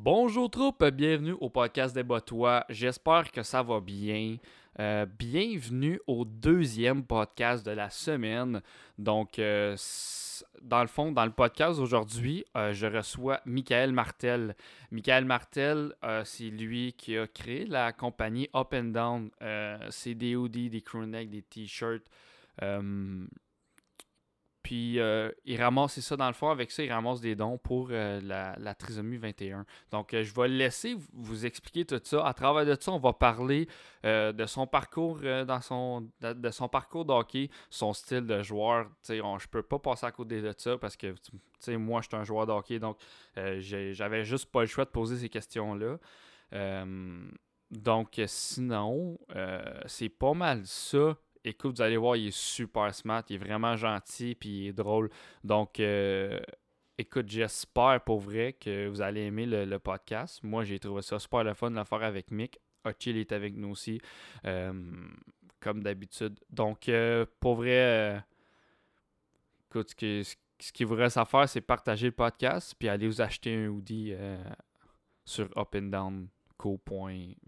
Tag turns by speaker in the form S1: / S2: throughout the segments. S1: Bonjour troupe, bienvenue au podcast des Botois. J'espère que ça va bien. Euh, bienvenue au deuxième podcast de la semaine. Donc, euh, s- dans le fond, dans le podcast aujourd'hui, euh, je reçois Michael Martel. Michael Martel, euh, c'est lui qui a créé la compagnie Up and Down. Euh, c'est des hoodies, des crewnecks, des t-shirts. Euh, puis euh, il ramasse c'est ça dans le fond avec ça, il ramasse des dons pour euh, la, la trisomie 21. Donc euh, je vais le laisser vous- vous expliquer tout ça. À travers de ça, on va parler euh, de son parcours euh, dans son de, de son parcours de hockey, son style de joueur. Tu sais, on- Je peux pas passer à côté de ça parce que tu sais, moi je suis un joueur de hockey, donc euh, j'ai- j'avais juste pas le choix de poser ces questions-là. Euh, donc euh, sinon, euh, c'est pas mal ça. Écoute, vous allez voir, il est super smart, il est vraiment gentil, puis il est drôle. Donc, euh, écoute, j'espère pour vrai que vous allez aimer le, le podcast. Moi, j'ai trouvé ça super le fun de le faire avec Mick. Hotchill est avec nous aussi, euh, comme d'habitude. Donc, euh, pour vrai, euh, écoute, ce qui, ce- ce qu'il vous reste à faire, c'est partager le podcast, puis aller vous acheter un hoodie euh, sur upanddownco.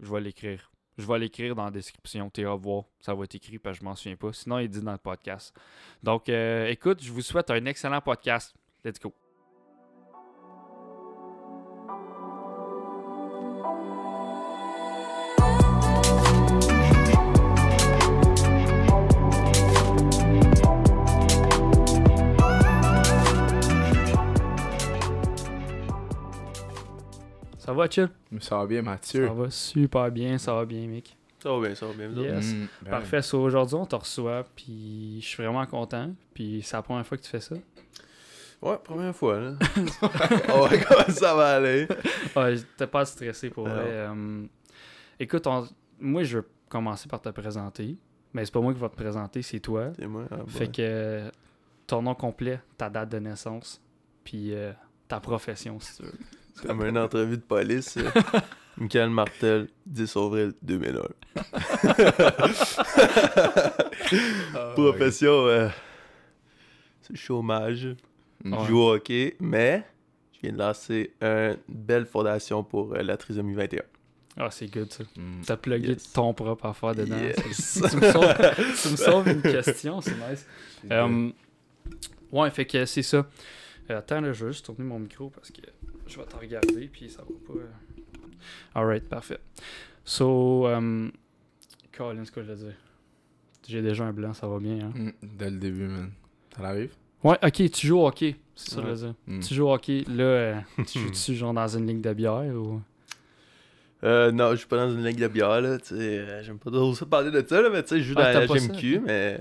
S1: Je vais l'écrire. Je vais l'écrire dans la description. Tu vas voir. Ça va être écrit parce que je m'en souviens pas. Sinon, il dit dans le podcast. Donc, euh, écoute, je vous souhaite un excellent podcast. Let's go. Ça va, chill?
S2: Mais Ça va bien, Mathieu.
S1: Ça va super bien, ça va bien, Mick.
S3: Ça va bien, ça va bien. vous autres?
S1: Yes.
S2: Mm, ben,
S1: Parfait. So, aujourd'hui, on te reçoit, puis je suis vraiment content. Puis c'est la première fois que tu fais ça.
S3: Ouais, première fois, là. On va comment ça va aller.
S1: Ah, T'es pas stressé pour
S3: Non.
S1: vrai. Euh, écoute, on- moi, je veux commencer par te présenter. Mais c'est pas moi qui vais te présenter, c'est toi.
S3: C'est moi. ah,
S1: Fait
S3: bon.
S1: que euh, ton nom complet, ta date de naissance, puis euh, ta profession, si tu veux.
S3: C'est comme une entrevue de police. euh. Michael Martel, 10 avril 2001. Ah, Profession, euh, c'est le chômage.
S2: Mm.
S3: Je joue au hockey, mais je viens de lancer une belle fondation pour euh, la trisomie 21.
S1: Ah, c'est good, ça.
S2: Mm.
S1: T'as plugué
S3: Yes.
S1: ton propre affaire dedans.
S3: Yes.
S1: tu, me sauves, tu me sauves une question, c'est nice.
S2: C'est bien.
S1: Euh, ouais, fait que c'est ça. Euh, attends, là, je vais juste tourner mon micro parce que je vais te regarder puis ça va pas. euh. Alright, parfait. So, um, Colin, ce que je veux dire. J'ai déjà un blanc, ça va bien. Hein?
S2: Mm, Dès le début, man. Ça l'arrive?
S1: Ouais, ok, tu joues au hockey. C'est ça, que je
S3: Ouais. Hmm.
S1: veux dire.
S2: Mm.
S1: Tu joues au hockey, là, euh, tu joues-tu genre dans une ligne de bière ou.
S3: Euh, non, je suis pas dans une ligue de bière, là. Tu sais, euh, j'aime pas trop ça parler de ça, là, mais tu sais, je joue
S1: Ah,
S3: dans la
S1: t'as pas ça,
S3: GMQ, mais.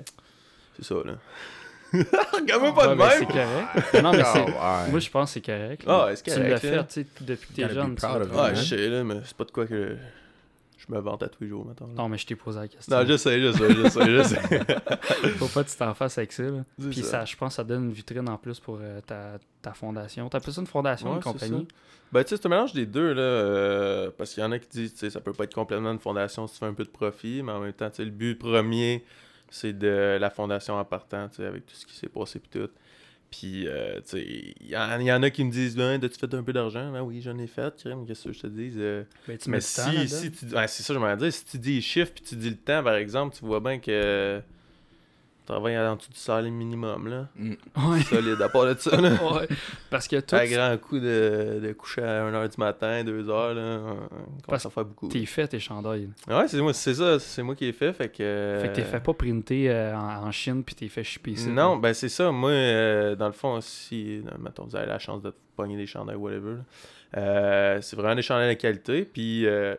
S3: C'est ça, là. Regarde-moi
S1: Ah,
S3: pas de
S1: ben,
S3: même!
S1: C'est correct. non, mais c'est.
S2: Ah, ouais.
S1: Moi, je pense que c'est correct.
S3: Ah,
S1: là.
S3: ouais, c'est
S1: Tu l'as
S3: correct,
S1: fait,
S3: là.
S1: tu sais, depuis que t'es
S2: Gotta be
S1: jeune. tu
S2: proud
S1: l'as
S2: of
S1: fait.
S2: it,
S3: Ouais,
S2: man.
S3: Ah, je sais, là, mais c'est pas de quoi que je me vante à tous les jours, maintenant.
S1: Non, mais je t'ai posé la question.
S3: Non, je sais, je sais, je sais, je sais.
S1: Faut pas que tu t'en fasses avec ça, là.
S3: C'est
S1: Puis ça, je pense que ça donne une vitrine en plus pour euh, ta, ta fondation. T'appelles ça une fondation,
S3: Ouais,
S1: une
S3: c'est
S1: compagnie?
S3: Ben, tu sais, c'est un mélange des deux, là. euh, parce qu'il y en a qui disent, tu sais, ça peut pas être complètement une fondation si tu fais un peu de profit, mais en même temps, tu sais, le but premier, c'est de la fondation en partant, tu sais, avec tout ce qui s'est passé puis tout. Puis, euh, tu sais, il y, en- il y en a qui me disent, ben, as-tu fait un peu d'argent? Ben oui, j'en ai fait, crème, qu'est-ce que je te dis? euh,
S1: Ben, tu
S3: mais
S1: mets du temps
S3: si,
S1: là-dedans.
S3: si tu. ouais, c'est ça, je m'en dire. Si tu dis les chiffres puis tu dis le temps, par exemple, tu vois bien que. Tu travailles en dessous du salaire minimum, là.
S2: Mm.
S1: Ouais.
S3: Solide, à part de ça, là.
S1: Ouais. Parce que toi,
S3: Un
S1: tu
S3: grand coup de, de coucher à 1h du matin, 2h, là. on- On
S1: Parce
S3: commence à faire beaucoup. Ah
S1: t'es fait tes chandails.
S3: Ouais, c'est moi, c'est ça, c'est moi qui ai fait, fait que.
S1: Fait que t'es fait pas printer euh, en, en Chine puis t'es fait shipper ici.
S3: Non, ben c'est ça. Moi, euh, dans le fond, si non, mettons, vous avez la chance de pogner des chandails, whatever, là, euh, c'est vraiment des chandails de qualité. Puis euh,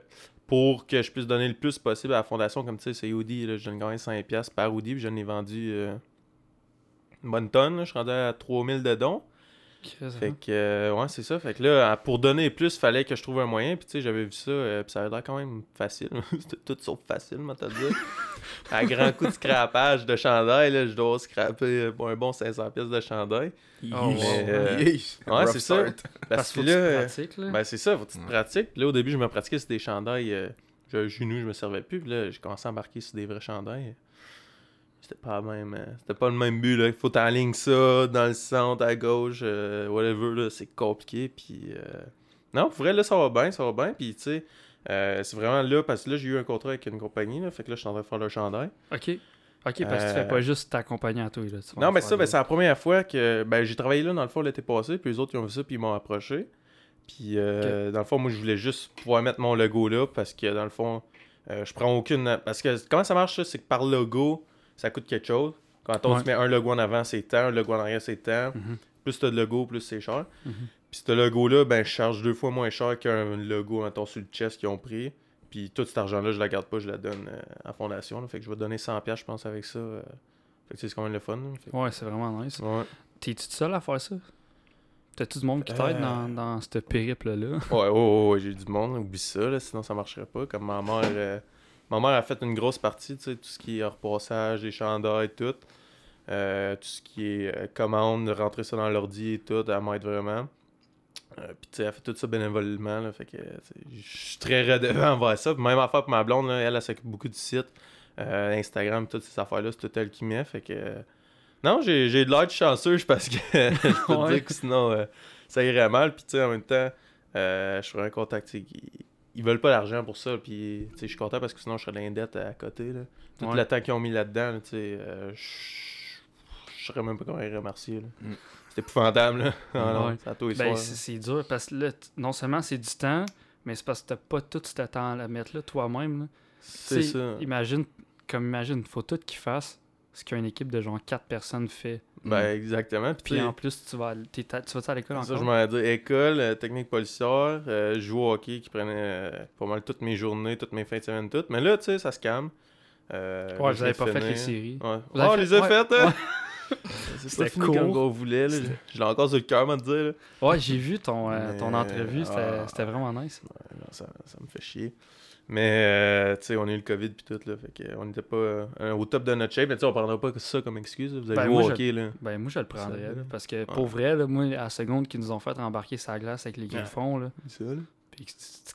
S3: pour que je puisse donner le plus possible à la fondation, comme tu sais, c'est Hoodie, là, je donne quand même 5$ par Hoodie, puis je n'ai vendu euh, une bonne tonne. là. je suis rendu à 3000 de dons.
S1: Qu'est-ce que-
S3: Fait que, euh, ouais, c'est ça. Fait que là, à- pour donner plus, fallait que je trouve un moyen. Puis, tu sais, j'avais vu ça, euh, puis ça avait l'air quand même facile. C'était tout sauf facile, moi, t'as dit. à grand coup de scrapage de chandail, là, je dois scraper euh, pour un bon 500 pièces de chandail.
S1: Oh,
S2: Yeesh.
S3: mais, euh,
S2: Yeesh.
S3: ouais,
S2: Rough
S3: c'est ça.
S2: start.
S1: Parce
S3: Parce
S1: que
S3: que
S1: faut
S3: là,
S1: que tu
S3: euh,
S1: pratiques, là.
S3: ben, c'est ça, faut que tu te
S2: Ouais.
S3: pratiques. Puis Là, au début, je me pratiquais sur des chandails. Euh, j'avais un genou, je me servais plus. Puis là, j'ai commencé à embarquer sur des vrais chandails. C'était pas, la même, euh, c'était pas le même but. Là. Faut t'aligner ça dans le centre, à gauche, euh, whatever. Là. C'est compliqué. Puis euh, Non, pour vrai, là, ça va bien, ça va bien. Puis, tu sais, euh, c'est vraiment là, parce que là, j'ai eu un contrat avec une compagnie, là, fait que là, je suis en train de faire le chandail.
S1: Ok. Ok, parce que tu
S3: Euh,
S1: fais pas juste t'accompagner à toi. Là, tu vas
S3: non,
S1: en
S3: mais
S1: faire
S3: ça, ben,
S1: d'autres.
S3: c'est la première fois que ben, j'ai travaillé là, dans le fond, l'été passé, puis les autres, ils ont vu ça, puis ils m'ont approché. Puis, euh, dans le fond, moi, je voulais juste pouvoir mettre mon logo là, parce que, dans le fond, euh, je prends aucune... Parce que, comment ça marche, ça? C'est que par logo, ça coûte quelque chose. Quand on
S1: Ouais.
S3: se met un logo en avant, c'est tant, un logo en arrière, c'est tant.
S1: Mhm.
S3: Plus t'as de logo, plus c'est cher.
S1: Mhm.
S3: Puis ce logo-là, ben, je charge deux fois moins cher qu'un logo, mettons, sur le chest qu'ils ont pris. Puis tout cet argent-là, je la garde pas, je la donne euh, à la fondation. là. Fait que je vais donner 100$, piastres, je pense, avec ça. euh. Fait que c'est quand même le fun. là. Fait que-
S1: Ouais, c'est vraiment nice.
S3: Ouais.
S1: T'es-tu tout seul à faire ça? T'as-tu du monde qui t'aide
S3: Euh.
S1: dans, dans ce périple-là?
S3: Ouais, ouais, ouais, ouais, j'ai eu du monde, oublie ça, là, sinon ça marcherait pas. Comme ma mère, euh, ma mère a fait une grosse partie, tu sais, tout ce qui est repassage, les chandails, tout. Euh, tout ce qui est euh, commande, rentrer ça dans l'ordi et tout, elle m'aide vraiment. Euh, Puis, tu sais, elle fait tout ça bénévolement, là, fait que, euh, tu sais, je suis très redevant envers ça. Puis même affaire pour ma blonde, là, elle, elle s'occupe beaucoup du site, euh, Instagram, toutes ces affaires-là, c'est tout elle qui met, fait que... euh, non, j'ai j'ai de l'air de chanceux, je pense que je peux te
S1: Ouais.
S3: dire que sinon, euh, ça irait mal. Puis, tu sais, en même temps, euh, je ferais un contact. tu sais, Ils, ils veulent pas l'argent pour ça. Puis, tu sais, je suis content parce que sinon, je serais dans les dettes à côté. Là. Tout
S1: Ouais.
S3: le temps qu'ils ont mis là-dedans, là, tu sais, euh, je je saurais même pas comment les remercier. là.
S2: Mm.
S3: C'est épouvantable. Là. Ah non,
S1: Ouais.
S3: c'est à toi et
S1: Ben,
S3: soir,
S1: c'est c'est dur parce que là, t- non seulement c'est du temps, mais c'est parce que t'as pas tout ce temps à la mettre là toi-même. là.
S3: là. C'est
S1: Tu sais,
S3: ça.
S1: Imagine, comme imagine, faut tout qu'ils fassent ce qu'une équipe de genre 4 personnes fait.
S3: Ben, exactement. Puis,
S1: Puis
S3: tu sais,
S1: en plus, tu vas, à l- t'es à- tu vas à l'école
S3: Ça,
S1: encore?
S3: je m'en dire école, euh, technique policière, euh, je joue au hockey qui prenait euh, pas mal toutes mes journées, toutes mes fins de semaine, toutes. Mais là, tu sais, ça se calme. Euh, là,
S1: ouais,
S3: je
S1: vous avez
S3: l'ai
S1: pas fait
S3: fini.
S1: les séries.
S3: Ouais.
S1: Vous
S3: Ah,
S1: avez
S3: on
S1: fait-
S3: les a
S1: ouais,
S3: faites, hein? C'est pas
S1: C'était
S3: fini
S1: court.
S3: comme on voulait, là.
S1: C'était-
S3: Je l'ai encore sur le cœur, moi, de dire, là.
S1: Ouais, j'ai vu ton, euh,
S3: Mais,
S1: ton entrevue, c'était
S3: ah.
S1: c'était vraiment nice.
S3: Ouais, non, ça, ça me fait chier. Mais, euh, tu sais, on a eu le COVID puis tout, là. Fait que on n'était pas euh, au top de notre shape. Mais, tu sais, on prendra pas ça comme excuse. là. Vous avez
S1: Ben,
S3: joué
S1: moi,
S3: au
S1: je-
S3: hockey, là.
S1: Ben moi je le prendrais
S3: Ça,
S1: là,
S3: là.
S1: parce que pour vrai là, moi à la seconde qu'ils nous ont fait embarquer sa glace avec les griffons là,
S3: Ça, là.
S1: puis que tu- tu-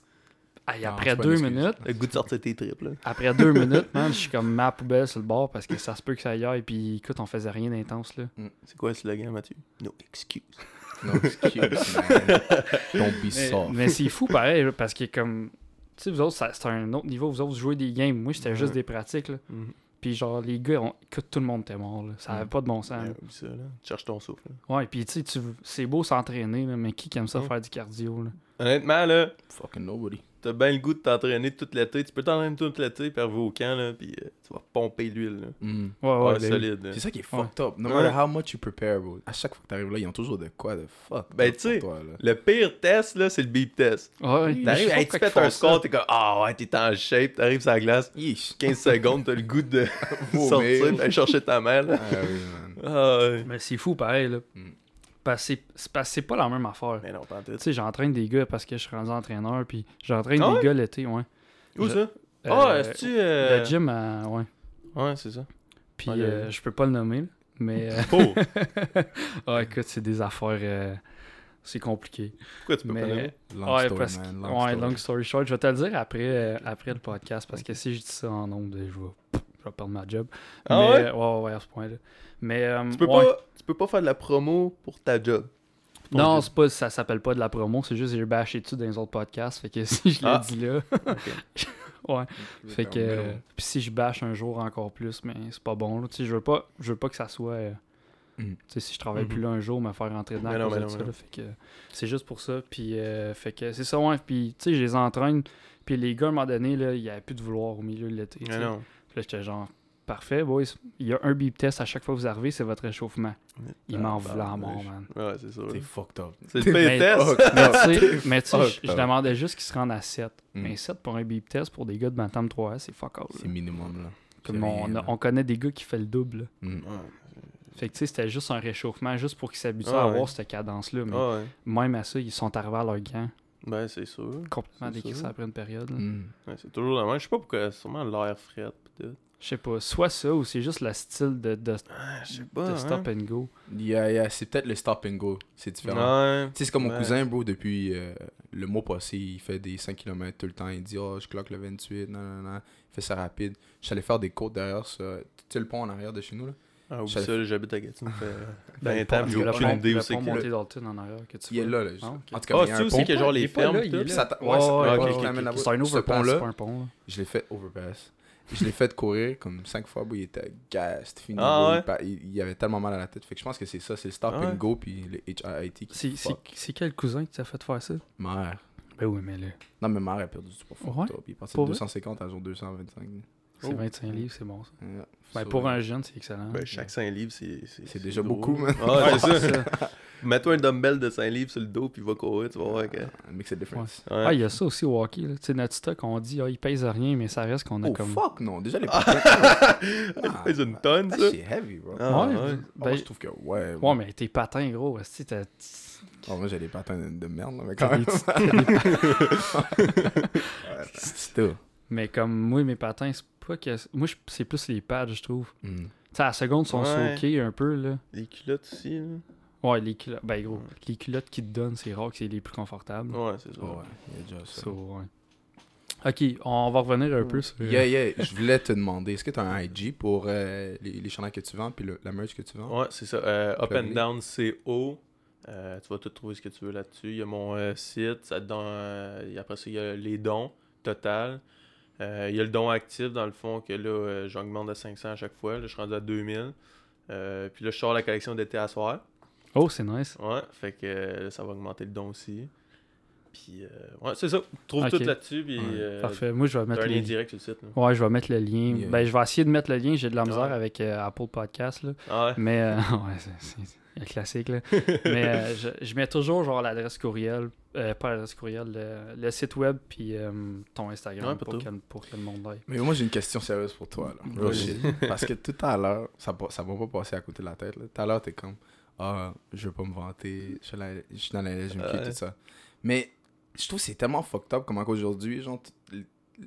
S1: Hey,
S2: Non,
S1: après
S2: c'est pas
S1: deux
S2: une excuse.
S1: minutes,
S3: Le goût de sortir tes tripes, là.
S1: après deux minutes, man, je suis comme ma poubelle sur le bord parce que ça se peut que ça y aille puis écoute, on faisait rien d'intense là.
S3: C'est quoi le slogan, Mathieu? No excuse.
S2: Non, excuse, man. Don't be
S1: Mais,
S2: soft.
S1: mais c'est fou pareil là, parce que comme tu sais vous autres ça- c'est un autre niveau, vous autres vous jouez des games, moi c'était juste
S3: Ouais.
S1: des pratiques là.
S3: Mhm.
S1: Puis genre les gars, on... écoute tout le monde était mort là, ça avait
S2: Mm.
S1: pas de bon sens.
S3: Ouais,
S1: là.
S3: oublie ça, là. Tu cherches ton souffle. là.
S1: Ouais, puis tu sais tu- c'est beau s'entraîner là, mais qui qui aime ça
S3: Mm.
S1: faire du cardio là
S3: Honnêtement, là,
S2: Fucking nobody.
S3: t'as bien le goût de t'entraîner toute l'été. Tu peux t'entraîner toute l'été, puis arriver au camp, là, puis euh, tu vas pomper l'huile, là.
S2: Mm.
S1: Ouais ouais,
S3: Ah,
S1: ben,
S3: solide. là.
S2: C'est ça qui est
S1: Ouais.
S2: fucked up. No
S3: Ouais.
S2: matter how much you prepare, bro. À chaque fois que t'arrives là, ils ont toujours de quoi de fuck.
S3: Ben, tu sais, Le pire test, là, c'est le beep test.
S1: ouais, je sais
S3: T'arrives,
S1: pas
S3: hey, tu
S1: pourquoi ils
S3: pètes un
S1: font ça.
S3: score, t'es comme, ah ouais, t'es en shape, t'arrives sur la glace, 15 secondes, t'as le goût de sortir,
S2: Vomir.
S3: d'aller chercher ta mère, là.
S2: Ah oui, man.
S3: Ah ouais.
S1: Mais c'est fou, pareil, là.
S2: Mm.
S1: Parce que c'est- c'est parce que c'est pas la même affaire.
S3: Mais non, pas en tout.
S1: Tu sais, j'entraîne des gars parce que je suis rendu entraîneur, puis j'entraîne
S3: Ah
S1: des
S3: ouais?
S1: gars l'été, ouais.
S3: Où
S1: Je-
S3: ça?
S1: Euh,
S3: Ah, est-ce-tu.
S1: Le gym, à- ouais.
S3: Ouais, c'est ça.
S1: Puis
S3: Ouais, le-
S1: euh, je peux pas le nommer, là, mais... euh,
S3: Oh,
S1: ah, écoute, c'est des affaires... euh, C'est compliqué.
S3: pourquoi tu peux
S1: Mais-
S3: pas nommer?
S2: Long
S1: ouais,
S2: story,
S1: parce que-
S2: man.
S1: ouais,
S2: story.
S1: long story short. Je vais te le dire après, euh, après le podcast, parce que si je dis ça en nombre, de- je vais, je vais perdre ma job.
S3: Ah
S1: mais, euh,
S3: ouais?
S1: ouais? Ouais, ouais, à ce point-là. Mais, euh,
S3: Tu peux,
S1: ouais.
S3: pas, tu peux pas faire de la promo pour ta job. Pour ton
S1: Non,
S3: gym.
S1: c'est pas, ça s'appelle pas de la promo, c'est juste que j'ai bâché dessus dans les autres podcasts. Fait que si je l'ai
S3: Ah.
S1: dit là, fait que. euh,
S2: Middle.
S1: Puis si je bâche un jour encore plus, mais c'est pas bon. Là. Tu sais, je veux pas, je veux pas que ça soit. euh, Tu
S2: Mhm.
S1: sais, si je travaille
S3: Mhm.
S1: plus là un jour, me faire rentrer dedans. à
S3: Mais non,
S1: cause
S3: mais
S1: de
S3: non,
S1: ça,
S3: mais
S1: là.
S3: non.
S1: fait que c'est juste pour ça. Puis euh, fait que c'est ça, ouais. Puis tu sais, je les entraîne. Puis les gars, à un moment donné, là, il y avait plus de vouloir au milieu de l'été. tu sais.
S3: Mais non.
S1: Puis là, j'étais genre, parfait, boys. Il y a un beep test à chaque fois que vous arrivez, c'est votre réchauffement. Il m'en
S3: Ah,
S1: voulait à
S3: bah,
S1: mort,
S3: je-
S1: man.
S3: Ouais, c'est ça.
S2: T'es
S3: ouais.
S2: fucked up.
S3: C'est le pire
S1: Mais-
S3: test.
S1: Mais tu
S3: Ah,
S1: sais- mais tu sais,
S2: Fuck
S1: je- je
S2: up.
S1: demandais juste qu'ils se rendent à 7.
S2: Mm.
S1: Mais 7 pour un beep test pour des gars de Bantam 3 c'est fuck all.
S2: C'est
S1: là.
S2: minimum, là.
S1: Comme
S2: c'est
S1: on,
S2: rien,
S1: a-
S2: là.
S1: on connaît des gars qui fait le double. là.
S2: Mm.
S3: Ouais.
S1: Fait que tu sais, c'était juste un réchauffement, juste pour qu'ils s'habituent
S3: Ah
S1: à
S3: ouais.
S1: avoir cette cadence-là. Mais
S3: Ah ouais.
S1: même à ça, ils sont arrivés à leur gang
S3: Ben, c'est sûr.
S1: complètement
S3: C'est
S1: décrissés
S3: sûr.
S1: après une période. là.
S2: Mm.
S3: Ouais, c'est toujours la même. Je sais pas pourquoi. Sûrement l'air fret. pis tout.
S1: Je sais pas, soit ça ou c'est juste le style de, de,
S3: Ah, je sais
S1: de
S3: pas.
S1: stop and go.
S2: Yeah, yeah, c'est peut-être le stop and go. C'est
S3: hein.
S2: différent.
S3: Ouais.
S2: Tu sais, c'est comme mon
S3: Ouais.
S2: cousin, bro, depuis euh, le mois passé, il fait des 5 km tout le temps. Il dit, oh, je cloque le 28, non, non, non. Il fait ça rapide. Je suis allé faire des côtes derrière ça. Tu sais, le pont en arrière de chez nous, là.
S3: Ah, oublie
S2: Ça
S3: ça, là, j'habite à Gatineau. fait
S2: Ben,
S3: 20 ans,
S2: parce
S3: puis
S2: que
S3: j'ai
S2: le
S3: aucune
S2: pont-
S3: idée où
S1: le
S3: c'est
S1: pont
S3: que.
S1: Monté Dalton en arrière que tu
S2: Il est
S1: vois.
S2: là, là.
S1: Ah, ok.
S2: En tout cas,
S3: Ah,
S2: il y a
S3: c'est
S2: un
S3: aussi
S2: pont.
S3: que genre
S1: Il
S3: les
S1: est pas là,
S3: fermes.
S1: il
S3: tout. Ah,
S1: est
S2: Puis
S1: là.
S2: ça t'a-
S1: Ouais,
S2: ouais, c'est-
S1: ouais,
S2: ouais,
S3: ok,
S2: qui
S3: ok,
S2: t'amène
S3: ok.
S2: là-bas.
S1: C'est un
S2: Ce
S1: overpass,
S2: pont-là,
S1: c'est pas un pont. là.
S2: Je l'ai fait overpass. Je l'ai fait courir comme cinq fois, boy, il était gas, c'était fini.
S3: Ah
S2: boy,
S3: ouais?
S2: il pa- il, il avait tellement mal à la tête. Fait que je pense que c'est ça, c'est le stop
S3: Ah ouais?
S2: and go puis le HIIT qui
S1: C'est- C'est
S2: fuck.
S1: c'est quel cousin qui t'a fait faire ça?
S2: Mère.
S1: Ben oui, mais là,
S2: Non, mais mère, elle a perdu du poids. fuck
S1: Ouais?
S2: toi. Puis il est parti
S1: Pour
S2: de
S1: vrai?
S2: 250 à jour 225.
S1: c'est
S3: Oh.
S1: 25 livres, c'est bon ça.
S2: Ouais.
S1: Ben,
S2: Ça,
S1: pour
S2: ouais.
S1: un jeune, c'est excellent.
S3: Ben, chaque 5 livres, c'est.
S2: C'est déjà
S3: gros.
S2: beaucoup, man.
S3: Ah, c'est
S1: Ouais,
S3: ça.
S1: c'est ça.
S3: Mets-toi un dumbbell de 5 livres sur le dos, puis va courir, tu vas voir que. Ouais.
S2: Ah, Makes a difference.
S1: Ah, il y a ça aussi au hockey. là. Tu sais, notre stock, on dit, ah, il pèse rien, mais ça reste qu'on a
S2: Oh
S1: comme.
S2: fuck, non. Déjà, les
S3: Ah, c'est une tonne, ça.
S2: patins, c'est heavy, bro.
S3: Ah,
S1: Ouais,
S3: ouais.
S2: Moi,
S1: ben,
S2: je trouve que, ouais.
S1: ouais, mais tes patins, gros, esti, t'as-
S2: Ah, moi, j'ai des patins de de merde, là, mais quand
S1: t'as des
S2: même.
S1: petites- t'as des pa-
S2: C'est tout.
S1: Mais comme moi, mes patins, c'est pas que. Moi, je- c'est plus les pads, je trouve.
S2: Mm.
S1: Tu sais, à la seconde, ils sont
S3: Ouais.
S1: soakés un peu, là.
S3: Les culottes aussi, là.
S1: Ouais, les culottes. Ben, gros, les culottes qu'ils te donnent, c'est rare que c'est les plus confortables.
S3: Ouais, c'est ça.
S2: Ouais, il y a déjà ça.
S1: So, ouais. Ok, on va revenir un peu sur. euh,
S2: Yeah, yeah, je voulais te demander, est-ce que tu as un IG pour euh, les, les chandails que tu vends puis le- la merch que tu vends
S3: Ouais, c'est ça. Euh, up and
S2: Plug-in.
S3: Down CO. Euh, tu vas tout trouver ce que tu veux là-dessus. Il y a mon euh, site. Ça, te donne, euh, et après ça, il y a les dons total. Euh, il y a le don actif, dans le fond, que là, euh, j'augmente de 500 à chaque fois. Là, je suis rendu à 2000. Euh, puis là, je sors la collection d'été à soir.
S1: Oh, c'est nice.
S3: Ouais, fait que euh, ça va augmenter le don aussi. Puis, euh, ouais, c'est ça. Trouve
S1: Ok.
S3: tout là-dessus. Puis,
S2: Ouais,
S3: euh,
S1: Parfait. Moi, je vais
S3: t'as
S1: mettre
S3: un lien
S1: les.
S3: direct sur le site. là.
S1: Ouais, je vais mettre le lien.
S2: Yeah.
S1: Ben, je vais essayer de mettre le lien. J'ai de la misère
S3: Ouais.
S1: avec euh, Apple Podcast, là.
S3: Ah ouais.
S1: Mais, euh, ouais, c'est- c'est un classique, là. Mais euh, je, je mets toujours, genre, l'adresse courriel. euh, pas l'adresse courriel, le, le site web, puis euh, ton Instagram
S3: Ouais, pour
S1: pour,
S3: tout.
S1: que, pour que le monde aille.
S2: Mais moi, j'ai une question sérieuse pour toi. Là. Real
S3: Vas-y.
S2: shit. Parce que tout à l'heure, ça va ça va pas passer à côté de la tête. là. Tout à l'heure, t'es comme, ah, je veux pas me vanter, je suis dans la- je suis dans la LGMQ
S3: Ouais.
S2: tout ça. Mais je trouve que c'est tellement fucked up comment qu'aujourd'hui, genre, t-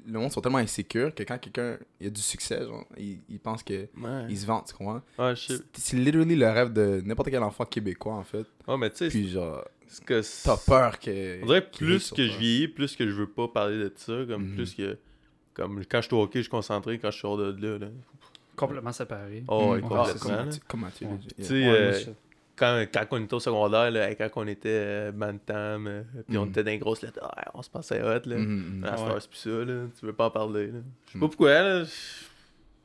S2: le monde sont tellement insécures que quand quelqu'un il a du succès, genre, il, il pense que
S3: Ouais. Ah,
S2: il se vante, tu comprends?
S3: Ouais, je sais.
S2: C'est c'est literally le rêve de n'importe quel enfant québécois, en fait.
S3: Ouais, mais tu sais,
S2: Puis genre,
S3: c'est que.
S2: t'as
S3: c'est-
S2: peur que.
S3: On dirait
S2: qu'il rit
S3: plus
S2: sur
S3: que je
S2: toi.
S3: vieillis, plus que je veux pas parler de ça, comme
S2: Mhm.
S3: plus que comme quand je suis au hockey, je suis concentré, quand je sors de là, là.
S1: Complètement séparé.
S3: Oh, ouais,
S2: Mm.
S1: complètement,
S2: Mhm. Ah,
S3: là.
S2: comment tu- Comment tu
S1: Ouais.
S3: Tu
S2: yeah.
S3: sais, euh, quand, quand on était au secondaire, là, hey, quand on était euh, Bantam, euh, puis on
S2: Mhm.
S3: était dans les grosses lettres, ah, on se pensait hot, là.
S2: Mhm, mhm.
S3: À cette
S1: Ouais.
S3: heure, c'est plus ça, là. Tu veux pas en parler, là. Je sais
S2: Mhm.
S3: pas pourquoi, là.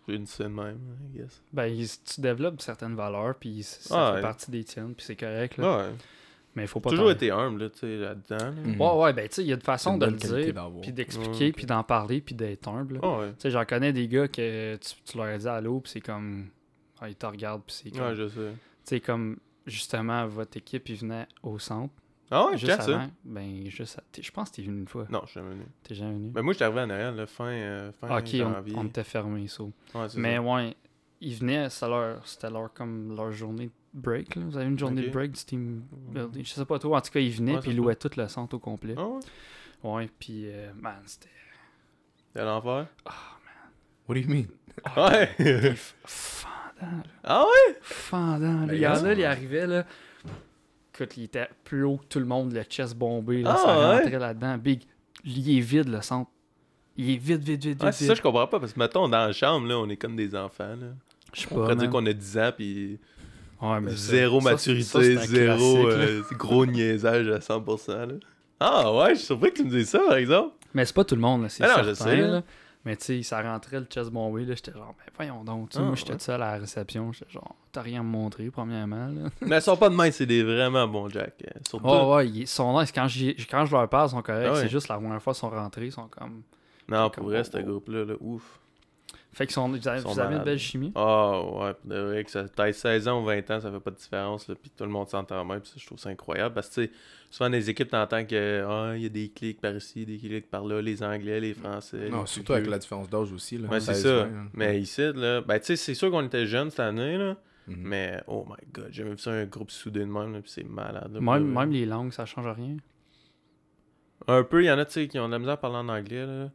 S3: J'ai une scène même, I guess.
S1: Ben, il- tu développes certaines valeurs, puis c- ça
S3: Ah,
S1: fait
S3: ouais.
S1: partie des tiennes, puis c'est correct. Là.
S3: Ouais,
S1: Mais il faut pas.
S3: j'ai toujours
S1: t'en-
S3: été humble, là, tu sais, là-dedans. là.
S2: Mhm.
S1: Ouais, ouais, ben, tu sais, il y a une
S2: C'est
S1: façon
S2: une
S1: de
S2: bonne
S1: le
S2: qualité
S1: dire,
S2: d'avoir.
S1: puis
S3: Ouais,
S1: d'expliquer,
S3: ok.
S1: puis d'en parler, puis d'être humble. là.
S3: Ah ouais.
S1: Tu sais, j'en connais des gars que tu, tu leur dis allô, puis c'est comme. Ah, ils te regardent, puis c'est comme.
S3: Ouais, je sais.
S1: Tu sais, comme, justement, votre équipe, ils venaient au centre.
S3: Ah ouais,
S1: juste
S3: quand ça?
S1: avant. Ben, juste. à- t'es- Je pense que t'es venu une fois.
S3: Non, je suis jamais venu.
S1: T'es jamais venu. Ah,
S3: Ben, moi, j'étais arrivé à Noël, là, fin, euh, fin
S1: ok,
S3: janvier.
S1: on, on était fermé, ça.
S3: Ouais, c'est
S1: Mais
S3: ça.
S1: ouais, ils venaient, c'était leur, c'était leur, comme leur journée de break. Là. Vous avez une journée
S3: Ok.
S1: de break du team building. Je sais pas trop. En tout cas, ils venaient
S3: Ouais,
S1: puis
S3: c'est
S1: ils louaient tout le centre au complet.
S3: Ah ouais?
S1: Ouais, puis euh, man, c'était.
S3: T'es à l'enfer?
S2: What do you mean?
S1: Ah,
S3: Ouais.
S1: c'était f- fendant. là.
S3: ah ouais?
S1: Fendant. là.
S2: Ben,
S1: Il y en a,
S2: ouais.
S1: il arrivait là. Écoute, il était plus haut que tout le monde, le chest bombé. Là,
S3: Ah,
S1: ça
S3: ouais?
S1: rentrait là-dedans. Big, il est vide le centre. Il est vide, vide, vide,
S3: Ah,
S1: vide.
S3: c'est ça,
S1: vide.
S3: je comprends pas. Parce que, mettons, dans la chambre, là, on est comme des enfants. Là.
S1: Je sais
S3: On pourrait
S1: man.
S3: dire qu'on a 10 ans, puis
S1: Ouais, mais ça-
S3: zéro
S1: ça, c'est-
S3: maturité,
S1: ça, c'est un
S3: zéro
S1: classique, là.
S3: euh, gros niaisage à 100%. Là. Ah ouais, je suis surpris que tu me dises ça, par exemple.
S1: Mais c'est pas tout le monde, là, c'est
S3: Ah non,
S1: certain.
S3: je sais, là.
S1: là. Mais tu sais, ça rentrait le chest bombé, là, j'étais genre, ben voyons donc, tu sais,
S3: Ah,
S1: moi j'étais
S3: ouais.
S1: seul à la réception, j'étais genre, t'as rien à me montrer, premièrement, là.
S3: Mais elles sont pas de main, c'est des vraiment bons Jack. Euh, Surtout.
S1: Oh ouais, ils sont nice, quand, j'y- quand je leur parle, ils sont corrects,
S3: Ah ouais.
S1: c'est juste la première fois qu'ils sont rentrés, ils sont comme...
S3: non,
S1: c'est
S3: pour
S1: comme-
S3: vrai, ce groupe-là, là, ouf.
S1: Fait qu'ils sont, vous avez,
S3: sont
S1: vous avez une
S3: malades.
S1: belle chimie.
S3: Ah ouais, pour de vrai, que ça t'aille 16 ans ou 20 ans, ça fait pas de différence, là, puis tout le monde s'entend même, puis ça, je trouve ça incroyable, parce que, tu sais, souvent dans les équipes, t'entends que, ah, il y a des clics par ici, des clics par là, les Anglais, les Français.
S2: Non,
S3: les
S2: surtout avec
S3: vieux.
S2: la différence d'âge aussi. Là, hein.
S3: Ouais, c'est
S2: 16,
S3: ça.
S2: 20, là.
S3: Mais ici, là, ben, tu sais, c'est sûr qu'on était jeunes cette année, là,
S2: Mhm.
S3: mais oh my god, j'ai jamais vu ça, un groupe soudé de même, là, puis c'est malade. là, pour
S1: Même,
S3: vrai.
S1: même les langues, ça change rien.
S3: Un peu, il y en a, tu sais, qui ont de la misère à parler en anglais, là,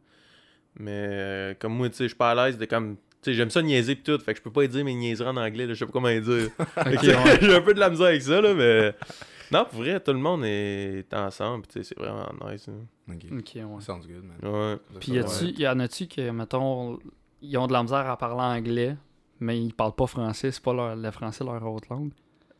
S3: mais euh, comme moi, tu sais, je suis pas à l'aise de comme. Tu sais, j'aime ça niaiser pis tout, fait que je peux pas dire mes niaiseries en anglais, là, je sais pas comment les dire. Fait
S1: Ok,
S3: que
S1: ouais.
S3: J'ai un peu de la misère avec ça, là, mais. Non, pour vrai, tout le monde est ensemble, pis tu sais, c'est vraiment nice. là.
S2: Ok.
S1: Ok, ouais.
S2: Sounds good, man.
S3: Ouais.
S2: Comme ça,
S1: Puis
S2: ça
S1: y,
S2: va
S1: a-tu- y en a-tu que, mettons, ils ont de la misère à parler anglais,
S4: mais ils parlent pas français, c'est pas leur, le français leur autre langue.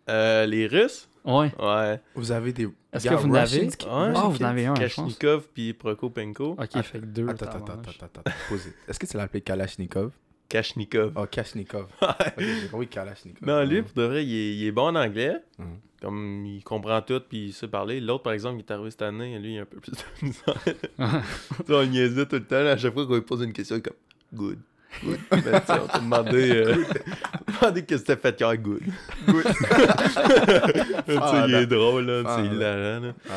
S3: Euh, les Russes
S4: Ouais.
S3: Ouais.
S2: Vous avez des.
S4: Est-ce que vous en avez
S2: Russians qui-
S3: Ah,
S4: Ah,
S2: Russian
S4: vous en avez un, je pense.
S3: Kachnikov puis Prokopenko.
S1: Ah.
S4: Ok,
S2: Attends,
S4: fait que deux. hein.
S2: Attends, attends,
S4: tabarnak.
S2: attends, attends, attends. Posez. Est-ce que tu l'as appelé Kalachnikov
S3: Kachnikov.
S2: Oh, Kalachnikov. Ok, j'ai compris Kalachnikov.
S3: Non, lui, pour de vrai, il est, il est bon en anglais.
S2: Mhm.
S3: Comme il comprend tout puis il sait parler. L'autre, par exemple, qui est arrivé cette année, lui, il a un peu plus de misère. Tu sais, on niaisait tout le temps. là, à chaque fois qu'on lui posait une question, il est comme Good. Good. Ben, tu sais, on t'a demandé, euh, on t'a demandé qu'est-ce que t'as fait hier, good. Good. Tu sais, il est drôle, là, c'est
S2: Fendant.
S3: hilarant. Là.
S2: Ah,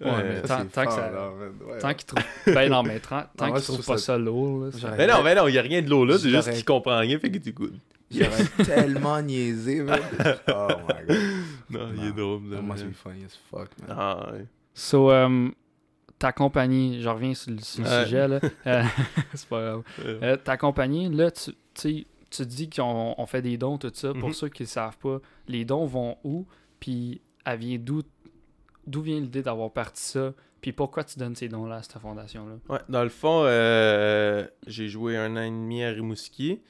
S2: ouais.
S4: Ouais, mais
S2: Ça,
S4: tant,
S2: c'est
S4: tant que
S2: fort,
S4: ça.
S2: là, man. Ouais,
S4: Tant
S2: ouais.
S4: qu'ils trouvent. Ben non, mais tant, tant
S2: Ah, ouais,
S4: qu'ils
S2: je
S4: trouvent
S2: trouve
S4: pas
S2: ça-
S4: ça lourd. là, c'est-
S2: J'aurais-
S3: Mais Ben non, mais non, il n'y a rien de lourd là,
S2: Je
S3: c'est juste
S2: l'aurais-
S3: qu'il comprend rien, fait qu'il dit good.
S2: J'aurais tellement niaisé, man. Oh my god.
S3: Non, il est drôle.
S2: That
S3: vraiment.
S2: must be funny as fuck, man.
S3: Ah, ouais.
S4: So, euh, ta compagnie, je reviens sur, le- sur le
S3: Ouais.
S4: sujet, là. Euh, c'est pas grave.
S3: Euh,
S4: Euh, ta compagnie, là, tu, tu sais, tu dis qu'on on fait des dons, tout ça. Pour
S3: Mhm.
S4: ceux qui ne savent pas, les dons vont où? Puis, elle vient d'où? D'où vient l'idée d'avoir parti ça? Puis, pourquoi tu donnes ces dons-là à cette fondation-là?
S3: Ouais, dans le fond, euh, j'ai joué un an et demi à Rimouski.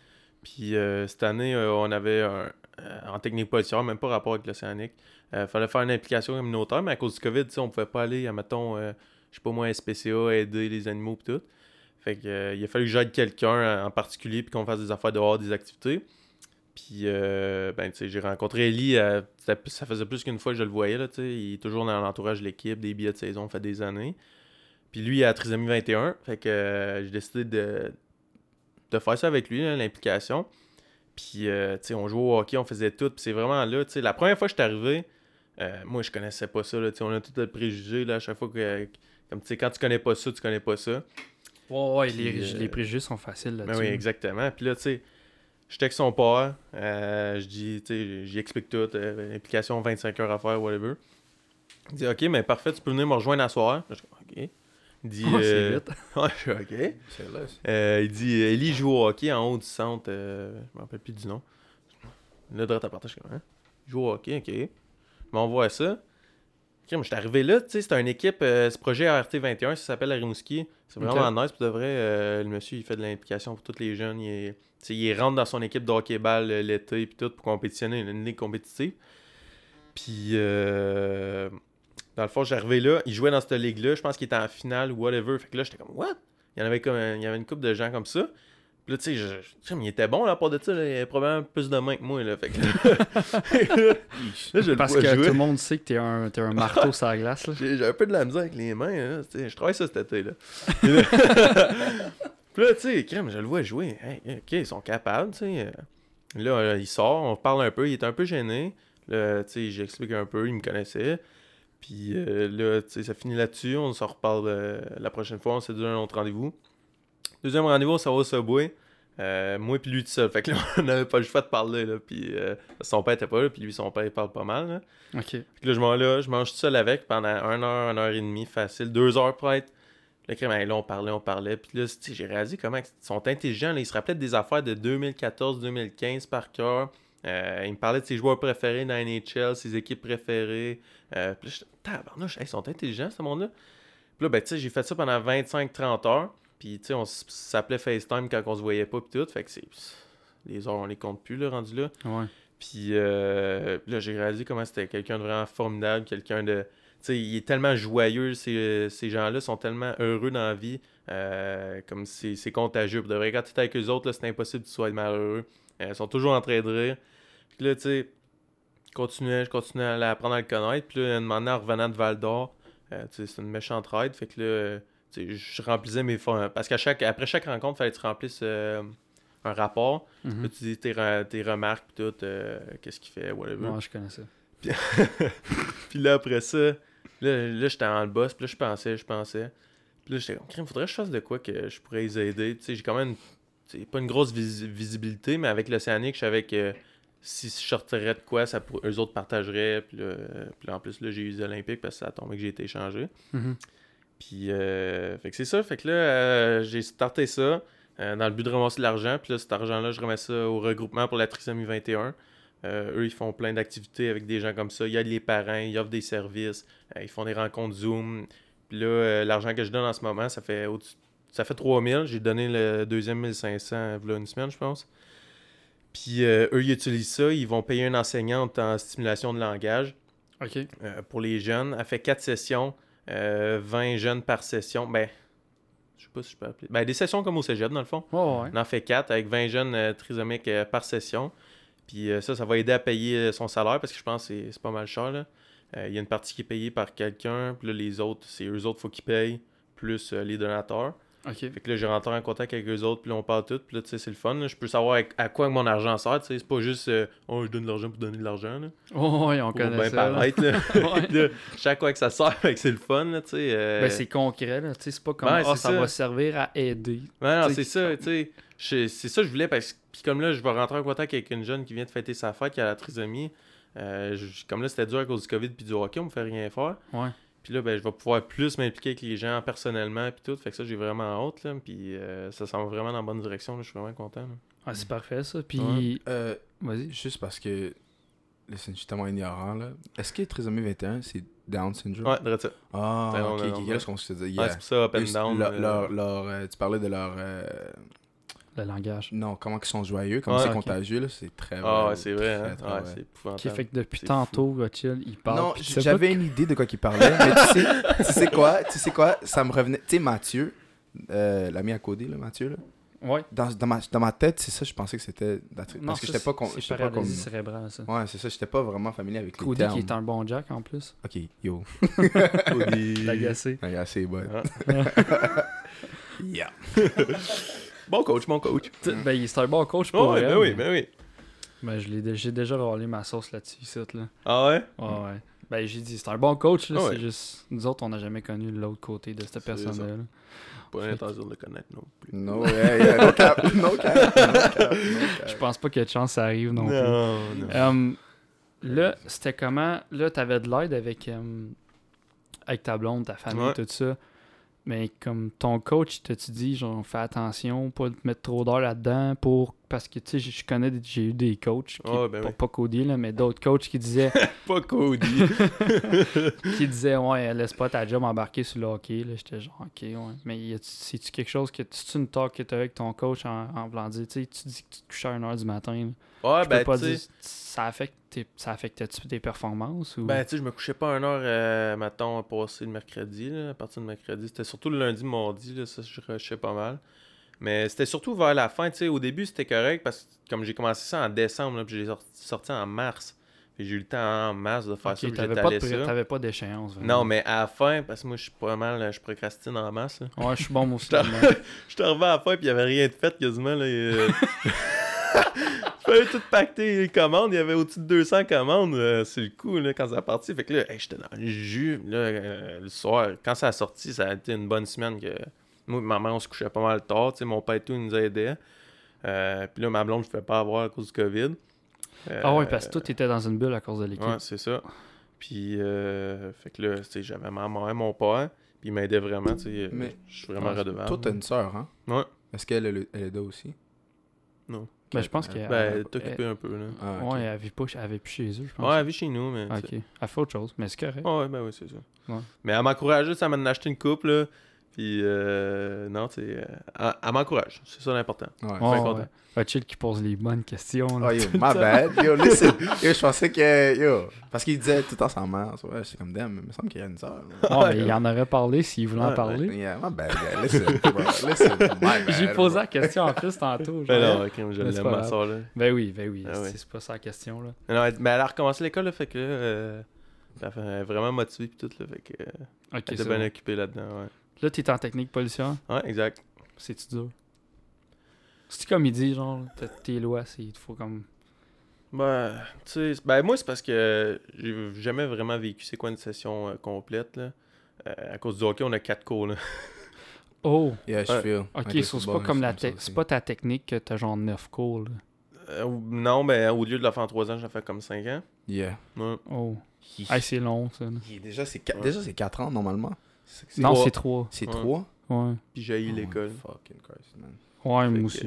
S3: Puis euh, cette année, euh, on avait un- euh, en technique policière, même pas rapport avec l'océanique. Il fallait faire une implication communautaire, mais à cause du COVID, tu sais, on pouvait pas aller, à mettons, euh, je sais pas moi, SPCA, aider les animaux et tout. Fait que, euh, il a fallu que j'aide quelqu'un en- en particulier puis qu'on fasse des affaires dehors, des activités. Puis, euh, ben, tu sais, j'ai rencontré Eli, euh, ça, ça faisait plus qu'une fois que je le voyais, là, tu sais. Il est toujours dans l'entourage de l'équipe, des billets de saison, fait des années. Puis lui, il a la trisomie 21. Fait que euh, j'ai décidé de, de faire ça avec lui, là, l'implication. Puis, euh, tu sais, on jouait au hockey, on faisait tout. Puis c'est vraiment là, tu sais, la première fois que je suis arrivé, euh, moi, je connaissais pas ça. Là, tu sais, on a tout le préjugé là, à chaque fois que. Comme, tu sais, quand tu connais pas ça, tu connais pas ça.
S4: Ouais, ouais,
S3: Puis,
S4: les,
S3: euh,
S4: les préjugés sont faciles
S3: Ben
S4: là-dessus.
S3: oui, exactement. Puis là, tu sais, je texte son père, euh, je dis, tu sais, j'y explique tout, euh, implication 25 heures à faire, whatever. Il dit, OK, mais parfait, tu peux venir me rejoindre à soir. Là, je dis, OK. Il dit,
S4: Ouais, Ah, c'est
S3: euh,
S4: vite.
S3: ouais, je suis OK.
S2: C'est là, c'est-
S3: Euh, il dit euh, Ellie joue au hockey en haut du centre. euh, je me rappelle plus du nom. Là, droit à partage, je suis comme, Hein? Il joue au hockey, ok. Mais on voit ça. Ok, mais je suis arrivé là, tu sais, c'est une équipe, euh, ce projet RT21, ça s'appelle à Rimouski. C'est vraiment nice, pour de vrai. euh, le monsieur, il fait de l'implication pour tous les jeunes. Il, est- tu sais, il rentre dans son équipe de hockey-ball euh, l'été, puis tout, pour compétitionner, une ligue compétitive. Puis, euh, dans le fond, j'arrivais là, il jouait dans cette ligue-là, je pense qu'il était en finale ou whatever. Fait que là, j'étais comme, what? Il y en avait comme il y avait une couple de gens comme ça. Puis là, tu sais, je- je- crime, il était bon, là, à part de ça, là, il avait probablement plus de mains que moi, là. Fait que là, là, je le
S4: Parce
S3: vois
S4: que
S3: jouer.
S4: tout le monde sait que t'es un, t'es un marteau sur la glace. Là.
S3: J'ai j'ai un peu de la misère avec les mains. là. Tu sais, Je travaille ça cet été. Là. Et là- Puis là, tu sais, crème, je le vois jouer. Hey, ok, ils sont capables. tu sais. Là, euh, il sort, on parle un peu. Il est un peu gêné. Là, tu sais, j'explique un peu. Il me connaissait. Puis euh, là, tu sais, ça finit là-dessus. On s'en reparle euh, la prochaine fois. On s'est donné un autre rendez-vous. Deuxième rendez-vous, on s'en va au Subway. Euh, moi puis lui tout seul. Fait que là, on n'avait pas le choix de parler. Là. Puis euh, son père était pas là. Puis lui, son père, il parle pas mal. là.
S4: Ok.
S3: Puis que là, je m'en là, je mange tout seul avec pendant une heure, une heure et demie, facile, deux heures pour être. Là, crème, hey, là, on parlait, on parlait. Puis là, tu sais, j'ai réalisé comment ils sont intelligents. là. Ils se rappelaient des affaires de 2014-2015 par cœur. Euh, ils me parlaient de ses joueurs préférés dans la NHL, ses équipes préférées. Euh, puis là, j'étais, tabarnouche, hey, ils sont intelligents, ce monde-là. Puis là, ben, tu sais, j'ai fait ça pendant 25-30 heures. Puis, tu sais, on s- s'appelait FaceTime quand on se voyait pas, puis tout. Fait que c'est... Les heures, on les compte plus, là, rendu là.
S4: Ouais.
S3: Puis euh, là, j'ai réalisé comment c'était quelqu'un de vraiment formidable, quelqu'un de... Tu sais, il est tellement joyeux, ces, ces gens-là sont tellement heureux dans la vie, euh, comme c'est c'est contagieux. Pour de vrai, quand tu es avec eux autres, là, c'est impossible que tu sois malheureux. Euh, ils sont toujours en train de rire. Puis là, tu sais, je continuais, je continuais à l'apprendre à le connaître. Puis là, un moment donné, en revenant de Val-d'Or, euh, tu sais, c'est une méchante ride. Fait que là, euh, tu sais, je remplissais mes fonds. Parce qu'à chaque, après chaque rencontre, il fallait que tu remplisses euh, un rapport. Là,
S1: Mm-hmm.
S4: Mhm.
S3: tu dis tes, re- tes remarques, pis tout, euh, qu'est-ce qu'il fait, whatever.
S4: Ouais, je connais ça.
S3: Puis là, après ça, là, là j'étais en boss, puis là, je pensais, je pensais. Puis là, j'étais comme, Crime, faudrait que je fasse de quoi que je pourrais les aider. Tu sais, j'ai quand même, tu sais, pas une grosse visi- visibilité, mais avec l'Océanique, je savais que si je sortirais de quoi, ça pour... eux autres partageraient. Puis là, euh, puis là, en plus, là, j'ai eu les Olympiques parce que ça a tombé que j'ai été échangé.
S4: Mhm.
S3: Puis, euh, fait que c'est ça. Fait que là, euh, j'ai starté ça euh, dans le but de ramasser de l'argent. Puis là, cet argent-là, je remets ça au regroupement pour la trisomie 21. Euh, eux, ils font plein d'activités avec des gens comme ça. Ils aident les parents, ils offrent des services, euh, ils font des rencontres Zoom. Puis là, euh, l'argent que je donne en ce moment, ça fait euh, au ça fait 3000. J'ai donné le deuxième 1500 voilà une semaine, je pense. Puis euh, eux, ils utilisent ça. Ils vont payer une enseignante en stimulation de langage
S1: OK.
S3: euh, pour les jeunes. Elle fait quatre sessions, euh, 20 jeunes par session. Ben, je sais pas si je peux appeler. Ben, des sessions comme au cégep, dans le fond.
S1: Oh, ouais.
S3: On en fait quatre avec 20 jeunes euh, trisomiques euh, par session. Puis euh, ça, ça va aider à payer euh, son salaire parce que je pense que c'est- c'est pas mal cher. là. Euh, Il y a une partie qui est payée par quelqu'un, puis là, les autres, c'est eux autres, faut qu'ils payent, plus euh, les donateurs.
S1: OK.
S3: Fait que là, j'ai rentré en contact avec eux autres, puis là, on parle tout, puis là, tu sais, c'est le fun. là. Je peux savoir à- à quoi mon argent sert, tu sais. C'est pas juste, euh, oh, je donne de l'argent pour donner de l'argent. là.
S1: Oh, ouais, on
S3: Pour
S1: connaît
S3: bien
S1: ça. là.
S3: paraître, là.
S1: Ouais.
S3: Fait que là, je sais à quoi que ça sert, fait que c'est le fun, là, tu sais. euh,
S1: Ben, c'est concret, là. Tu sais, c'est pas comme
S3: Ouais,
S1: Ah,
S3: Ben, c'est
S1: ça
S3: ça.
S1: va servir à aider.
S3: Ouais, non,
S1: Tu sais,
S3: c'est ça, tu sais. Je- C'est ça que je voulais parce que, puis comme là, je vais rentrer en contact avec une jeune qui vient de fêter sa fête, qui a la trisomie. Euh, je- comme là, c'était dur à cause du COVID puis du hockey, on me fait rien faire.
S1: Ouais.
S3: Puis là, ben, je vais pouvoir plus m'impliquer avec les gens personnellement puis tout. Fait que ça, j'ai vraiment hâte, là. Puis euh, ça s'en va vraiment dans la bonne direction, là. Je suis vraiment content, là.
S1: Ah, c'est parfait, ça. Puis,
S3: Ouais.
S2: Euh,
S1: vas-y.
S2: juste parce que. là, C'est justement ignorant, là. Est-ce que trisomie 21, c'est Down syndrome?
S3: Ouais, drôle de ça.
S2: Ah,
S3: Ben, on
S2: ok,
S3: a-
S2: ok,
S3: on
S2: là,
S3: a-
S2: ce qu'on se disait
S3: Ouais, c'est
S2: hier.
S3: pour ça, up and
S2: Eux,
S3: down.
S2: leur-
S3: euh,
S2: leur- leur, euh, tu parlais de leur. euh,
S1: Le langage.
S2: non, comment ils sont joyeux, comment
S3: Ouais,
S2: c'est
S1: ok.
S2: contagieux, là, c'est très
S3: Ah,
S2: vrai,
S3: ouais, c'est vrai, hein.
S2: très, très
S3: Ouais,
S2: vrai.
S3: c'est
S1: Qui
S3: épouvantable.
S1: fait que depuis
S3: C'est
S1: tantôt, Gotchil, il parle.
S2: non,
S1: puis tu sais
S2: j-
S1: pas
S2: j'avais une idée de quoi qu'il parlait, mais tu sais, tu sais quoi, tu sais quoi, ça me revenait. Tu sais, Mathieu, euh, l'ami à coder, là, Mathieu, là,
S1: que- Ouais.
S2: dans, dans, ma, dans ma tête, c'est ça, je pensais que c'était. la tri-
S1: Non,
S2: Parce que
S1: ça,
S2: j'étais pas.
S1: c'est-
S2: con-
S1: C'est
S2: j'étais pas
S1: paralysie
S2: con-
S1: cérébrale, ça.
S2: Ouais, c'est ça, j'étais pas vraiment familier avec les
S1: Cody qui est
S2: termes.
S1: un bon Jack en plus.
S2: Ok, yo.
S3: fou.
S1: L'agacé.
S2: Regarde, c'est bon.
S3: Ah.
S2: Yeah.
S3: Bon coach, mon coach.
S1: Ben, il- c'est un bon coach pour
S3: Oh, ouais,
S1: elle.
S3: ben oui, ben oui.
S1: Ben, je l'ai dé- j'ai déjà râlé ma sauce là-dessus, ici, là.
S3: Ah ouais?
S1: Ouais, ouais. Ben, j'ai dit, c'est un bon coach, là.
S3: Ah
S1: C'est
S3: ouais.
S1: juste. Nous autres, on n'a jamais connu l'autre côté de cette
S3: C'est ça.
S1: personne-là. là.
S3: Pas l'intention de le connaître non plus.
S2: No, yeah, yeah, no cap, no cap, no cap, no cap.
S1: Je pense pas qu'il y ait de chance que ça arrive non, plus.
S3: non.
S1: Hum, là, c'était comment Là, t'avais de l'aide avec, hum, avec ta blonde, ta famille,
S3: Ouais.
S1: tout ça. Mais comme ton coach, t'as-tu dit, genre, fais attention, pas te mettre trop d'heures là-dedans pour. Parce que, tu sais, je- je connais, des- j'ai eu des coachs, qui,
S3: Ah, ben
S1: pas,
S3: oui.
S1: pas Cody, là, mais d'autres coachs qui disaient,
S3: Pas Cody.
S1: qui disaient, ouais, laisse pas ta job embarquer sur le hockey. Là, j'étais genre, ok, ouais. Mais y a-tu- c'est-tu quelque chose que. C'est-tu une talk que t'as avec ton coach en, en voulant dire, tu sais, tu dis que tu te couches à 1h du matin, là?
S3: Ouais,
S1: Je
S3: ben,
S1: peux pas
S3: tu sais,
S1: dire, ça affecte tes, ça affecte-tu tes performances ou
S3: ben, tu sais, je me couchais pas une heure, euh, mettons, passé le mercredi, là, à partir du mercredi. C'était surtout le lundi, mardi, là, ça, je rushais pas mal. Mais c'était surtout vers la fin, tu sais, au début, c'était correct, parce que comme j'ai commencé ça en décembre, là, puis j'ai sorti, sorti en mars. Puis j'ai eu le temps en mars de faire
S1: Ok,
S3: ça, puis
S1: t'avais
S3: j'étais
S1: pas, de
S3: allé
S1: pré-
S3: ça.
S1: t'avais pas d'échéance. vraiment.
S3: Non, mais à la fin, parce que moi, je suis pas mal, je procrastine en masse, là.
S1: Ouais, je suis bon moi aussi.
S3: Putain.
S1: là-dedans.
S3: Je suis arrivé à la fin, puis il n'y avait rien de fait quasiment. Là, et... J'avais tout pacté les commandes, il y avait au-dessus de 200 commandes, euh, c'est le coup, là, quand ça a parti. Fait que là, hey, j'étais dans le jus, là, euh, le soir. Quand ça a sorti, ça a été une bonne semaine que... Moi et ma mère, on se couchait pas mal tard, tu sais, mon père et tout, il nous aidait. Euh, puis là, ma blonde, je ne pouvais pas avoir à cause du COVID. Euh,
S1: Ah ouais, parce que toi, t'étais dans une bulle à cause de l'équipe.
S3: Ouais, c'est ça. Puis, euh, fait que là, tu sais, j'avais ma mère, mon père, puis il m'aidait vraiment, tu sais.
S2: Mais-
S3: Je suis vraiment
S1: Ouais,
S3: redevable.
S2: Toi, t'as une sœur, hein?
S3: Ouais.
S2: Est-ce qu'elle elle, elle est là aussi?
S3: Non.
S1: Ben, je pense qu'elle.
S3: Ben,
S1: elle-
S3: t'occupais un peu, là.
S1: elle-
S2: Ah, ok.
S1: Ouais, elle vit, pas, elle vit euh, plus chez eux, je pense.
S3: Ouais, elle vit chez nous, mais.
S1: Ah,
S3: tu sais.
S1: ok. Elle fait autre chose, mais c'est correct.
S3: Ah ouais, ben oui, c'est ça.
S1: Ouais.
S3: Mais elle m'encourage juste à m'en acheter une coupe, là. Puis, euh, non, tu sais. euh, Elle, elle m'encourage, c'est ça l'important.
S2: Ouais.
S1: Ouais,
S3: content. Ah,
S1: ouais. Ah, chill qui pose les bonnes questions. là.
S2: Oh, yo, my bad. Yo, listen. Yo, je pensais que. Yo. Parce qu'il disait tout le temps sa mère. Ouais, j'étais comme, damn, il me semble qu'il y a une sœur.
S1: Ouais, mais il en aurait parlé s'il voulait en
S3: Ouais,
S1: parler.
S2: Yeah, my bad, yeah. Listen, bro. Listen, my bad.
S1: J'ai posé
S2: bro.
S1: la question en plus tantôt.
S3: Mais
S1: genre.
S3: Ben non, ok, je
S1: Mais c'est
S3: l'aime,
S1: pas
S3: ma
S1: grave.
S3: soeur, là.
S1: Ben oui, ben oui.
S3: Ah ouais.
S1: C'est c'est pas ça la question, là.
S3: Mais non, elle- mais elle a recommencé l'école, là, fait que là. euh, Elle fait- elle est vraiment motivée, puis tout, là. Fait que. euh,
S1: Ok,
S3: Elle
S1: c'est
S3: était bien
S1: bon.
S3: occupée là-dedans, ouais.
S1: Là, t'es en technique pollution.
S3: Ouais, exact.
S1: C'est-tu dur? C'est-tu comme il dit, genre, t'as tes lois, c'est il faut comme.
S3: Ben, tu sais, ben moi, c'est parce que j'ai jamais vraiment vécu c'est quoi une session euh, complète, là. Euh, à cause du hockey, on a quatre cours, là.
S1: Oh!
S2: Yeah, je
S3: Ouais.
S2: feel.
S1: Ok, so c'est pas comme la te- c'est
S2: technique.
S1: pas ta technique que t'as genre 9 cours. là.
S3: Euh, ou- non, mais au lieu de la faire en trois ans, je la fais comme cinq ans.
S2: Yeah.
S3: Ouais.
S1: Oh. Hey, c'est long ça. là.
S2: Déjà, c'est 4
S3: Ouais.
S2: déjà, c'est quatre ans normalement.
S1: Non,
S3: trois.
S1: c'est 3.
S2: C'est
S3: Ouais.
S2: 3.
S1: Ouais.
S3: puis j'ai
S2: Oh,
S3: l'école.
S2: Fucking Christ, man.
S1: Ouais,
S3: Fait
S1: moi
S3: que,
S1: aussi.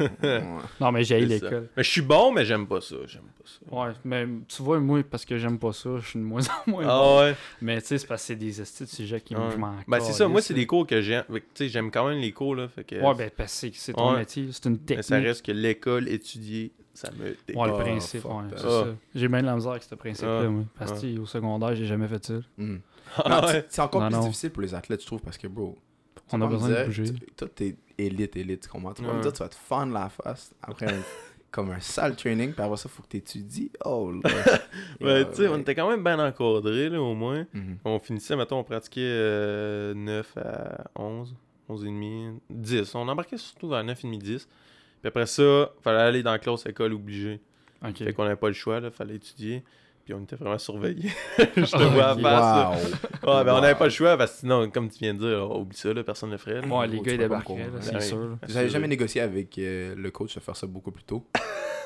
S3: euh,
S2: Ouais.
S1: Non, mais j'ai
S3: c'est ça.
S1: l'école.
S3: Mais je suis bon, mais j'aime pas ça. J'aime pas ça.
S1: Ouais, mais tu vois, moi, parce que j'aime pas ça, je suis de moins en moins. bon.
S3: Ah ouais.
S1: Mais tu sais, c'est parce que c'est des esti de sujets qui
S3: Ouais.
S1: me manquent.
S3: Ben, c'est ça. Moi, c'est des cours que j'aime. Fait que, Tu sais, j'aime quand même les cours, là. Fait que,
S1: Ouais, ben, parce que c'est- c'est ton
S3: Ouais.
S1: métier, c'est une
S3: mais ça
S1: technique.
S3: reste que l'école, étudier, ça me dégoûte.
S1: Ouais, le
S2: Ah,
S1: principe,
S2: fuck
S1: ouais,
S2: that.
S1: c'est
S3: Ah.
S1: ça. J'ai bien de la misère avec ce principe-là,
S3: Ah.
S1: moi. Parce que au secondaire, j'ai jamais fait ça.
S2: Mm.
S3: Ah
S2: Non,
S3: ouais.
S2: c'est- C'est encore
S1: Non,
S2: plus
S1: non.
S2: difficile pour les athlètes, je trouve, parce que, bro,
S1: On a
S2: vas me
S1: besoin de
S2: dire,
S1: bouger.
S2: tu- Toi, t'es élite, élite, tu comprends? Tu vas me
S3: Ouais.
S2: dire, tu vas te fendre la face après un, comme un sale training, puis après ça, faut que t'étudies. Oh, là.
S3: Ben, tu sais, on était quand même bien encadrés, là, au moins.
S2: Mhm.
S3: On finissait, mettons, on pratiquait 9 à 11, 11 et demi, 10. On embarquait surtout à 9 et demi, 10. Puis après ça, fallait aller dans la classe école obligé.
S1: Ok.
S3: Fait qu'on n'avait pas le choix, là, fallait étudier. Puis on était vraiment surveillés. Je te vois à
S1: Ok.
S3: face. là.
S2: Wow.
S3: Ouais, ben on n'avait
S2: Wow.
S3: pas le choix parce que sinon, comme tu viens de dire, on oublie ça, là, personne ne le ferait. là.
S1: Ouais, les
S2: tu
S1: gars, ils
S2: peux pas me
S1: débarqueraient, là,
S2: convaincre.
S1: c'est
S3: Ben,
S1: sûr. là.
S2: J'avais jamais négocié avec euh, le coach de faire ça beaucoup plus tôt.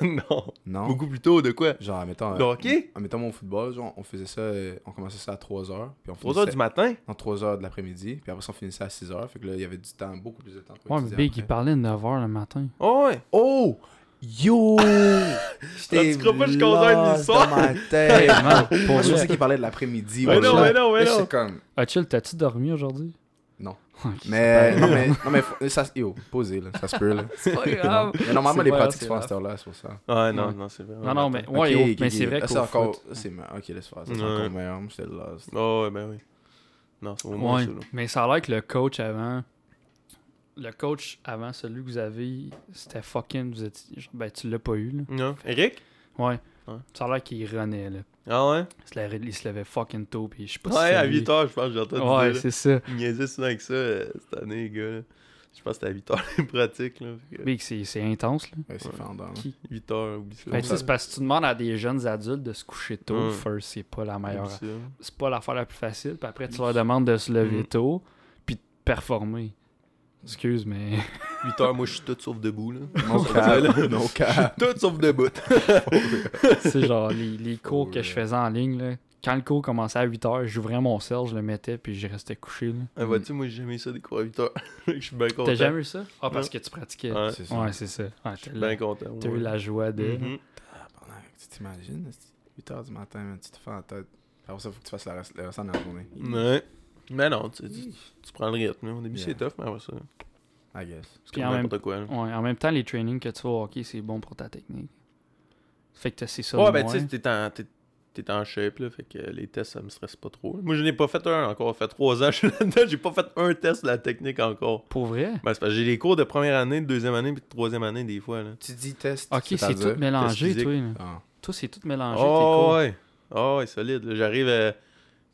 S3: non.
S2: Non.
S3: Beaucoup plus tôt, de quoi
S2: Genre, mettons.
S3: Le hockey?
S2: mettons mon football, genre, on faisait ça, euh, on commençait ça à 3h, puis on
S3: 3 heures
S2: finissait
S3: du matin
S2: en 3h de l'après-midi, puis après ça, on finissait à 6h, fait que là, il y avait du temps, beaucoup plus de temps. pour
S1: Ouais, mais
S2: étudier
S1: Big, il
S2: après.
S1: parlait de 9h le matin.
S3: Oh, ouais.
S2: Oh! Yo! J'étais
S3: Tu crois pas que je cause un
S2: lost
S3: histoire?
S2: dans ma tête.
S1: Vraiment, pour
S2: Moi, je
S1: vrai.
S2: pensais qu'il parlait de l'après-midi.
S3: Mais
S1: Ouais,
S3: non,
S1: ouais.
S3: mais non, mais
S2: Là,
S3: non.
S2: j'étais comme...
S1: Ah, chill, t'as-tu dormi aujourd'hui?
S2: Non.
S1: Ok,
S2: Mais
S1: c'est
S2: non,
S1: pas
S2: mais, non, mais faut- ça, yo, posé, là, ça se peut, là.
S1: C'est pas grave.
S2: Mais normalement,
S1: C'est
S2: les
S1: pas grave,
S2: pratiques se font à
S1: c'est
S2: cette heure-là, c'est pour ça.
S3: Ouais, non,
S1: Ouais.
S3: non, c'est vrai.
S1: Non, non, mais ouais,
S2: Ok,
S1: oh,
S2: ok,
S1: mais c'est
S2: ok.
S1: vrai qu'au
S2: Ah, c'est encore.
S1: foot-
S2: c'est ma- Ok, laisse faire. ça,
S3: Ouais.
S2: C'est encore meilleur. Moi, J'étais lost.
S3: Oh, ouais, ben oui. Non, c'est au moins
S1: Ouais,
S3: ça, là.
S1: mais ça a l'air que le coach avant. Le coach avant celui que vous avez, c'était fucking. Vous étiez. genre, Ben, tu l'as pas eu, là.
S3: Non. Eric
S1: Ouais.
S3: Ouais.
S1: Ça a l'air qu'il renait, là.
S3: Ah ouais?
S1: Il se, lève- il se levait fucking tôt, puis je sais pas si.
S3: Ouais,
S1: c'est
S3: à
S1: lui.
S3: 8 heures, je pense que j'ai entendu
S1: Ouais,
S3: dire. là.
S1: c'est ça.
S3: Ils niaisaient souvent avec ça euh, cette année, les gars. là. Je pense que c'était à 8 heures les pratiques. Là, fait que,
S1: Big, c'est c'est intense, là.
S2: Ouais, c'est
S3: Ouais.
S2: fendant. là.
S1: Qui-
S3: 8 heures, oublie ça.
S1: Ben, tu sais, c'est parce que tu demandes à des jeunes adultes de se coucher tôt,
S3: Ouais.
S1: first, c'est pas la meilleure.
S3: Oublie ça.
S1: C'est pas l'affaire la plus facile, puis après, tu leur demandes de se lever
S3: Mhm.
S1: tôt, puis de performer. Excuse, mais.
S3: 8 heures, moi je suis tout sauf debout. Là.
S2: No cap. No cap.
S3: Tout sauf debout.
S1: c'est genre les, les cours que je
S2: Ouais.
S1: faisais en ligne, là, quand le cours commençait à 8h, j'ouvrais mon cerf, je le mettais, puis je restais couché. là.
S3: Ah, vois-tu, moi j'ai jamais eu ça des cours à 8 heures. Fait que je suis bien content.
S1: T'as jamais eu ça? Ah, parce que tu pratiquais.
S3: Ouais,
S2: C'est ça.
S1: Ouais, c'est ça. Ouais,
S3: je
S1: t'as
S3: suis bien
S1: la-
S3: content.
S1: t'as eu
S3: ouais.
S1: la joie de...
S3: Mhm.
S2: Tabarnak, Tu t'imagines? 8h du matin, man, tu te fais la tête. Après ça, faut que tu fasses la reste- le restant de la journée.
S3: Ouais. Mais non, tu, tu, tu prends le rythme. là. Au début,
S2: Yeah.
S3: c'est tough, mais après ça,
S2: I guess.
S3: c'est
S1: Puis
S3: comme
S1: en même-
S3: n'importe quoi. là.
S1: Ouais, en même temps, les trainings que tu fais au hockey, c'est bon pour ta technique. Fait que t'as- c'est ça.
S3: Ouais,
S1: de
S3: ben tu
S1: moins.
S3: sais, t'es en, t'es- t'es en shape, là, fait que les tests, ça me stresse pas trop. Moi, je n'ai pas fait un encore, ça fait trois ans, je suis là-dedans, j'ai pas fait un test de la technique encore.
S1: Pour vrai?
S3: Ben, c'est parce que j'ai les cours de première année, de deuxième année, puis de troisième année, des fois, là.
S2: Tu dis test.
S1: Ok, c'est
S2: c'est-à-dire-
S1: tout mélangé,
S3: physique.
S1: toi. là.
S2: Ah.
S1: Toi, c'est tout mélangé, tes
S3: Oh,
S1: cours.
S3: ouais. Oh, ouais, solide. là. J'arrive à... tu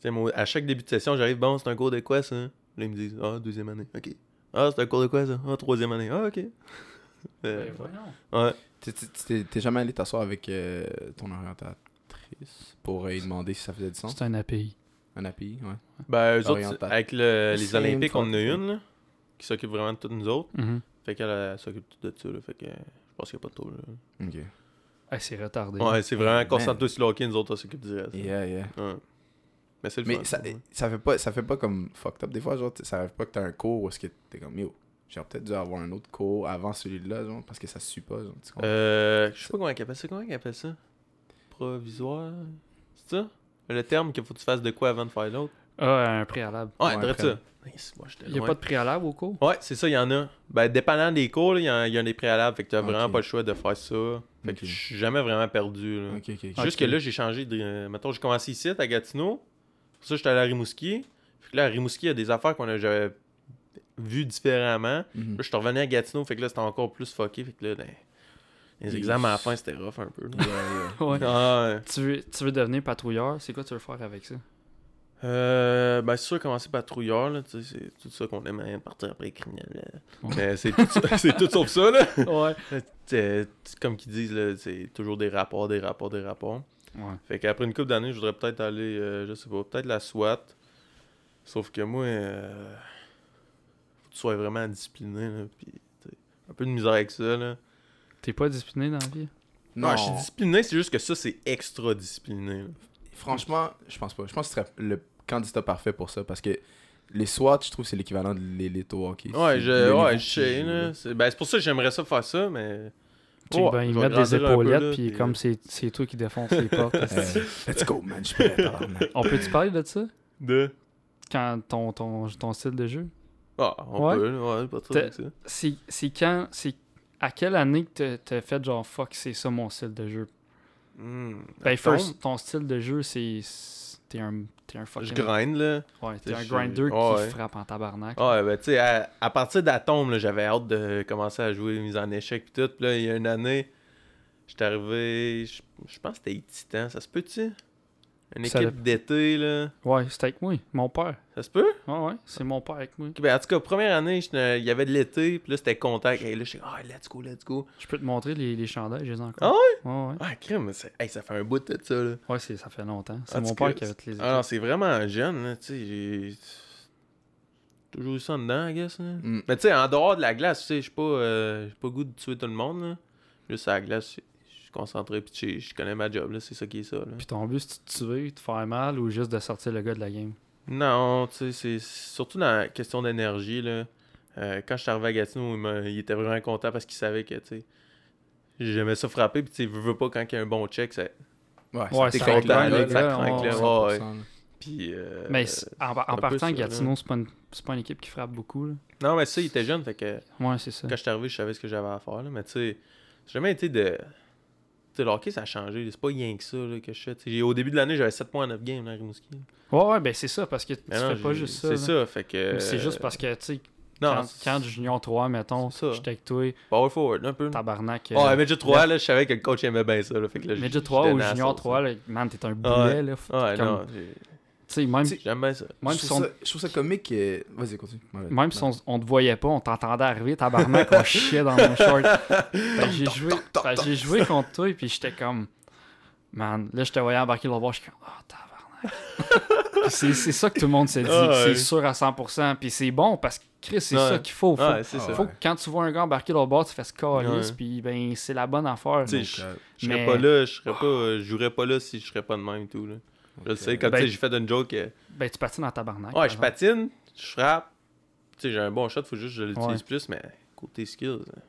S3: sais, moi, à chaque début de session, j'arrive, bon, c'est un cours de quoi, ça? Là, ils me disent, ah, deuxième année, ok. Ah, c'est un cours de quoi, ça? Ah, troisième année, ah, ok. Euh,
S1: Ben, voyons.
S3: ouais.
S2: Tu- tu- tu T'es t'es jamais allé t'asseoir avec euh, ton orientatrice pour euh, lui demander si ça faisait du sens?
S1: C'est un API.
S2: Un API, ouais.
S3: Ben, eux autres,
S2: Oriental.
S3: avec le- les
S2: Same
S3: Olympiques, on en a
S2: fucking
S3: une, là, qui s'occupe vraiment de toutes nous autres.
S1: Mhm.
S3: Fait qu'elle elle s'occupe de ça, là. Fait que euh, je pense qu'il n'y a pas de taux, là.
S2: Ok.
S1: Ah, c'est retardé.
S3: Ouais, c'est vraiment
S2: man.
S3: concentre-toi sur le hockey, nous autres, on s'occupe du reste.
S2: Yeah, yeah.
S3: Ouais. Mais c'est hein. le
S2: Mais
S3: fun,
S2: ça,
S3: ouais.
S2: ça, fait pas, ça fait pas comme fucked up des fois, genre, t- ça arrive pas que t'as un cours où est-ce que t'es comme, yo, j'aurais peut-être dû avoir un autre cours avant celui-là, genre, parce que ça se suit pas, genre, tu comprends?
S3: Euh, je sais pas comment ils appellent ça. Comment ils appellent ça Provisoire C'est ça Le terme qu'il faut que tu fasses de quoi avant de faire l'autre
S1: Ah, un préalable.
S3: Ouais,
S2: Ouais,
S3: ouais
S2: après.
S3: ça. Nice, moi, j'étais
S1: Il n'y a
S3: loin.
S1: pas de préalable au cours?
S3: Ouais, c'est ça, il y en a. Ben, dépendant des cours, là, il y en- il y, a des préalables. Fait que t'as
S2: Ok.
S3: vraiment pas le choix de faire ça. Fait
S2: Ok.
S3: que je suis jamais vraiment perdu. Là.
S2: Ok, ok, ok.
S1: Ah,
S3: Juste
S1: Ok.
S3: que là, j'ai changé de. euh, mettons, j'ai commencé ici, à Gatineau. Pour ça, j'étais allé à Rimouski. Fait que là, à Rimouski, il y a des affaires qu'on a j'avais vues différemment.
S2: Mhm.
S3: Là, je suis revenu à Gatineau. Fait que là, c'était encore plus fucké. Fait que là, ben, les
S2: Yes.
S3: examens à la fin, c'était rough un peu. là.
S2: Yeah, yeah.
S1: Ouais.
S3: Ah, ouais.
S1: Tu veux, tu veux devenir patrouilleur? C'est quoi tu veux faire avec ça?
S3: Euh, ben, c'est sûr, commencer patrouilleur, là, tu sais, c'est tout ça qu'on aime hein, partir après les criminels. là.
S1: Ouais.
S3: Mais c'est tout, ça- c'est tout sauf ça, là.
S1: Ouais.
S3: C'est- c'est comme qu'ils disent, là, c'est toujours des rapports, des rapports, des rapports.
S1: Ouais.
S3: Fait qu'après une couple d'années, je voudrais peut-être aller, euh, je sais pas, peut-être la SWAT. Sauf que moi, euh, faut que tu sois vraiment discipliné, là, pis tu sais, un peu de misère avec ça, là.
S1: T'es pas discipliné dans la vie?
S3: Non, je suis discipliné, c'est juste que ça, c'est extra discipliné, là.
S2: Franchement, je pense pas. Je pense que tu serais le candidat parfait pour ça parce que Les SWAT, je trouve, c'est l'équivalent de l'élite au hockey.
S3: Ouais,
S2: C'est
S3: je,
S2: le niveau
S3: ouais,
S2: qui
S3: je sais.
S2: joue,
S3: là. C'est ben, c'est pour ça que j'aimerais ça faire ça, mais.
S1: Tu sais,
S3: Oh,
S1: ben, ils
S3: je vais
S1: mettent des
S3: grandir un peu, là,
S1: épaulettes, puis
S3: puis- euh,
S1: comme c'est c'est toi qui défonce les portes.
S2: Euh, let's go, man, je suis prêt. tabarnak.
S1: On peut-tu parler de ça?
S3: De.
S1: Quand ton, ton, ton style de jeu?
S3: Ah, on
S1: Ouais.
S3: peut, là, ouais, pas trop
S1: T'as-
S3: avec ça.
S1: C'est c'est quand... c'est À quelle année que t'as- t'as fait genre « Fuck, c'est ça mon style de jeu? »
S3: Hmm,
S1: Ben,
S3: attends,
S1: first, ton style de jeu, c'est... c'est- T'es un, t'es un
S3: Je
S1: fucking...
S3: grind, là.
S1: Ouais, t'es
S3: Je-
S1: un grinder qui
S3: ouais.
S1: frappe en tabarnak.
S3: Ouais, ben, tu sais, à, à partir d'Atom, là, j'avais hâte de commencer à jouer mise en échec, pis tout. Puis là, il y a une année, j'étais arrivé. Je je pense que c'était les Titans. Ça se peut-tu? Une
S1: Ça
S3: équipe d'été, là.
S1: Ouais, c'était avec moi, mon père.
S3: Ça se peut?
S1: Ouais, ouais, c'est mon père avec moi.
S3: Ok, ben, en tout cas, première année, j'étais- il y avait de l'été, puis là, c'était contact. Et là, je suis ah, let's go, let's go.
S1: Je peux te montrer les, les chandails, je les ai
S3: Ah
S1: encore.
S3: ouais?
S1: ouais? Ouais,
S3: Ah, crème, mais c'est- hey, ça fait un bout de ça, là.
S1: ouais. c'est- ça fait longtemps. C'est
S3: En
S1: mon
S3: tout
S1: père
S3: cas,
S1: qui avait toutes les
S3: Ah non,
S1: équipes.
S3: c'est vraiment jeune, là, tu sais, j'ai toujours eu ça en dedans, I guess. là.
S2: Mm.
S3: Mais tu sais, en dehors de la glace, tu sais, j'ai pas, euh, j'ai pas le goût de tuer tout le monde, là. Juste à la glace, je suis concentré, puis tu sais, je connais ma job, là, c'est ça qui est ça, là.
S1: Puis ton but, c'est de te tuer, de te faire mal ou juste de sortir le gars de la game?
S3: Non, tu sais, c'est surtout dans la question d'énergie, là. Euh, quand je suis arrivé à Gatineau, il, m'a- il était vraiment content parce qu'il savait que, tu sais, j'aimais ça frapper, puis tu sais, veux, veux pas quand il y a un bon check, ça...
S1: Ouais,
S2: t'es
S1: ça
S2: content,
S1: claque, là,
S2: là,
S1: les
S2: ça
S1: gars,
S2: claque,
S1: on-
S2: là,
S3: on- ouais.
S2: 100%, là.
S3: Puis, euh,
S1: Mais c'est- en, en
S3: un peu
S1: partant,
S3: ça, là.
S1: Gatineau, c'est pas, une- c'est pas une équipe qui frappe beaucoup. Là.
S3: Non, mais ça, il était jeune, fait que...
S1: Ouais, c'est ça.
S3: Quand je suis arrivé, je savais ce que j'avais à faire. Là. Mais tu sais, j'ai jamais été de. Tu sais, le hockey, ça a changé. là. C'est pas rien que ça là, que je fais. Tu sais, j'ai- Au début de l'année, j'avais 7 points en 9 games là, à Rimouski.
S1: Ouais, ouais, ben c'est ça, parce que tu
S3: Mais non,
S1: fais pas
S3: j'ai-
S1: juste ça.
S3: C'est
S1: là.
S3: ça, fait que.
S1: Mais C'est juste parce que, tu sais,
S3: Non,
S1: quand, quand Junior 3, mettons,
S3: C'est ça.
S1: j'étais avec toi,
S3: Power forward, un peu. Ah,
S1: tabarnak.
S3: Ouais,
S1: euh,
S3: Major 3, là, je savais que le coach aimait bien ça. Là, fait que là, je-
S1: Midget
S3: je
S1: 3 ou
S3: donnais la
S1: Junior
S3: sauce,
S1: 3,
S3: là.
S1: là, man, t'es un boulet, là. faut-
S3: Ah Ouais,
S1: comme-
S3: non. j'ai-
S1: Tu sais, même,
S2: Tu-
S3: J'aime bien ça.
S1: même
S2: je,
S1: si,
S2: trouve
S1: on,
S2: ça, je trouve ça comique. euh, Vas-y, continue. Malade.
S1: même si on, on te voyait pas, on t'entendait arriver, tabarnak, on chiait dans mon short. Fait que j'ai joué, fait que j'ai joué contre toi, puis j'étais comme, man, là, je te voyais embarquer dans le voir, j'étais comme, oh, tabarnak. Puis c'est c'est ça que tout le monde s'est dit,
S3: Ah, ouais.
S1: c'est sûr à 100%, puis c'est bon, parce que, Chris, c'est
S3: Ouais.
S1: ça qu'il faut. Faut,
S3: Ouais, c'est
S2: Ah,
S3: ça.
S1: faut
S2: ouais.
S1: que quand tu vois un gars embarquer dans le bord, tu fais ce calice,
S3: Ouais.
S1: puis ben, c'est la bonne affaire.
S3: Tu sais,
S2: Donc,
S3: je-
S2: euh,
S3: Je serais
S1: Mais-
S3: pas là, je serais pas. euh, Je jouerais pas là si je serais pas de même et tout. Là. Je le sais, quand
S1: Ben-
S3: tu sais, j'ai fait une joke. euh,
S1: Ben, tu patines en tabarnak. par
S3: Ouais, je
S1: exemple.
S3: patine, je frappe. Tu sais, j'ai un bon shot, faut juste que je l'utilise
S1: Ouais.
S3: plus, mais côté skills. hein.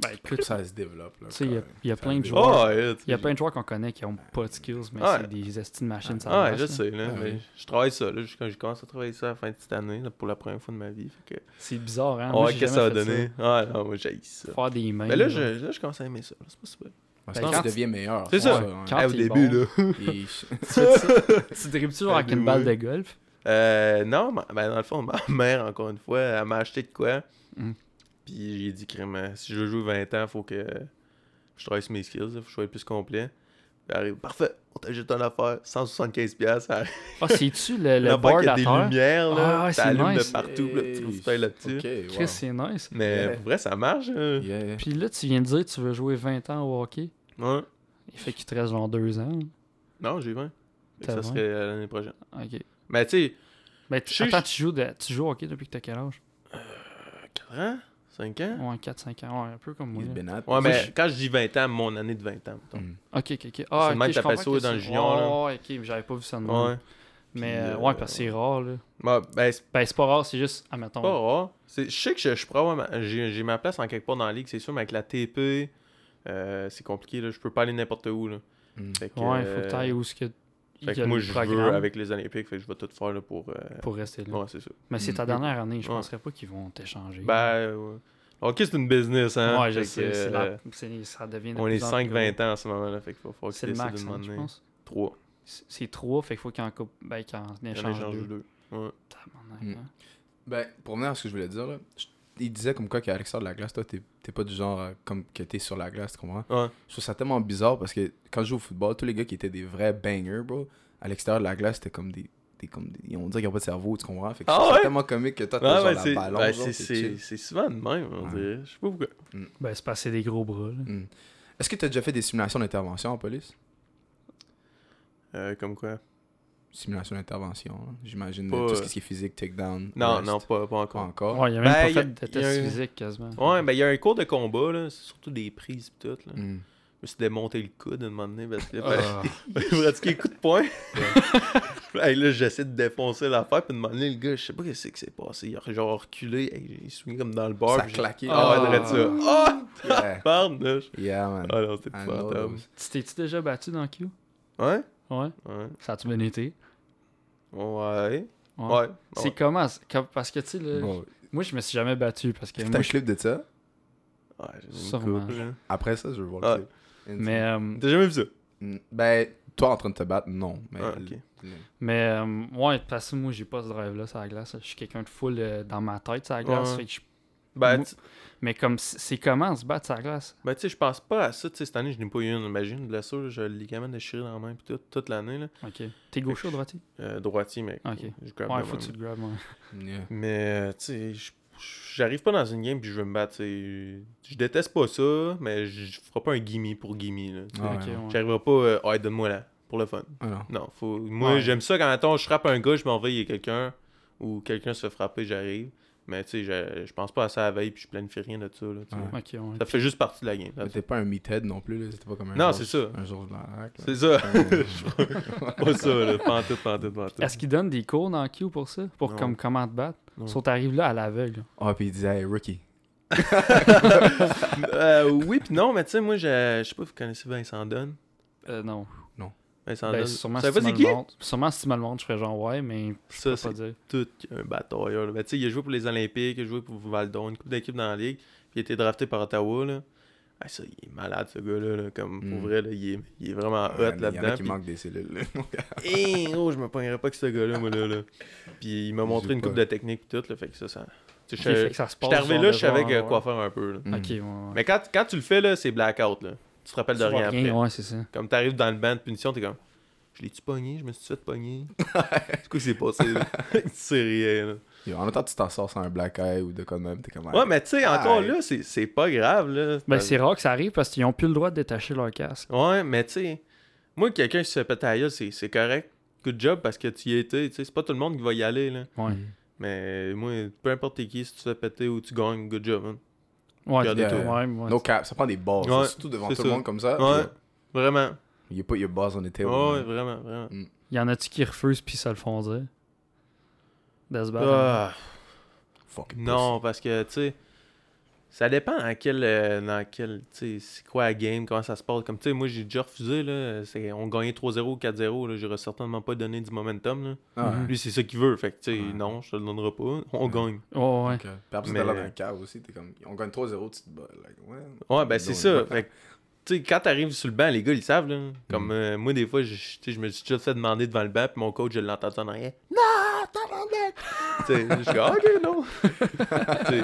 S1: Ben, écoute,
S2: ça se développe. Là,
S1: tu sais, il y a-
S2: quand même.
S1: il y a
S2: Ça
S1: plein de
S2: arrive.
S1: joueurs.
S3: Ah, ouais, tu sais,
S1: Il y a
S3: j'ai-
S1: plein de joueurs qu'on connaît qui ont pas de skills, mais
S3: Ouais.
S1: c'est des estimes de machines. ça
S3: Ah,
S1: marche,
S3: je
S1: là.
S3: sais, là,
S2: Ah,
S3: mais
S2: oui.
S3: je travaille ça, là, jusqu'à- je commence à travailler ça à la fin de cette année, là, pour la première fois de ma vie. Fait que...
S1: C'est bizarre, hein?
S3: Ah,
S1: Moi,
S3: ouais,
S1: j'ai
S3: qu'est-ce que ça
S1: jamais
S3: va
S1: fait
S3: donner? Ah, non, moi, j'ai ça.
S1: ça. Faire des mains.
S3: Mais Ben là, je, là, je commence à aimer ça, là, c'est pas super.
S2: Ouais,
S1: Ben,
S2: je hein. pense
S1: quand
S2: que tu deviens meilleur.
S3: C'est ça.
S1: Quand
S3: Ah, au
S1: t'es
S3: début,
S1: bon.
S3: là.
S2: Et-
S1: Tu dribbles toujours avec
S3: Ben,
S1: une balle de
S3: ouais.
S1: golf?
S3: Euh, non, ma- ben, dans le fond, ma mère, encore une fois, elle m'a acheté de quoi.
S1: Mm.
S3: Puis j'ai dit, crème, euh, si je veux jouer 20 ans, faut que je travaille sur mes skills, là, faut que je sois plus complet. Puis elle arrive, parfait, on t'ajoute ton affaire, 175$, piastres, elle
S1: Ah, c'est-tu le, le
S3: La banque,
S1: board
S3: il y
S1: à
S3: a des
S1: terre?
S3: lumières,
S1: Ah,
S3: là.
S1: ouais,
S3: ça
S1: c'est
S3: allume
S1: nice.
S3: de partout, là, petit coup de fouteil là-dessus.
S2: Ok, wow.
S1: Chris, c'est nice.
S3: Mais
S2: Yeah.
S3: pour vrai, ça marche. hein.
S2: Yeah.
S1: Puis là, tu viens de dire que tu veux jouer 20 ans au hockey.
S3: Ouais.
S1: Il fait qu'il te reste genre 2 ans.
S3: Non, j'ai 20. Fait que
S1: T'as
S3: Ça
S1: 20.
S3: serait euh, l'année prochaine.
S1: OK.
S3: Mais tu sais,
S1: Ben, tu,
S3: Je-
S1: attends, tu joues, de- tu joues au hockey depuis que t'as quel âge?
S3: 4 ans 5 ans
S1: Ouais, 4-5 ans. Ouais, un peu comme moi.
S2: Il est
S1: là.
S2: bénat.
S3: Ouais, mais quand je dis 20 ans, mon année de 20 ans. mettons.
S2: Mm.
S1: OK, OK, OK. Ah,
S3: C'est le
S1: ok,
S3: même que
S1: je
S3: t'appelles
S1: comprends
S3: ça dans le
S1: que-
S3: junior, là.
S1: Ouais, ouais, OK, j'avais pas vu ça de même.
S3: Ouais.
S1: Mais
S3: Puis,
S1: euh,
S3: euh,
S1: ouais, parce que c'est rare, là.
S3: Bah, ben, c'est
S1: Ben, c'est pas rare, c'est juste, admettons.
S3: pas rare. Ah, C'est- Je sais que je, je pourrais avoir ma- j'ai j'ai ma place en quelque part dans la ligue, c'est sûr, mais avec la TP, euh, c'est compliqué. Là. Je peux pas aller n'importe où. Là.
S2: Mm.
S3: Fait que,
S1: Ouais, faut
S3: euh,
S1: que t'ailles où ce que. il
S3: Fait
S1: y
S3: que
S1: a
S3: moi,
S1: le
S3: je veux
S1: programme
S3: avec les Olympiques, fait que je vais tout faire là, pour. euh,
S1: Pour rester là.
S3: Ouais, c'est ça.
S1: Mais c'est ta
S2: Mm.
S1: dernière année, je
S3: Ouais.
S1: penserais pas qu'ils vont t'échanger.
S3: Ben, ouais. ok, c'est une business, hein.
S1: ouais, je
S3: Fait
S1: sais.
S3: que,
S1: c'est
S3: euh,
S1: la- c'est- Ça devient. de
S3: On
S1: plus
S3: est
S1: en
S3: 5-20 ans en ce moment, là, fait qu'il va
S1: plus-
S3: falloir
S1: C'est
S3: qu'il
S1: le
S3: décide
S1: max,
S3: de
S1: hein, je
S3: demander.
S1: pense.
S3: 3.
S1: C'est c'est trois, fait qu'il faut qu'ils en coupent. Ben, qu'ils en
S3: Il y en
S1: échangent.
S3: échange
S1: deux.
S3: deux.
S1: Tabarnak,
S2: Mm.
S1: hein.
S2: Ben, pour revenir à ce que je voulais dire, là, je- il disait comme quoi qu'à l'extérieur de la glace, toi, t'es t'es pas du genre euh, comme que t'es sur la glace, tu comprends?
S3: Ouais.
S2: Je trouve ça tellement bizarre parce que quand je joue au football, tous les gars qui étaient des vrais bangers, bro, à l'extérieur de la glace, c'était comme des. des comme des- On dirait qu'ils ont pas de cerveau, tu comprends? Fait que je
S3: Ah
S2: trouve ça
S3: ouais?
S2: tellement comique que toi, t'es
S3: Ah,
S2: genre
S3: ouais,
S2: la
S3: c'est-
S2: balance.
S3: ben,
S2: genre,
S3: c'est-
S2: t'es
S3: c'est
S2: chill.
S3: c'est souvent de même, on
S2: Ouais.
S3: dirait. Je sais pas pourquoi.
S1: Ben, c'est parce que c'est des gros bras, là.
S2: Mm. Est-ce que t'as déjà fait des simulations d'intervention en police?
S3: Euh, comme quoi
S2: Simulation d'intervention, hein, j'imagine.
S3: Pas,
S2: euh, Tout ce
S3: euh,
S2: qui est physique, takedown.
S3: Non,
S2: rest.
S3: non, pas, pas
S2: Pas
S3: encore.
S2: encore.
S1: Ouais, il y a même
S3: Ben,
S1: pas
S3: y a-
S1: fait de
S3: y a
S1: test
S3: un- ben,
S1: physique quasiment.
S3: Ouais, ben il y a un cours de combat, là. C'est surtout des prises pis tout, là.
S2: Mm.
S3: me suis démonté le coude à un moment donné parce que
S1: Ah.
S3: ben, là, pratiquer coup de poing. Hey, là, j'essaie de défoncer l'affaire, puis de demander le gars, je sais pas qu'est-ce qui s'est passé. Il a genre reculé, hey, il swing comme dans le bar.
S2: Ça a
S3: puis j'ai-
S2: claqué.
S3: Ah, ouais,
S4: Ah.
S3: de ça. Ah,
S2: Yeah.
S3: pardon. là.
S2: Yeah, man.
S3: Ah non, c'était
S2: I know
S3: épouvantable.
S2: those.
S1: Tu t'es-tu déjà battu dans Q?
S3: Ouais?
S1: Ouais.
S3: Ouais.
S1: Ça a-tu bien été?
S3: Ouais.
S1: Ouais.
S3: Ouais.
S1: C'est comment? c'est comme- Parce que, tu sais, là,
S2: Bon,
S1: moi, je me suis jamais battu parce que...
S2: écoute
S1: moi,
S2: un
S1: je-
S2: clip de ça.
S3: Ah, Ouais, j'ai une
S2: Ah.
S1: Sûrement.
S3: coupe, là.
S2: Après ça, je veux voir le
S3: Ouais.
S2: clip.
S1: Mais, euh,
S3: T'as jamais vu ça?
S2: Mm, Ben, toi en train de te battre, non. Mais
S3: Ah, ok.
S2: le-
S1: mais euh, ouais, parce que moi, j'ai pas ce drive-là sur la glace. Je suis quelqu'un de full euh, dans ma tête sur la glace.
S3: Ouais.
S1: fait que je-
S3: Ben,
S1: Moi-
S3: tu
S1: Mais comme, c'est c'est comment se battre sur la glace?
S3: ben, tu sais, je pense pas à ça. Tu sais, cette année, je n'ai pas eu une. Imagine, une blessure, là, j'ai le ligament déchiré dans la main, puis tout, toute l'année, là.
S1: OK. T'es gaucher ou droitier?
S3: Euh, droitier, mec.
S1: Ok.
S3: Je grab
S1: Ouais,
S3: de
S1: faut que
S3: même.
S1: tu te grabes, ouais.
S2: Yeah.
S3: Mais, euh, tu sais, je- j'arrive pas dans une game puis je veux me battre. tu sais. Je déteste pas ça, mais je ferai pas un gimme pour gimme. là, tu sais.
S2: Ah,
S1: Ok,
S2: ouais,
S1: ouais.
S3: J'arriverai pas, euh, ouais, donne-moi là, pour le fun.
S2: Ah, non.
S3: Non, faut. Moi,
S1: Ouais.
S3: j'aime ça quand, attends, je frappe un gars, je m'en vais, il y a quelqu'un, ou quelqu'un se fait frapper, j'arrive. Mais, tu sais, je- je pense pas à ça la veille puis je planifie rien de ça. Là, tu sais.
S2: Ouais.
S1: Ok, ouais.
S3: Ça fait juste partie de la game.
S2: Mais t'es pas un meathead non plus, là. C'était pas comme un.
S3: Non,
S2: George-
S3: c'est ça.
S2: Un George Larac. là.
S3: C'est ça.
S2: Euh,
S3: pas ça, là. Pantoute, pantoute, pantoute.
S1: Est-ce qu'ils donnent des cours dans Q pour ça? Pour
S3: Non.
S1: comme comment te battre?
S3: Non.
S1: Sauf t'arrives là à l'aveugle.
S2: Ah, puis il disait, hey, rookie.
S3: Euh, oui, puis non, mais tu sais, moi, je je sais pas, vous connaissez Vincent Donne.
S1: Euh, non.
S3: Vincent
S1: Ben,
S3: Donne.
S1: sûrement,
S3: Vous
S1: si
S3: savez
S1: tu
S3: pas
S1: me
S3: c'est
S1: le
S3: qui?
S1: montres- sûrement si tu me le montres, je ferais genre ouais, mais je
S3: Ça,
S1: peux
S3: c'est
S1: pas dire.
S3: tout un batailleur. là. Ben, tu sais, il a joué pour les Olympiques, il a joué pour Val d'Or, une coupe d'équipe dans la ligue, puis il a été drafté par Ottawa. Là. Ah, ça, il est malade, ce gars-là. là, Comme pour
S1: Hmm.
S2: Mm.
S3: vrai, là, il, est, il est vraiment hot
S2: Ouais, mais Il y en a
S3: là-dedans.
S2: qui
S3: puis-
S2: manquent des cellules, là.
S3: Eh, oh, je me pognerais pas que ce gars-là, moi, là. là. Puis il m'a
S2: Il
S3: montré
S2: joue
S3: une coupe
S2: pas.
S3: de technique, puis tout, là. Fait que ça, ça. Tu
S1: Ok,
S3: sais,
S1: fait
S3: je
S1: que ça se
S3: j'étais
S1: passe
S3: arrivé
S1: genre
S3: là,
S1: de
S3: je savais
S1: genre,
S3: que- quoi Hmm.
S1: ouais. Hmm.
S3: faire un peu. là.
S2: Mm.
S1: Ok, ouais, ouais.
S3: Mais quand, quand tu le fais, là, c'est blackout, là. Tu te rappelles
S1: Tu
S3: de
S1: vois
S3: rien, après.
S1: ouais, c'est ça.
S3: Comme t'arrives dans le banc de punition, t'es comme. Je l'ai-tu pogné? Je me suis fait pogner. du coup, c'est passé. là? c'est rien, là.
S2: Yo, En même temps, tu t'en sors sans un black eye ou de quoi de même. T'es comme.
S3: Ouais, mais tu sais, encore
S2: Ouais.
S3: là, c'est c'est pas grave, là.
S1: Ben, c'est rare que ça arrive parce qu'ils ont plus le droit de détacher leur casque.
S3: Ouais, mais tu sais, moi, quelqu'un qui se fait péter la gueule, c'est c'est correct. Good job parce que tu y étais, tu sais, c'est pas tout le monde qui va y aller, là.
S1: Ouais.
S3: Mais moi, peu importe qui, si tu te fais péter ou tu gagnes, good job, hein. man.
S1: Ouais,
S3: Regardez
S1: ouais,
S2: tout.
S1: ouais, ouais.
S2: No cap, ça prend des balles. ça,
S3: Ouais,
S2: surtout devant
S3: c'est
S2: tout le
S3: ça.
S2: monde comme ça.
S3: Ouais,
S2: puis,
S3: vraiment.
S2: You put your balls on the table.
S3: Ouais,
S2: man.
S3: vraiment, vraiment.
S1: Y en a-tu qui refusent puis ça le font dire? De se battre, hein?
S3: Ah,
S2: Fuck it,
S3: non, parce que, tu sais, ça dépend dans quel, euh, dans quel, tu sais, c'est quoi la game, comment ça se passe. Comme, tu sais, moi, j'ai déjà refusé, là. c'est- On gagnait 3-0 ou 4-0, là. J'aurais certainement pas donné du momentum, là.
S2: pussy. Ah,
S3: Lui, c'est ça qu'il veut. Fait que, tu sais,
S2: Ouais.
S3: non, je te le donnerai pas. On
S2: Ouais.
S3: gagne.
S1: Ouais, ouais.
S2: ok. Puis après,
S3: Mais-
S2: t'as l'air d'un cave aussi. T'es comme. On gagne 3-0, tu te bats. Like, ouais.
S3: Ouais, ben, c'est ça.
S2: Donc,
S3: Fait que, tu sais, quand t'arrives sur le banc, les gars, ils savent, là. Comme, euh, moi, des fois, je tu sais, je me suis déjà fait demander devant le banc, puis mon coach, je l'entends en arrière. Non, tabarnak! tu sais, je suis Ah, OK, non. Tu sais,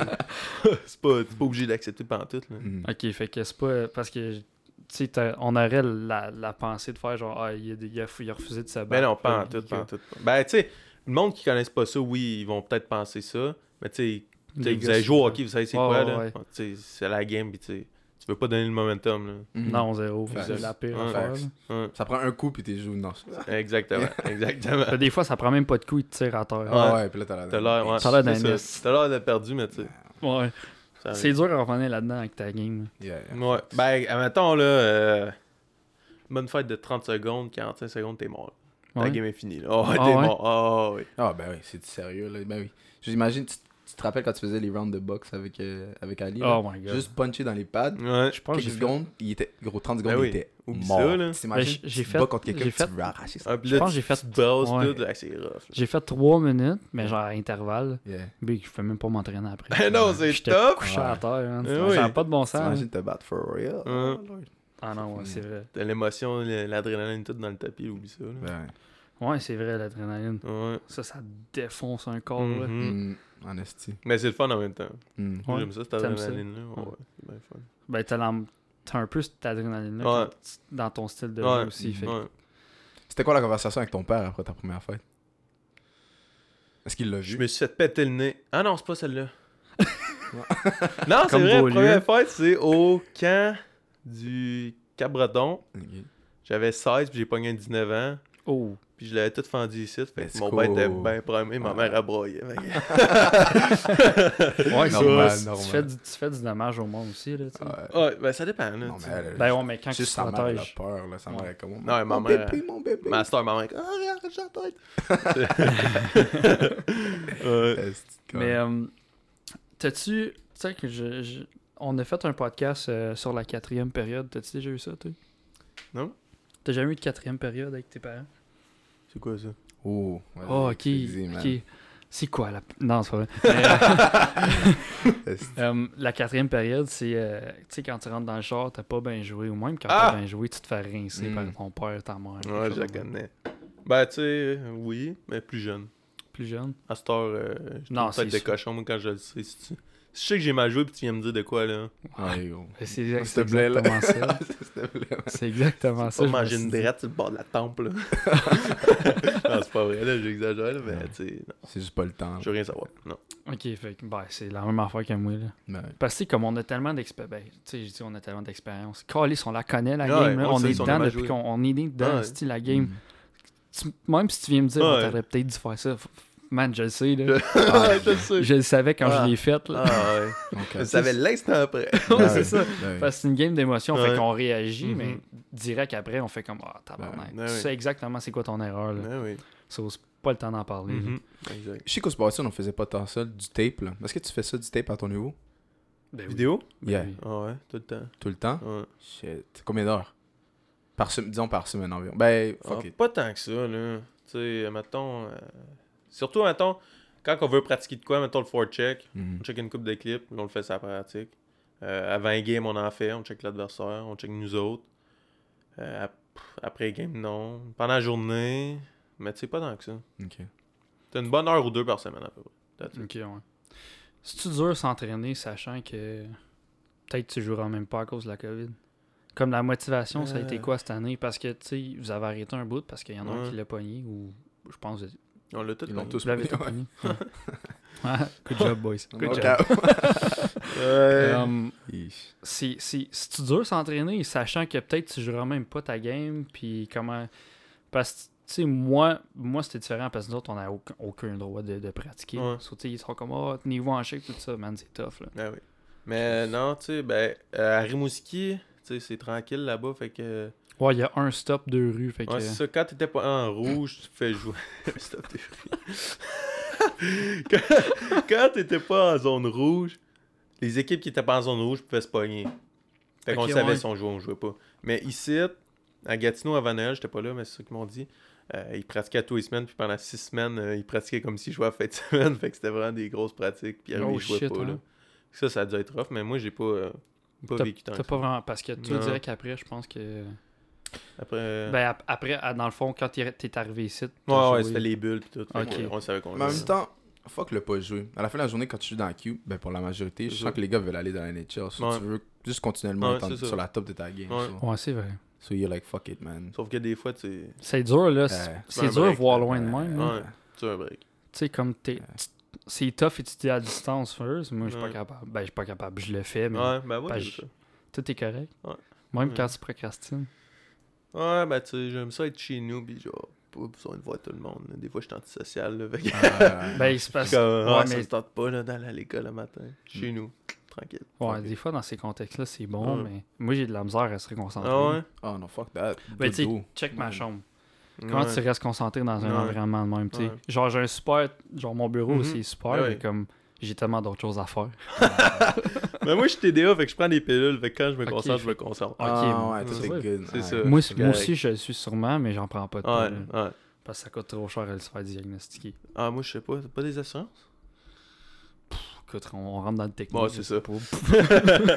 S3: c'est pas, t'es pas obligé d'accepter pantoute, là.
S2: Mhm.
S1: Ok, fait que c'est pas. Parce que, tu sais, t'as- on aurait la, la pensée de faire genre, ah, il a, il a, il a refusé de se battre.
S3: Ben non,
S1: puis là,
S3: pas en tout,
S1: il-
S3: pas en tout. Ben, tu sais, le monde qui connaissent pas ça, oui, ils vont peut-être penser ça, mais tu sais, tu sais,
S1: Les
S3: vous
S1: gars,
S3: avez joué au
S1: c'est-
S3: hockey, vous savez c'est
S1: Ouais,
S3: quoi,
S1: ouais,
S3: là.
S1: ouais.
S3: Tu sais, c'est la game, puis tu sais, tu veux pas donner le momentum, là.
S2: Mhm.
S1: Non, zéro.
S2: Facts.
S1: C'est la pire
S3: Ouais.
S1: affaire.
S2: Facts.
S1: là.
S3: Ouais.
S2: Ça prend un coup, puis t'es joué. Non.
S3: Exactement, exactement.
S1: Des fois, ça prend même pas de coup, ils te tirent à terre.
S3: Ouais.
S2: Ah ouais, puis là, t'as l'air
S3: T'as l'air, ouais,
S1: Ça a l'air
S3: c'est
S1: d'un
S3: ça. T'as l'air de perdu, mais tu sais.
S1: Ouais.
S2: Ah,
S3: ça
S1: C'est
S3: arrive.
S1: dur à revenir là-dedans avec ta game.
S2: Yeah, yeah.
S3: Ouais. Ben, admettons, là, euh, bonne fête de 30 secondes, 45 secondes, t'es mort.
S1: là.
S3: Ta
S1: Ouais.
S3: game est finie. Là. Oh, t'es
S1: Ah ouais?
S3: mort. Ah oui.
S2: Ah, ben oui, c'est du sérieux, là. Ben oui. J'imagine, tu, tu te rappelles quand tu faisais les rounds de boxe avec, euh, avec Ali? là?
S1: Oh my god.
S2: Juste punché dans les pads.
S3: Ouais.
S1: Je pense que
S2: Quelques
S1: j'ai fait-
S2: secondes, il était. Gros, 30 secondes,
S3: Ben oui.
S2: il était
S3: Oublie
S2: mort.
S3: ça, là.
S2: Tu t'imagines,
S1: Ben, j'ai- j'ai
S2: tu te
S1: fait-
S2: bats contre quelqu'un,
S1: j'ai
S2: que
S1: fait-
S2: tu veux arracher ça.
S3: Ah, puis
S1: Je
S3: là,
S1: pense
S3: tu
S1: que j'ai fait-
S3: te brasses,
S1: ouais.
S3: tout. Ah, c'est rough.
S1: J'ai fait 3 minutes, mais genre à intervalle.
S2: Yeah.
S1: Mais je peux même pas m'entraîner après.
S3: Ben non, c'est
S1: J'étais
S3: top.
S1: couché à terre. hein.
S3: Eh
S1: Ça n'a
S3: oui.
S1: pas de bon sens. hein.
S2: T'imagines te battre for real.
S3: Hein.
S2: Oh, Lord.
S1: Ah non, ouais, c'est vrai.
S3: T'as l'émotion, le- l'adrénaline, tout dans le tapis, oublie ça. Là.
S2: Ben,
S1: Ouais, c'est vrai, l'adrénaline.
S3: Ouais.
S1: Ça, ça défonce un corps. là.
S3: Mhm.
S2: mm, en esti.
S3: Mais c'est le fun en même temps.
S2: Mm.
S3: Moi,
S1: Ouais.
S3: J'aime ça, cette
S1: T'aimes ça?
S3: adrénaline-là. Ouais, ouais, c'est bien fun.
S1: Ben, t'as l'am- t'as un peu cette adrénaline-là
S3: Ouais.
S1: quand tu- dans ton style de
S3: Ouais.
S1: jeu aussi. fait que-
S3: Ouais.
S2: C'était quoi la conversation avec ton père après ta première fête? Est-ce qu'il l'a
S3: Je
S2: vu?
S3: me suis fait péter le nez. Ah non, c'est pas celle-là. non, c'est
S1: Comme
S3: vrai,
S1: Beaulieu.
S3: première fête, c'est au camp du Cap-Breton.
S2: Ok.
S3: J'avais 16 puis j'ai pogné un 19 ans.
S1: Oh.
S3: Puis je l'avais tout fendu ici. Fait que
S2: Let's
S3: mon
S2: go.
S3: père était bien primé, ma mère a broyé. Fait que-
S1: Ouais,
S2: normal,
S1: c'est-
S2: normal.
S1: Tu fais, du, tu fais du dommage au monde aussi, là, tu sais.
S2: Ouais.
S3: Ouais, ben ça dépend. Là,
S2: Non,
S3: tu
S2: mais
S3: sais.
S2: elle,
S1: Ben ouais, mais quand tu
S2: juste
S1: te
S2: sa mère, elle a
S1: protèges.
S2: peur, là, sa mère, elle est comme... oh,
S3: Non, mais
S2: mon
S3: ma mère-
S2: bébé, mon bébé!
S3: Ma star m'a dit, ah, arrête la tête.
S2: Est-ce que-
S1: Mais euh, t'as-tu. Tu sais que je, je- On a fait un podcast euh, sur la quatrième période. T'as-tu déjà eu ça, toi
S3: Non.
S1: T'as jamais eu de quatrième période avec tes parents
S3: C'est quoi ça?
S2: Oh, ouais,
S3: Ah,
S1: Oh,
S2: je
S1: ok.
S2: te dis, man.
S1: ok. C'est quoi la. Non, c'est pas vrai. Mais, euh,
S2: Est-ce
S1: euh, la quatrième période, c'est. euh, tu sais, quand tu rentres dans le char, t'as pas bien joué. Ou même quand
S3: Ah!
S1: t'as bien joué, tu te fais rincer
S2: Mm.
S1: par ton père, ta mère.
S3: Ouais,
S1: quelque
S3: je
S1: chose
S3: la
S1: de même.
S3: connais. Ben, tu sais, euh, oui, mais plus jeune.
S1: Plus jeune.
S3: À cette heure, euh, je
S1: Non,
S3: non, tête
S1: c'est
S3: de
S1: sûr.
S3: cochon, moi, quand je le sais. Si, tu... si je sais que j'ai mal joué, puis tu viens me dire de quoi, là.
S2: Ouais, gros.
S1: Ben, C'est c'est
S2: S'il te plaît, là.
S1: exactement ça.
S2: S'il te plaît, man.
S1: C'est exactement ça.
S3: Pas
S1: je me
S3: manger
S1: suis
S3: une
S1: dit.
S3: drette sur le bord de la tempe, là. non, c'est pas vrai, là, j'exagère, là, mais,
S2: Ouais.
S3: tu sais, non,
S2: C'est juste pas le temps.
S3: je veux rien savoir. Non.
S1: Ok, fait que ben, c'est la même affaire que moi. Là.
S2: là. Mais-
S1: Parce que tu sais, comme on a tellement d'expérience, ben, tu sais, je dis on a tellement d'expérience. Calice, on la connaît la
S3: Ouais,
S1: game, là.
S3: on
S1: on,
S3: sait
S1: est
S3: si on
S1: dedans
S3: aimait
S1: depuis
S3: jouer.
S1: qu'on on est né dedans,
S3: Ouais.
S1: c'est-tu, la game.
S2: hmm.
S1: Tu- même si tu viens me dire,
S3: Ouais.
S1: on t'aurait peut-être dû faire ça, f- man, je le sais, là.
S3: Ah, je le sais.
S1: Je le savais quand
S3: Ah.
S1: je l'ai faite, là.
S3: Ah, ouais.
S2: Ok.
S3: Je le savais l'instant après.
S1: Ouais, c'est ça.
S2: Ben oui.
S1: Parce que c'est une game d'émotion,
S3: Ouais.
S1: fait qu'on réagit,
S3: Mhm.
S1: mais direct après, on fait comme, ah, tabarnak.
S3: Ouais.
S1: tu
S3: Ouais.
S1: sais exactement c'est quoi ton erreur, là.
S3: Ah, oui.
S1: Ça ose pas le temps d'en parler. là.
S3: Mhm. Exact.
S2: Je sais qu'au Spartan, on faisait pas tant ça, du tape, là. Est-ce que tu fais ça, du tape, à ton niveau?
S1: Ben oui.
S3: Vidéo?
S1: Ben
S2: Yeah.
S1: oui.
S3: Ah, ouais, tout le temps.
S2: Tout le temps?
S3: Ouais.
S2: Shit. Combien d'heures? Par semaine, disons par semaine environ. Ben,
S3: Ah,
S2: fuck it.
S3: Pas tant que ça, là. Tu sais, mettons. euh, Surtout, mettons, quand on veut pratiquer de quoi, mettons le forecheck,
S2: Mhm.
S3: on check une coupe de clips, là, on le fait sa pratique. Euh, avant les games, on en fait, on check l'adversaire, on check nous autres. Euh, ap- après les games, non. Pendant la journée, mais tu sais, pas tant que ça.
S2: Ok.
S3: T'as une bonne heure ou deux par semaine, à peu près. That's it.
S1: Ok, ouais. C'est-tu dur s'entraîner sachant que peut-être tu joueras même pas à cause de la COVID? Comme la motivation, ça a été
S3: Euh.
S1: quoi cette année? Parce que, tu sais, vous avez arrêté un bout parce qu'il y en a un
S3: Ouais.
S1: qui l'a pogné ou je pense que vous êtes-
S3: On l'a tout
S2: Ils l'ont
S3: pogné.
S2: tous
S1: vous l'avez
S2: pogné,
S1: tout
S2: ouais.
S1: pogné. Ouais. Ouais, Good job, boys. Good
S2: Ok.
S1: job.
S3: Ouais.
S1: Um,
S2: Ish.
S1: c'est- c'est- C'est-tu dur s'entraîner sachant que peut-être tu joueras même pas ta game? Puis comment. Parce que, tu sais, moi, moi c'était différent parce que nous autres, on n'a aucun, aucun droit de, de pratiquer.
S3: Ouais.
S1: So, tu sais, ils sont comme, oh, tenez-vous en chèque, tout ça, man, c'est tough. Là.
S3: Ah oui. Mais non, tu sais, ben, euh, à Rimouski, tu sais, c'est tranquille là-bas, fait que.
S1: Ouais, il y a un stop, deux rues. Fait que...
S3: Ouais, c'est ça. Quand t'étais pas en rouge, tu fais jouer. Stop, t'es pris. quand quand t'étais pas en zone rouge, les équipes qui étaient pas en zone rouge pouvaient se pogner. Fait qu'on
S1: Ok,
S3: le savait
S1: ouais.
S3: si on jouait ou on jouait pas. Mais ici, à Gatineau, avant Noël, j'étais pas là, mais c'est ça qu'ils m'ont dit. euh, ils pratiquaient tous les semaines, puis pendant six semaines, euh, ils pratiquaient comme s'ils jouaient à la fête de semaine. Fait que c'était vraiment des grosses pratiques, puis
S1: Oh
S3: ils jouaient
S1: shit,
S3: pas.
S1: hein.
S3: Là. Ça, ça a dû être rough, mais moi, j'ai pas, euh, pas vécu tant
S1: T'as
S3: que
S1: pas
S3: ça.
S1: vraiment. Parce que toi,
S3: Non.
S1: dirais qu'après, je pense que.
S3: Après, euh,
S1: Ben, ap- après, à- dans le fond, quand t'es t'es arrivé ici.
S3: ouais,
S1: t'as
S3: ouais,
S1: joué.
S3: c'était les bulles, puis tout. Fait
S1: Ok.
S3: qu'on- on savait qu'on
S2: Mais en
S3: jouait.
S2: même temps, fuck le pas jouer. À la fin de la journée, quand tu joues dans la queue, ben pour la majorité, je
S3: C'est
S2: sens
S3: ça.
S2: que les gars veulent aller dans la nature. Si
S3: Ouais.
S2: tu veux juste continuellement
S3: Ouais,
S2: être en-
S3: c'est ça.
S2: sur la top de ta game.
S3: Ouais.
S2: So.
S1: Ouais, c'est vrai.
S2: So you're like, fuck it, man.
S3: Sauf que des fois, tu
S1: C'est dur, là. c'est-
S2: Euh,
S1: c'est
S3: un
S1: dur de
S3: break,
S1: voir
S3: là.
S1: loin de même. là.
S3: Ouais. tu as un break.
S1: Tu sais, comme t'es. tu- C'est tough étudier à distance first. Moi, je suis pas
S3: Ouais.
S1: capable. Ben, je suis pas capable. Je le fais, mais
S3: Ouais, ben ouais.
S1: page-
S3: c'est ça.
S1: tout est correct.
S3: Ouais.
S1: Même
S3: Ouais.
S1: quand tu procrastines.
S3: Ouais, ben tu sais, j'aime ça être chez nous, pis genre, pas besoin de voir tout le monde. là. Des fois, je suis antisocial, là. Fait que,
S2: Euh,
S1: Ben, c'est
S3: parce
S1: parce
S3: que, euh,
S1: ouais,
S3: ouais, ça
S1: mais- Hmm.
S3: me tente pas, là, d'aller à l'école le matin. Chez nous, tranquille.
S1: Ouais,
S2: Ok.
S1: des fois, dans ces contextes-là, c'est bon,
S3: Ouais.
S1: mais moi, j'ai de la misère à se reconcentrer.
S3: Ah ouais?
S2: Oh non, fuck that.
S1: Ben, tu sais,
S2: Dodo.
S1: check ma
S2: Ouais.
S1: chambre. Comment tu restes concentré dans un
S3: Ouais.
S1: environnement de même, tu sais.
S3: Ouais.
S1: Genre, j'ai un super... Genre, mon bureau,
S3: Mhm.
S1: c'est super,
S3: Ouais,
S1: mais
S3: ouais.
S1: comme, j'ai tellement d'autres choses à faire.
S3: Mais Ben, moi, je suis TDA, fait que je prends des pilules, fait que quand je me
S1: Ok,
S3: concentre, je
S1: fait-
S3: me concentre.
S1: Ah,
S2: Ah
S1: ok,
S2: ouais, toi,
S1: c'est
S2: t'es
S1: ça.
S2: good.
S3: C'est
S2: Ouais.
S3: ça.
S1: moi, c- moi
S3: correct.
S1: aussi, je le suis sûrement, mais j'en prends Ah, pas de
S3: Ouais,
S1: temps, là,
S3: ouais.
S1: Parce que ça coûte trop cher à se faire diagnostiquer.
S3: Ah, moi, je sais pas, t'as pas des assurances?
S1: Écoute, on, on rentre dans le technique.
S3: Ouais, c'est
S1: je
S3: ça.
S1: sais pas.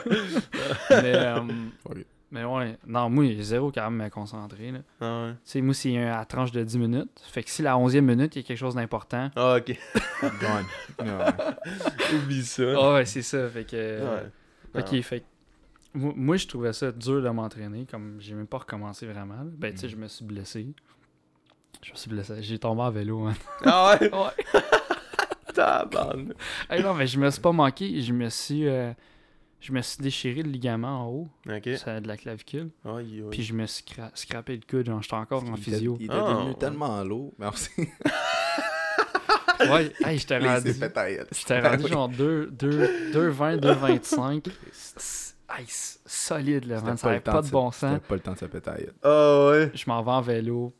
S1: mais, euh,
S2: Ok.
S1: mais ouais, non, moi, j'ai zéro quand même à me concentrer, là. Tu
S3: Ah, ouais.
S1: sais, moi, c'est un- à tranche de 10 minutes. Fait que si la 11e minute, il y a quelque chose d'important...
S3: Ah, ok.
S2: Gone. Ouais.
S3: Oublie ça.
S1: Ah ouais, c'est ça, fait que... euh,
S3: Ouais.
S1: Ok, fait que moi, moi, je trouvais ça dur de m'entraîner, comme j'ai même pas recommencé vraiment. là. Ben, tu sais, je me suis blessé. Je me suis blessé, j'ai tombé en vélo. hein. man.
S3: Ah, ouais?
S1: Ouais.
S3: Tabarne.
S1: Hey, non, mais je me suis pas manqué, je me suis. euh, je me suis déchiré le ligament en haut,
S3: Ok.
S1: ça, de la clavicule,
S3: Aïe, aïe.
S1: puis je me suis scra- scrappé le coude, genre j'étais encore en
S2: Il
S1: physio.
S2: était- Il était
S3: Ah,
S2: devenu
S3: ouais.
S2: tellement en l'eau. Merci.
S1: Ouais, hey, j'étais
S2: Il s'est
S1: rendu.
S2: fait à elle.
S1: J'étais
S3: Ben
S1: rendu genre 2, 2, 2, 20, 2, 25. solide, le
S2: C'était
S1: man. Ça avait
S2: le temps
S1: pas de bon
S2: se-
S1: sens.
S2: c'était pas le temps de se péter à elle.
S3: Ah ouais.
S1: Je m'en vais en vélo.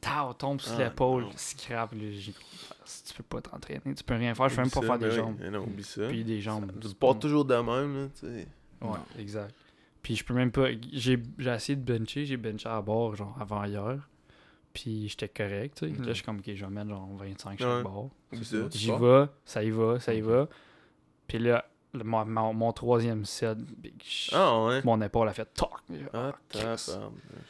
S1: Tao, tombe sur
S3: Ah,
S1: l'épaule.
S3: non.
S1: Scrap. là, j'ai- Si tu peux pas t'entraîner, tu peux rien faire. Je peux même pas
S3: Oublie
S1: faire
S3: ça,
S1: des
S3: ben oui.
S1: jambes.
S3: Eh Non, oublie ça.
S1: Puis des jambes.
S3: Tu te portes toujours de même, là, tu sais.
S1: Ouais, exact. Puis je peux même pas. J'ai j'ai essayé de bencher. J'ai benché à bord, genre, avant hier. Puis j'étais correct, tu sais. Là, je suis comme, ok, je vais mettre genre 25 chaque
S3: Hmm. Ouais.
S1: bord.
S3: Oublie ça.
S2: C'est ça.
S1: J'y
S2: Pas.
S1: vais, ça y va, ça y
S2: Ok.
S1: va. Puis là, le- mon, mon- mon troisième set, big sh-
S3: Ah ouais.
S1: mon épaule a fait toc.
S3: Ah, t'as
S1: Chris.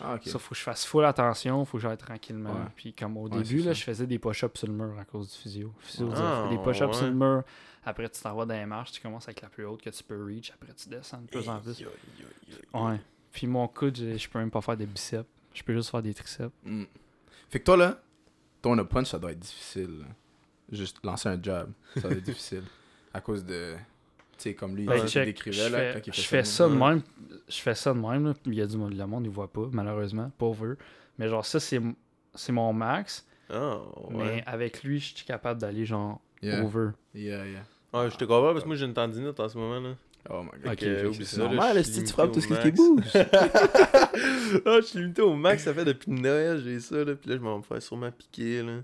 S2: Ah, ok.
S1: Ça, faut que je fasse full attention, faut que j'aille tranquillement.
S2: Ouais.
S1: Puis comme au
S2: Ouais,
S1: début,
S2: c'est
S1: là,
S2: ça.
S1: je faisais des push-ups sur le mur à cause du physio. Le physio
S2: Ah,
S1: disait, fais des push-ups sur le
S3: ouais.
S1: mur. Après, tu t'en vas dans les marches, tu commences avec la plus haute que tu peux reach. Après, tu descends de plus en plus. Ouais. Puis mon coude, je je peux même pas faire des biceps. Je peux juste faire des triceps.
S2: Mm. Fait que toi, là, ton up punch, ça doit être difficile. là. Juste lancer un jab, ça doit être difficile. À cause de. Tu sais, comme lui,
S1: Ben,
S2: il
S1: check,
S2: décrivait,
S1: je
S2: là.
S1: fais,
S2: quand il
S1: je
S2: fait
S1: fais ça de
S3: ouais.
S1: même. Je fais ça de même. là, puis Il y a du monde, le monde, il voit pas, malheureusement. Pauvre. Mais genre, ça, c'est m- c'est mon max.
S3: Ah
S1: Mais
S3: ouais.
S1: avec lui, je suis capable d'aller genre
S2: Yeah,
S1: over.
S2: yeah, yeah.
S3: Ah, je te comprends parce que moi j'ai une tendinite en ce moment là.
S2: Oh my god.
S1: Ok,
S3: Fait que,
S1: ok,
S3: oublie
S2: c'est
S3: ça, là,
S2: normal,
S3: je
S2: est-ce que
S3: suis
S2: tu frappes
S3: limité
S2: tout ce
S3: au
S2: qui
S3: max.
S2: bouge?
S3: Ah, je suis limité au max, ça fait depuis Noël, j'ai ça là, puis là je vais me faire sûrement piquer là,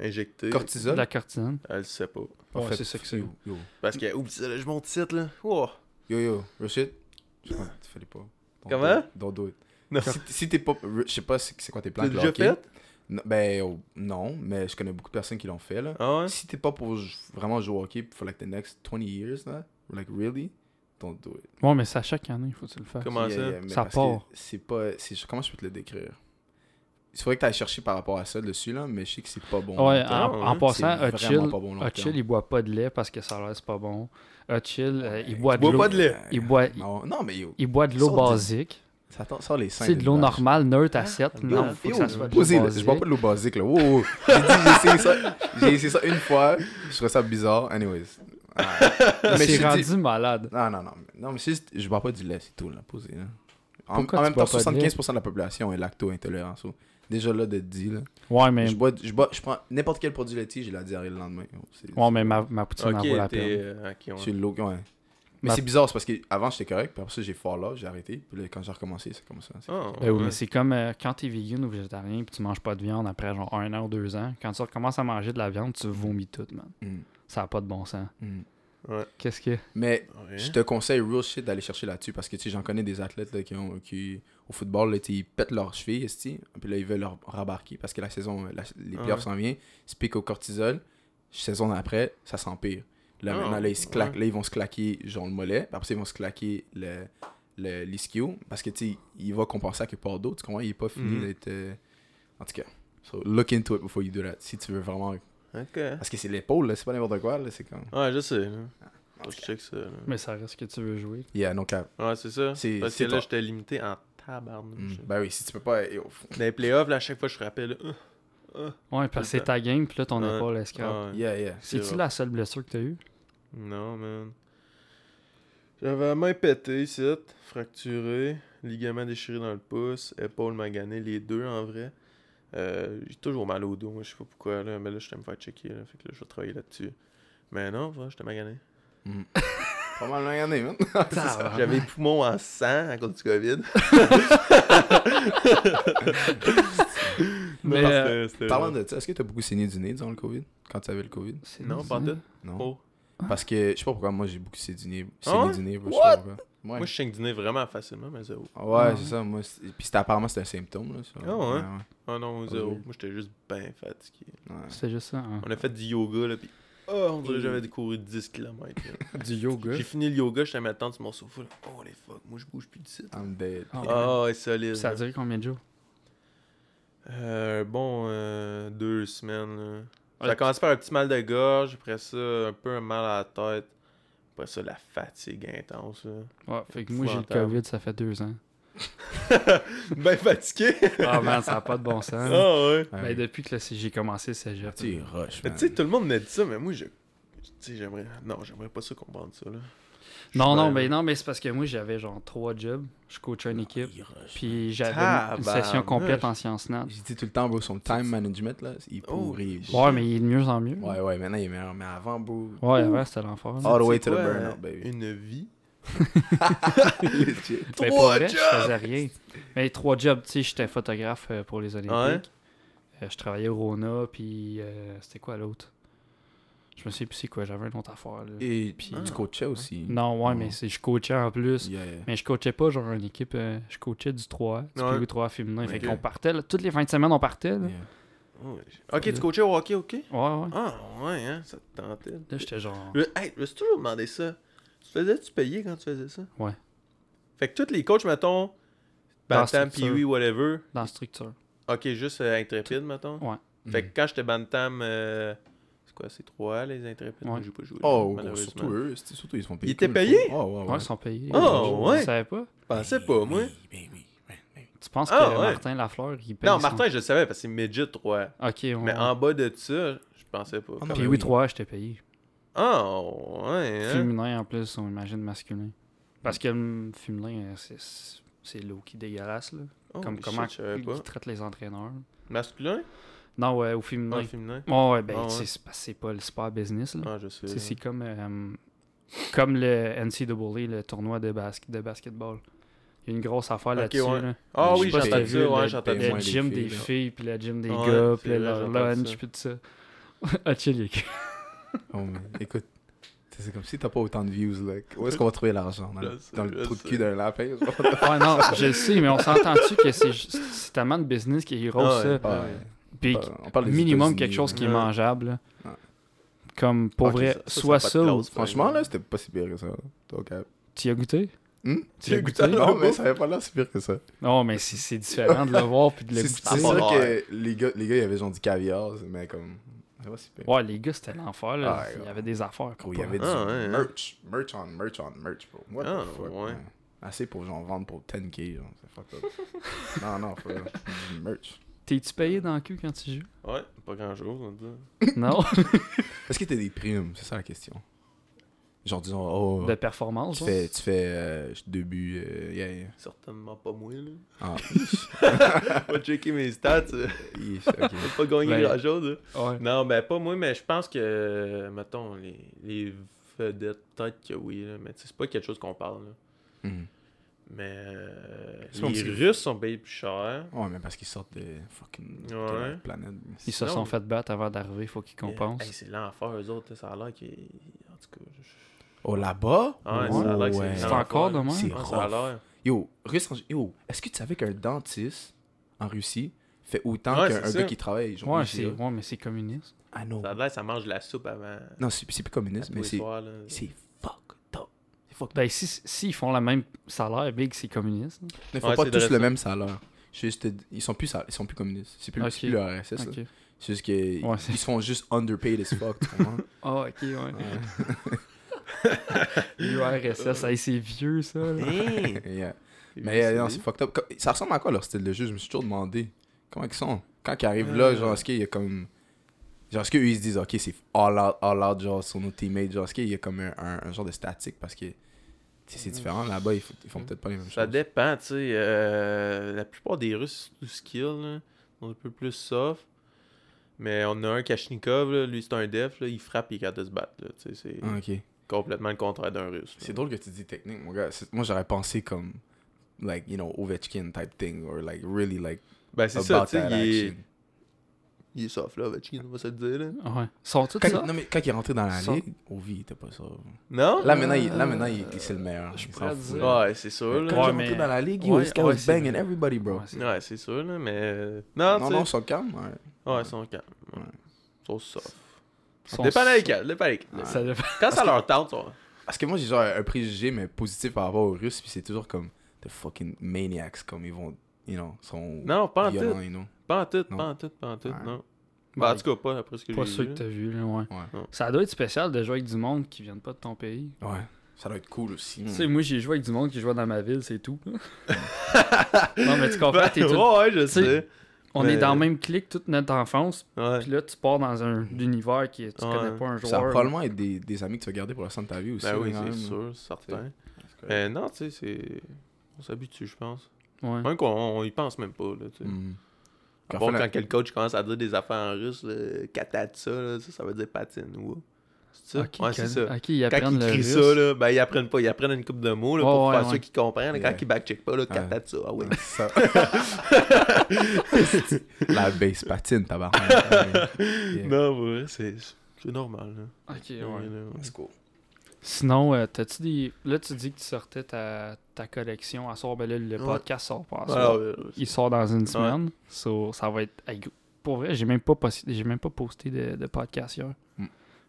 S3: injecter.
S1: De
S2: Cortisol.
S1: la cortisone.
S3: Elle sait pas.
S2: On
S1: Ouais,
S2: fait-
S1: c'est ça que c'est.
S2: Yo, yo.
S3: Parce que oublie ça, là, je monte titre là. Wow.
S2: Yo, yo, Rashid. Je crois que tu fallait pas. Don't
S3: Comment?
S2: do it. Don't do it.
S3: Non.
S2: Si, si t'es pas. Je sais pas c'est c'est quoi tes plans
S3: T'as
S2: de
S3: déjà
S2: hockey.
S3: fait
S2: Non, Ben, oh, non, mais je connais beaucoup de personnes qui l'ont fait, là.
S3: Ah ouais.
S2: Si t'es pas pour j- vraiment jouer au hockey for like the next 20 years, là, like really, don't do it.
S1: Bon, mais c'est à chaque année, il faut que tu le fasses.
S3: Comment ça?
S2: mais
S1: Ça
S2: parce
S1: part.
S2: que C'est pas. c'est- Comment je peux te le décrire? Il faudrait que tu ailles chercher par rapport à ça dessus, là, mais je sais que c'est pas bon.
S1: Ouais,
S3: Ah,
S1: en, en
S3: ouais.
S2: hein, C'est
S1: passant,
S2: vraiment
S1: Hutchill,
S2: pas bon long
S1: Hutchill,
S2: terme.
S1: il boit pas de lait parce que ça a l'air c'est pas bon. Hutchill, euh, il boit
S2: Ouais,
S3: il
S1: de l'eau.
S3: boit pas de lait.
S1: Il boit, il,
S2: Non, Ah, non, mais yo,
S1: il boit de l'eau
S2: Sort du-
S1: basique.
S2: ça t'en- sort les seins.
S1: C'est de
S2: d'une
S1: l'eau
S2: vache.
S1: normale, neutre
S2: Ah,
S1: à 7.
S3: Yo,
S1: Non, faut que ça
S3: yo,
S1: soit de l'eau
S2: Posez, là, je
S1: basique.
S2: bois pas de l'eau basique, là. Wow, wow. J'ai dit, j'ai essayé ça. J'ai essayé ça une fois. Je trouvais ça bizarre. Anyways. Ah.
S1: Il
S2: Mais je
S1: s'est
S2: dis-
S1: rendu malade.
S2: Non, non, non. mais- Non, mais c'est juste, je bois pas du lait, c'est tout, là, posé, là. En,
S1: Pourquoi
S2: en
S1: tu
S2: même
S1: bois
S2: temps,
S1: pas de lait?
S2: 75% de la population est lacto-intolérant. so, Déjà là, de dit, là.
S1: Ouais, mais,
S2: Je, bois, je, bois, je prends n'importe quel produit laitier, j'ai la diarrhée le lendemain. yo, c'est-
S1: ouais, mais ma, ma poutine en vaut la
S3: Ok,
S1: peine.
S3: t'es. euh, Ok,
S2: c'est
S3: ouais.
S2: l'eau, ouais. Mais
S1: Ma-
S2: c'est bizarre, c'est parce qu'avant, j'étais correct, puis après ça, j'ai fort là, j'ai arrêté, puis là, quand j'ai recommencé, c'est comme ça. c'est-
S3: Ah,
S1: Ben oui,
S3: ouais.
S1: mais c'est comme euh, quand t'es vegan ou végétarien puis tu manges pas de viande après genre un an ou deux ans, quand tu recommences à manger de la viande, tu vomis tout, man.
S2: Mm,
S1: Ça a pas de bon sens.
S2: mm.
S1: Qu'est-ce que.
S2: Mais
S3: Ouais.
S2: je te conseille real shit d'aller chercher là-dessus, parce que, tu sais, j'en connais des athlètes, là, qui ont, qui, au football, là, tu sais, ils pètent leur cheville, esti, puis là, ils veulent leur rabarquer, parce que la saison, la- les
S3: Ah
S2: playoffs
S3: ouais.
S2: s'en viennent, ils se piquent au cortisol, saison d'après, ça s'empire. Là,
S3: Ah,
S2: maintenant, là, ils se claquent.
S3: ouais.
S2: Là, ils vont se claquer, genre, le mollet. Puis après, ça, ils vont se claquer le, le, l'ischio. Parce que, tu sais, il va compenser à quelque part d'autre. Tu comprends? Il est pas fini
S3: Mhm.
S2: d'être... euh, En tout cas, so, look into it before you do that. Si tu veux vraiment...
S3: Ok.
S2: Parce que c'est l'épaule, là. C'est pas n'importe quoi, là. C'est comme...
S3: Ouais, je sais. là. Faut que Je check ça. là.
S1: Mais ça reste que tu veux jouer.
S2: Yeah, no cap.
S3: Ouais, c'est Hmm. ça.
S2: C'est-
S3: Parce que
S2: c'est
S3: là,
S2: toi.
S3: j'étais limité en tabarnouche.
S2: Mm. Ben oui, si tu peux pas... yo, f-
S3: Dans les playoffs, là, à chaque fois, je frappais là. Ah, ah.
S1: Ouais, parce que c'est ta game puis là ton
S3: Ouais.
S1: épaule est scrap.
S3: Ah, ouais.
S2: Yeah, yeah.
S3: c'est
S1: C'est-tu
S3: rough.
S1: la seule blessure que t'as eue?
S3: Non, man. J'avais la main pétée ici, fracturée, ligament déchiré dans le pouce, épaule maganée, les deux en vrai. Euh, j'ai toujours mal au dos, moi, je sais pas pourquoi, là, mais là, je vais me faire checker, là, fait que là, je vais travailler là-dessus. Mais non, ouais, j'étais magané.
S2: Mm. pas mal regardé, man.
S1: Ah.
S3: J'avais les poumons en sang à cause du COVID.
S1: Mais,
S3: Non,
S1: euh,
S3: c'était- c'était-
S2: Parlant de ça, est-ce que t'as beaucoup saigné du nez durant le COVID? Quand tu avais le COVID?
S1: C'est
S3: Non,
S1: bizarre.
S3: pas en tout.
S2: Non.
S3: Oh.
S2: Parce que, je sais pas pourquoi, moi, j'ai beaucoup saigné du nez.
S3: Ah
S2: Saigné
S3: ouais?
S2: du nez, bro, je sais
S3: What?
S2: pas pourquoi. Ah
S3: Moi, je suis dîner vraiment facilement, mais zéro.
S2: Ouais,
S1: Ouais.
S2: c'est ça. Moi, c'est- puis c'était apparemment c'était un symptôme là. ça.
S3: Ah ouais? Ah non, zéro.
S2: oui.
S3: Moi, j'étais juste bien fatigué.
S2: ouais, ouais.
S1: C'était juste ça. hein.
S3: On a fait du yoga, là, puis... Oh, on dirait que j'avais couru 10 km.
S1: Du yoga.
S3: J'ai fini le yoga, j'étais à ma tante sur mon sofa, là. Oh, les fuck, moi, je bouge plus d'ici.
S2: I'm dead.
S1: Ah ouais.
S3: Ah, ouais, solide.
S1: Ça a
S3: là.
S1: duré combien de jours?
S3: Euh, bon, euh, deux semaines, là. Ça
S1: Ouais.
S3: a commencé par un petit mal de gorge, après ça, un peu un mal à la tête. Après ça, la fatigue intense, là.
S1: Ouais, fait que moi j'ai le
S3: Épouvantable.
S1: COVID, ça fait deux ans.
S3: ben fatigué!
S1: Ah man, ça a pas de bon sens. là.
S3: Ah ouais!
S2: Ah
S1: Ben
S2: ouais.
S1: depuis que là, c'est- j'ai commencé le cégep.
S2: Tu es rush,
S3: Mais
S2: man.
S3: tu sais, tout le monde me dit ça, mais moi, je... Tu sais, j'aimerais... Non, j'aimerais pas ça comprendre ça, là.
S1: Non, non, mais non, mais c'est parce que moi, j'avais genre trois jobs. Je coachais
S2: Ah,
S1: une équipe. Puis j'avais une- une session
S3: Tabarnouche.
S1: complète en sciences nat.
S2: J'ai dit tout le temps, bro, son time management, là, il
S3: Oh,
S2: pourrit. bro.
S1: Ouais, mais il est de mieux en mieux. Ouais,
S2: Ouais, Ah, ouais, maintenant il est meilleur. Mais avant, bro.
S1: ouais, c'était l'enfer. là.
S2: All the
S3: C'est
S2: way to the
S3: quoi, euh,
S2: burnout, baby. Ben,
S3: Une vie.
S2: Legit.
S1: Mais Ben, pour vrai, je faisais rien. Mais trois jobs, tu sais, j'étais photographe euh, pour les Olympiques. Euh, je travaillais au Rona, puis euh, c'était quoi l'autre Je me sais plus c'est quoi, j'avais une autre affaire. Là.
S2: Et puis
S1: Puis-
S3: Ah.
S2: tu coachais aussi.
S1: Non, ouais, mais
S2: Oh.
S1: c'est je coachais en plus.
S2: Yeah, yeah.
S1: Mais je coachais pas genre une équipe, euh, je coachais du 3, du
S3: Ouais.
S1: PO3 féminin. Fait
S3: Ok.
S1: qu'on partait, là, toutes les fins de semaine, on partait. là.
S2: Yeah.
S3: Ouais. Ok, tu coachais au hockey, ok?
S1: Ouais, ouais.
S3: Ah, ouais, hein, ça te tentait.
S1: Là, j'étais genre.
S3: Je- Hey, je me suis toujours demandé ça. Tu faisais-tu payer quand tu faisais ça?
S1: Ouais.
S3: Fait que tous les coachs, mettons,
S1: Dans
S3: Bantam,
S1: structure.
S3: Pee-Wee, whatever,
S1: Dans la structure.
S3: ok, juste euh, intrépide, mettons.
S1: Mm.
S2: Mm.
S3: Fait que quand j'étais Bantam, euh, c'est quoi, c'est 3 les intrépides?
S1: Ouais.
S3: Moi, J'ai pas joué.
S2: Oh, gros,
S3: malheureusement.
S2: surtout eux, c'est- surtout ils se font payer.
S3: Ils étaient
S2: comme le
S3: payés?
S2: fou. Oh, ouais,
S1: Ouais,
S2: ouais.
S1: ils sont payés.
S3: Oh,
S1: Je
S3: ouais.
S1: savais pas.
S3: Je pensais pas, moi.
S2: Oui, oui, oui.
S1: Tu penses
S3: Ah,
S1: que
S3: ouais.
S1: Martin Lafleur, il paye
S3: Non,
S1: son-
S3: Martin, je le savais, parce que c'est midget 3.
S1: Ok, on...
S3: Mais en bas de ça, je pensais pas.
S2: Ah, non.
S1: Puis oui, 3, j'étais payé.
S3: Oh, ouais, hein?
S1: Féminin en plus, on imagine masculin. Parce que le féminin, euh, c'est- c'est c'est l'eau qui est dégueulasse, là.
S3: Oh,
S1: Comme
S3: shit,
S1: comment
S3: je savais
S1: ils
S3: pas.
S1: ils traitent les entraîneurs.
S3: Masculin?
S1: Non, ouais, au
S3: Non,
S1: féminin.
S3: féminin.
S1: Ouais, ouais, ben,
S3: Ah,
S1: tu sais,
S3: ouais.
S1: c'est pas- c'est pas le sport business, là.
S3: Ah, je sais.
S1: Tu sais, c'est comme, euh, comme le NCAA, le tournoi de, basket de basketball. Il y a une grosse affaire
S3: Ok,
S1: là-dessus,
S3: ouais.
S1: là.
S3: Ah
S2: Je
S3: oui,
S2: sais pas si
S3: j'entends
S2: t'as
S3: ça,
S1: vu
S3: ouais,
S1: le-
S3: j'entends
S2: le-
S3: ça.
S1: Le
S2: moins les
S1: gym
S2: filles,
S1: des
S2: là.
S1: filles, puis le gym des
S3: Ouais,
S1: gars,
S3: c'est
S1: puis le
S3: vrai, j'entends
S1: lunch,
S3: ça.
S1: puis tout ça. ah, chill, y'a que-
S2: Oh, mais écoute, c'est c'est comme si t'as pas autant de views, là. Où est-ce qu'on va trouver l'argent? Dans,
S3: Je
S2: le-
S3: sais,
S2: dans le
S3: je
S2: trou de
S3: sais.
S2: cul d'un lapin? genre?
S1: Ouais, non, je le sais, mais on s'entend-tu que c'est ju- c'est tellement de business qui est gros,
S3: Ah ouais.
S1: ça.
S2: Ah, ouais.
S1: Puis
S2: Euh, on parle des
S1: minimum
S2: États-Unis, hein.
S1: quelque chose
S2: là.
S1: qui est
S3: Ouais.
S1: mangeable. là.
S2: Ouais.
S1: Comme pour
S3: Ok,
S1: vrai,
S3: ça- ça, ça
S1: soit
S3: a pas de hein.
S1: ça ou
S3: clause.
S2: Franchement, là, c'était pas si pire que ça. là. Donc, euh,
S1: tu y as goûté
S2: hmm?
S1: Tu l'as goûté?
S2: Non, mais ça avait pas l'air si pire que ça.
S1: Non, mais c'est- c'est différent de le voir puis de le
S2: C'est
S1: goûter.
S2: c'est sûr que les gars, les gars, ils avaient genre du caviar, mais comme. ça va si pire.
S1: Ouais, les gars, c'était l'enfer. là.
S2: Ah,
S1: il y
S2: ouais.
S1: avait des affaires.
S2: Gros, il y
S1: pas-
S2: avait du
S3: Ah, ouais, hein.
S2: merch. Merch on merch on merch, bro. What
S3: Ah,
S2: the fuck?
S3: ouais.
S2: man? Assez pour genre vendre pour 10k, genre. C'est fucked up. non, non, faut du merch.
S1: T'es-tu payé dans le cul quand tu joues
S3: Ouais, pas grand-chose, on dit.
S1: Non.
S2: Est-ce que t'as des primes C'est ça la question. Genre, disons, oh,
S1: de performance.
S2: tu
S1: genre.
S2: fais, tu fais euh, deux buts. euh, yeah, yeah.
S3: Certainement pas moi, là.
S2: Ah,
S3: Pas checker mes stats, euh,
S2: yes, ok.
S3: j'ai pas gagné
S1: Ben.
S3: grand-chose, là.
S1: Ouais.
S3: Non, ben pas moi, mais je pense que, euh, mettons, les, les vedettes, peut-être que oui, là, mais tu sais, c'est pas quelque chose qu'on parle, là.
S2: Mhm.
S3: Mais euh,
S2: C'est comme
S3: les
S2: si-
S3: Russes sont payés plus cher.
S2: Ouais, mais parce qu'ils sortent de fucking de la
S3: Ouais.
S2: planète. bro.
S1: Ils se
S3: Sinon-
S1: sont fait battre avant d'arriver, faut qu'ils
S3: Mais,
S1: compensent.
S3: hey, c'est l'enfer, eux autres, là, ça a l'air qu'ils... En tout cas, je- je-
S2: Oh, là-bas
S3: Ah Ouais,
S2: Oh,
S3: ça a l'air que c'est
S1: c'est
S3: l'enfer,
S1: encore de
S3: là.
S1: même.
S2: C'est
S3: Ouais, Ah, ça a
S2: rough.
S3: l'air.
S2: Yo, russe en- yo, est-ce que tu savais qu'un dentiste en Russie fait autant
S3: Ouais,
S2: qu'un
S3: c'est
S2: un
S3: ça.
S2: gars qui travaille genre
S1: Ouais,
S2: IGA?
S1: c'est- ouais, mais c'est communiste.
S2: Ah non.
S3: Ça a l'air que ça mange de la soupe avant...
S2: Non, c'est c'est plus communiste, mais c'est c'est fucked up. C'est fucked up.
S1: Ben, si, si ils font la même salaire, big, c'est communiste. là.
S2: Ils font
S3: Ouais,
S2: pas
S3: c'est
S2: tous
S3: vrai,
S2: le
S3: ça.
S2: même salaire. Je juste te- ils sont plus sal- ils sont plus communistes. C'est plus,
S1: Ok.
S2: c'est plus le RSS. là.
S1: Ok.
S2: C'est juste qu'ils
S1: Ouais, c'est-
S2: ils se font juste underpaid as fuck, tu comprends?
S1: Ah, ok, ouais.
S2: Ouais.
S1: URSS, hey, c'est vieux ça.
S3: Hein?
S1: là.
S2: Yeah. Mais euh, non, c'est fucked up. Co- Ça ressemble à quoi leur style de jeu? Je me suis toujours demandé. Comment ils sont? Quand ils arrivent là,
S3: Euh.
S2: genre, est-ce qu'il y a comme. Genre, est-ce qu'eux ils se disent, ok, c'est all out, all out, genre, sur nos teammates? Genre, est-ce qu'il y a comme un, un- un genre de statique? Parce que, tu sais, c'est différent. Là-bas, ils, font- ils font peut-être pas les mêmes
S3: Ça
S2: choses.
S3: dépend, tu sais. euh, la plupart des Russes, c'est tout skill, là, sont un peu plus soft. Mais on a un Kachnikov, là, lui c'est un def, là, il frappe et il est capable de se battre. là, tu sais, c'est
S2: Ah, ok.
S3: complètement le contraire d'un Russe. là.
S2: C'est drôle que tu dis technique, mon gars. C'est- Moi, j'aurais pensé comme, like, you know, Ovechkin type thing, or like, really, like,
S3: Ben c'est ça,
S2: about
S3: tu sais,
S2: that
S3: il est,
S2: action.
S3: il est soft là, Ovechkin, on va se le dire. Là.
S1: Ouais. Sont tous
S2: Quand,
S1: ça?
S2: non, mais quand il est rentré dans la
S1: Ça-
S2: ligue, Ovi, il était pas ça.
S3: Non?
S2: Là, maintenant, il, là, maintenant, il, il- c'est le meilleur.
S1: je
S2: Il s'en
S1: pourrais
S2: fout,
S1: dire- Ah,
S2: là.
S3: Ouais, c'est
S2: Quand
S3: sûr. Là.
S2: il est
S1: Ouais,
S2: rentré
S1: mais-
S2: dans la ligue, yo,
S1: Ouais,
S2: this guy
S1: ouais,
S2: was
S1: c'est
S2: banging
S1: vrai.
S2: everybody, bro.
S1: Ouais, c'est-
S3: Ouais, c'est sûr, là, mais. euh, Non,
S2: Non,
S3: tu
S2: non,
S3: sais.
S2: son calme, ouais.
S3: Ouais, ils sont calmes. Ouais.
S2: Ouais.
S3: Ils sont soft.
S1: sont-
S3: Dépend lesquels, dépend
S2: Ah.
S3: lesquels.
S1: Ça dépend.
S3: Quand ça leur tente, ça.
S2: Parce que moi, j'ai genre un préjugé, mais positif par rapport aux Russes, puis c'est toujours comme the fucking maniacs, comme ils vont, you know, sont
S3: Non, pas en tout.
S2: violents, you know.
S3: Pas en tout,
S2: Non.
S3: pas en tout, pas en tout,
S2: Ouais.
S3: non.
S1: Ouais.
S3: Ben, en tout cas, pas après ce que j'ai
S1: Pas ceux
S3: vu.
S1: que t'as vu, là, ouais.
S2: Ouais.
S3: Non.
S1: Ça doit être spécial de jouer avec du monde qui viennent pas de ton pays.
S2: Ouais. Ça doit être cool aussi.
S3: Hmm.
S1: Tu sais, moi, j'ai joué avec du monde qui jouait dans ma ville, c'est tout. non, mais tu comprends,
S3: Ben,
S1: t'es tout...
S3: ouais, ouais, je
S1: sais.
S3: sais.
S1: On
S3: Mais-
S1: est dans le même clic toute notre enfance.
S3: Ouais.
S1: Puis là, tu pars dans un univers qui tu
S3: Ouais.
S1: connais pas un
S2: Ça va
S1: joueur.
S2: probablement être des, des amis que tu vas garder pour le restant de ta vie aussi.
S3: Ben oui,
S2: quand
S3: c'est
S2: même.
S3: sûr, certain.
S2: C'est correct.
S3: Mais non, tu sais, c'est. On s'habitue, je pense.
S1: Ouais.
S3: Même qu'on on y pense même pas, là, tu sais.
S2: Mhm.
S3: À
S2: Quand
S3: part
S2: on fait la-
S3: quand quel coach commence à dire des affaires en russe, là, katatsa, là, ça, ça veut dire patine. Ou... C'est ça?
S1: Ok,
S3: ouais, c'est
S1: conna-
S3: ça.
S1: ok, ils
S3: Quand
S1: ah, apprennent
S3: ils
S1: le
S3: crient
S1: russe.
S3: ça, là, ben, ils apprennent pas. Ils apprennent une coupe de mots là,
S1: Ouais,
S3: pour
S1: ouais,
S3: faire
S1: ouais.
S3: ceux qui comprennent. là, Quand
S2: Ouais.
S3: ils backcheck pas, là, katatsa. Ah oui.
S2: Ouais, ça. la base patine, tabarnak. Yeah.
S3: Non, ouais, c'est c'est normal. là.
S1: Ok,
S3: Ouais,
S1: ouais.
S3: là, ouais.
S2: Let's go.
S1: Sinon, euh, t'as-tu des. Là, tu dis que tu sortais ta, ta collection à soir. Ben là, le
S3: Ouais.
S1: podcast sort pas à soir.
S3: Alors, euh,
S1: Il sort dans une semaine. So, ça va être. hey, go- Pour vrai, j'ai même pas, possi- j'ai même pas posté de, de podcast hier.
S2: Mm.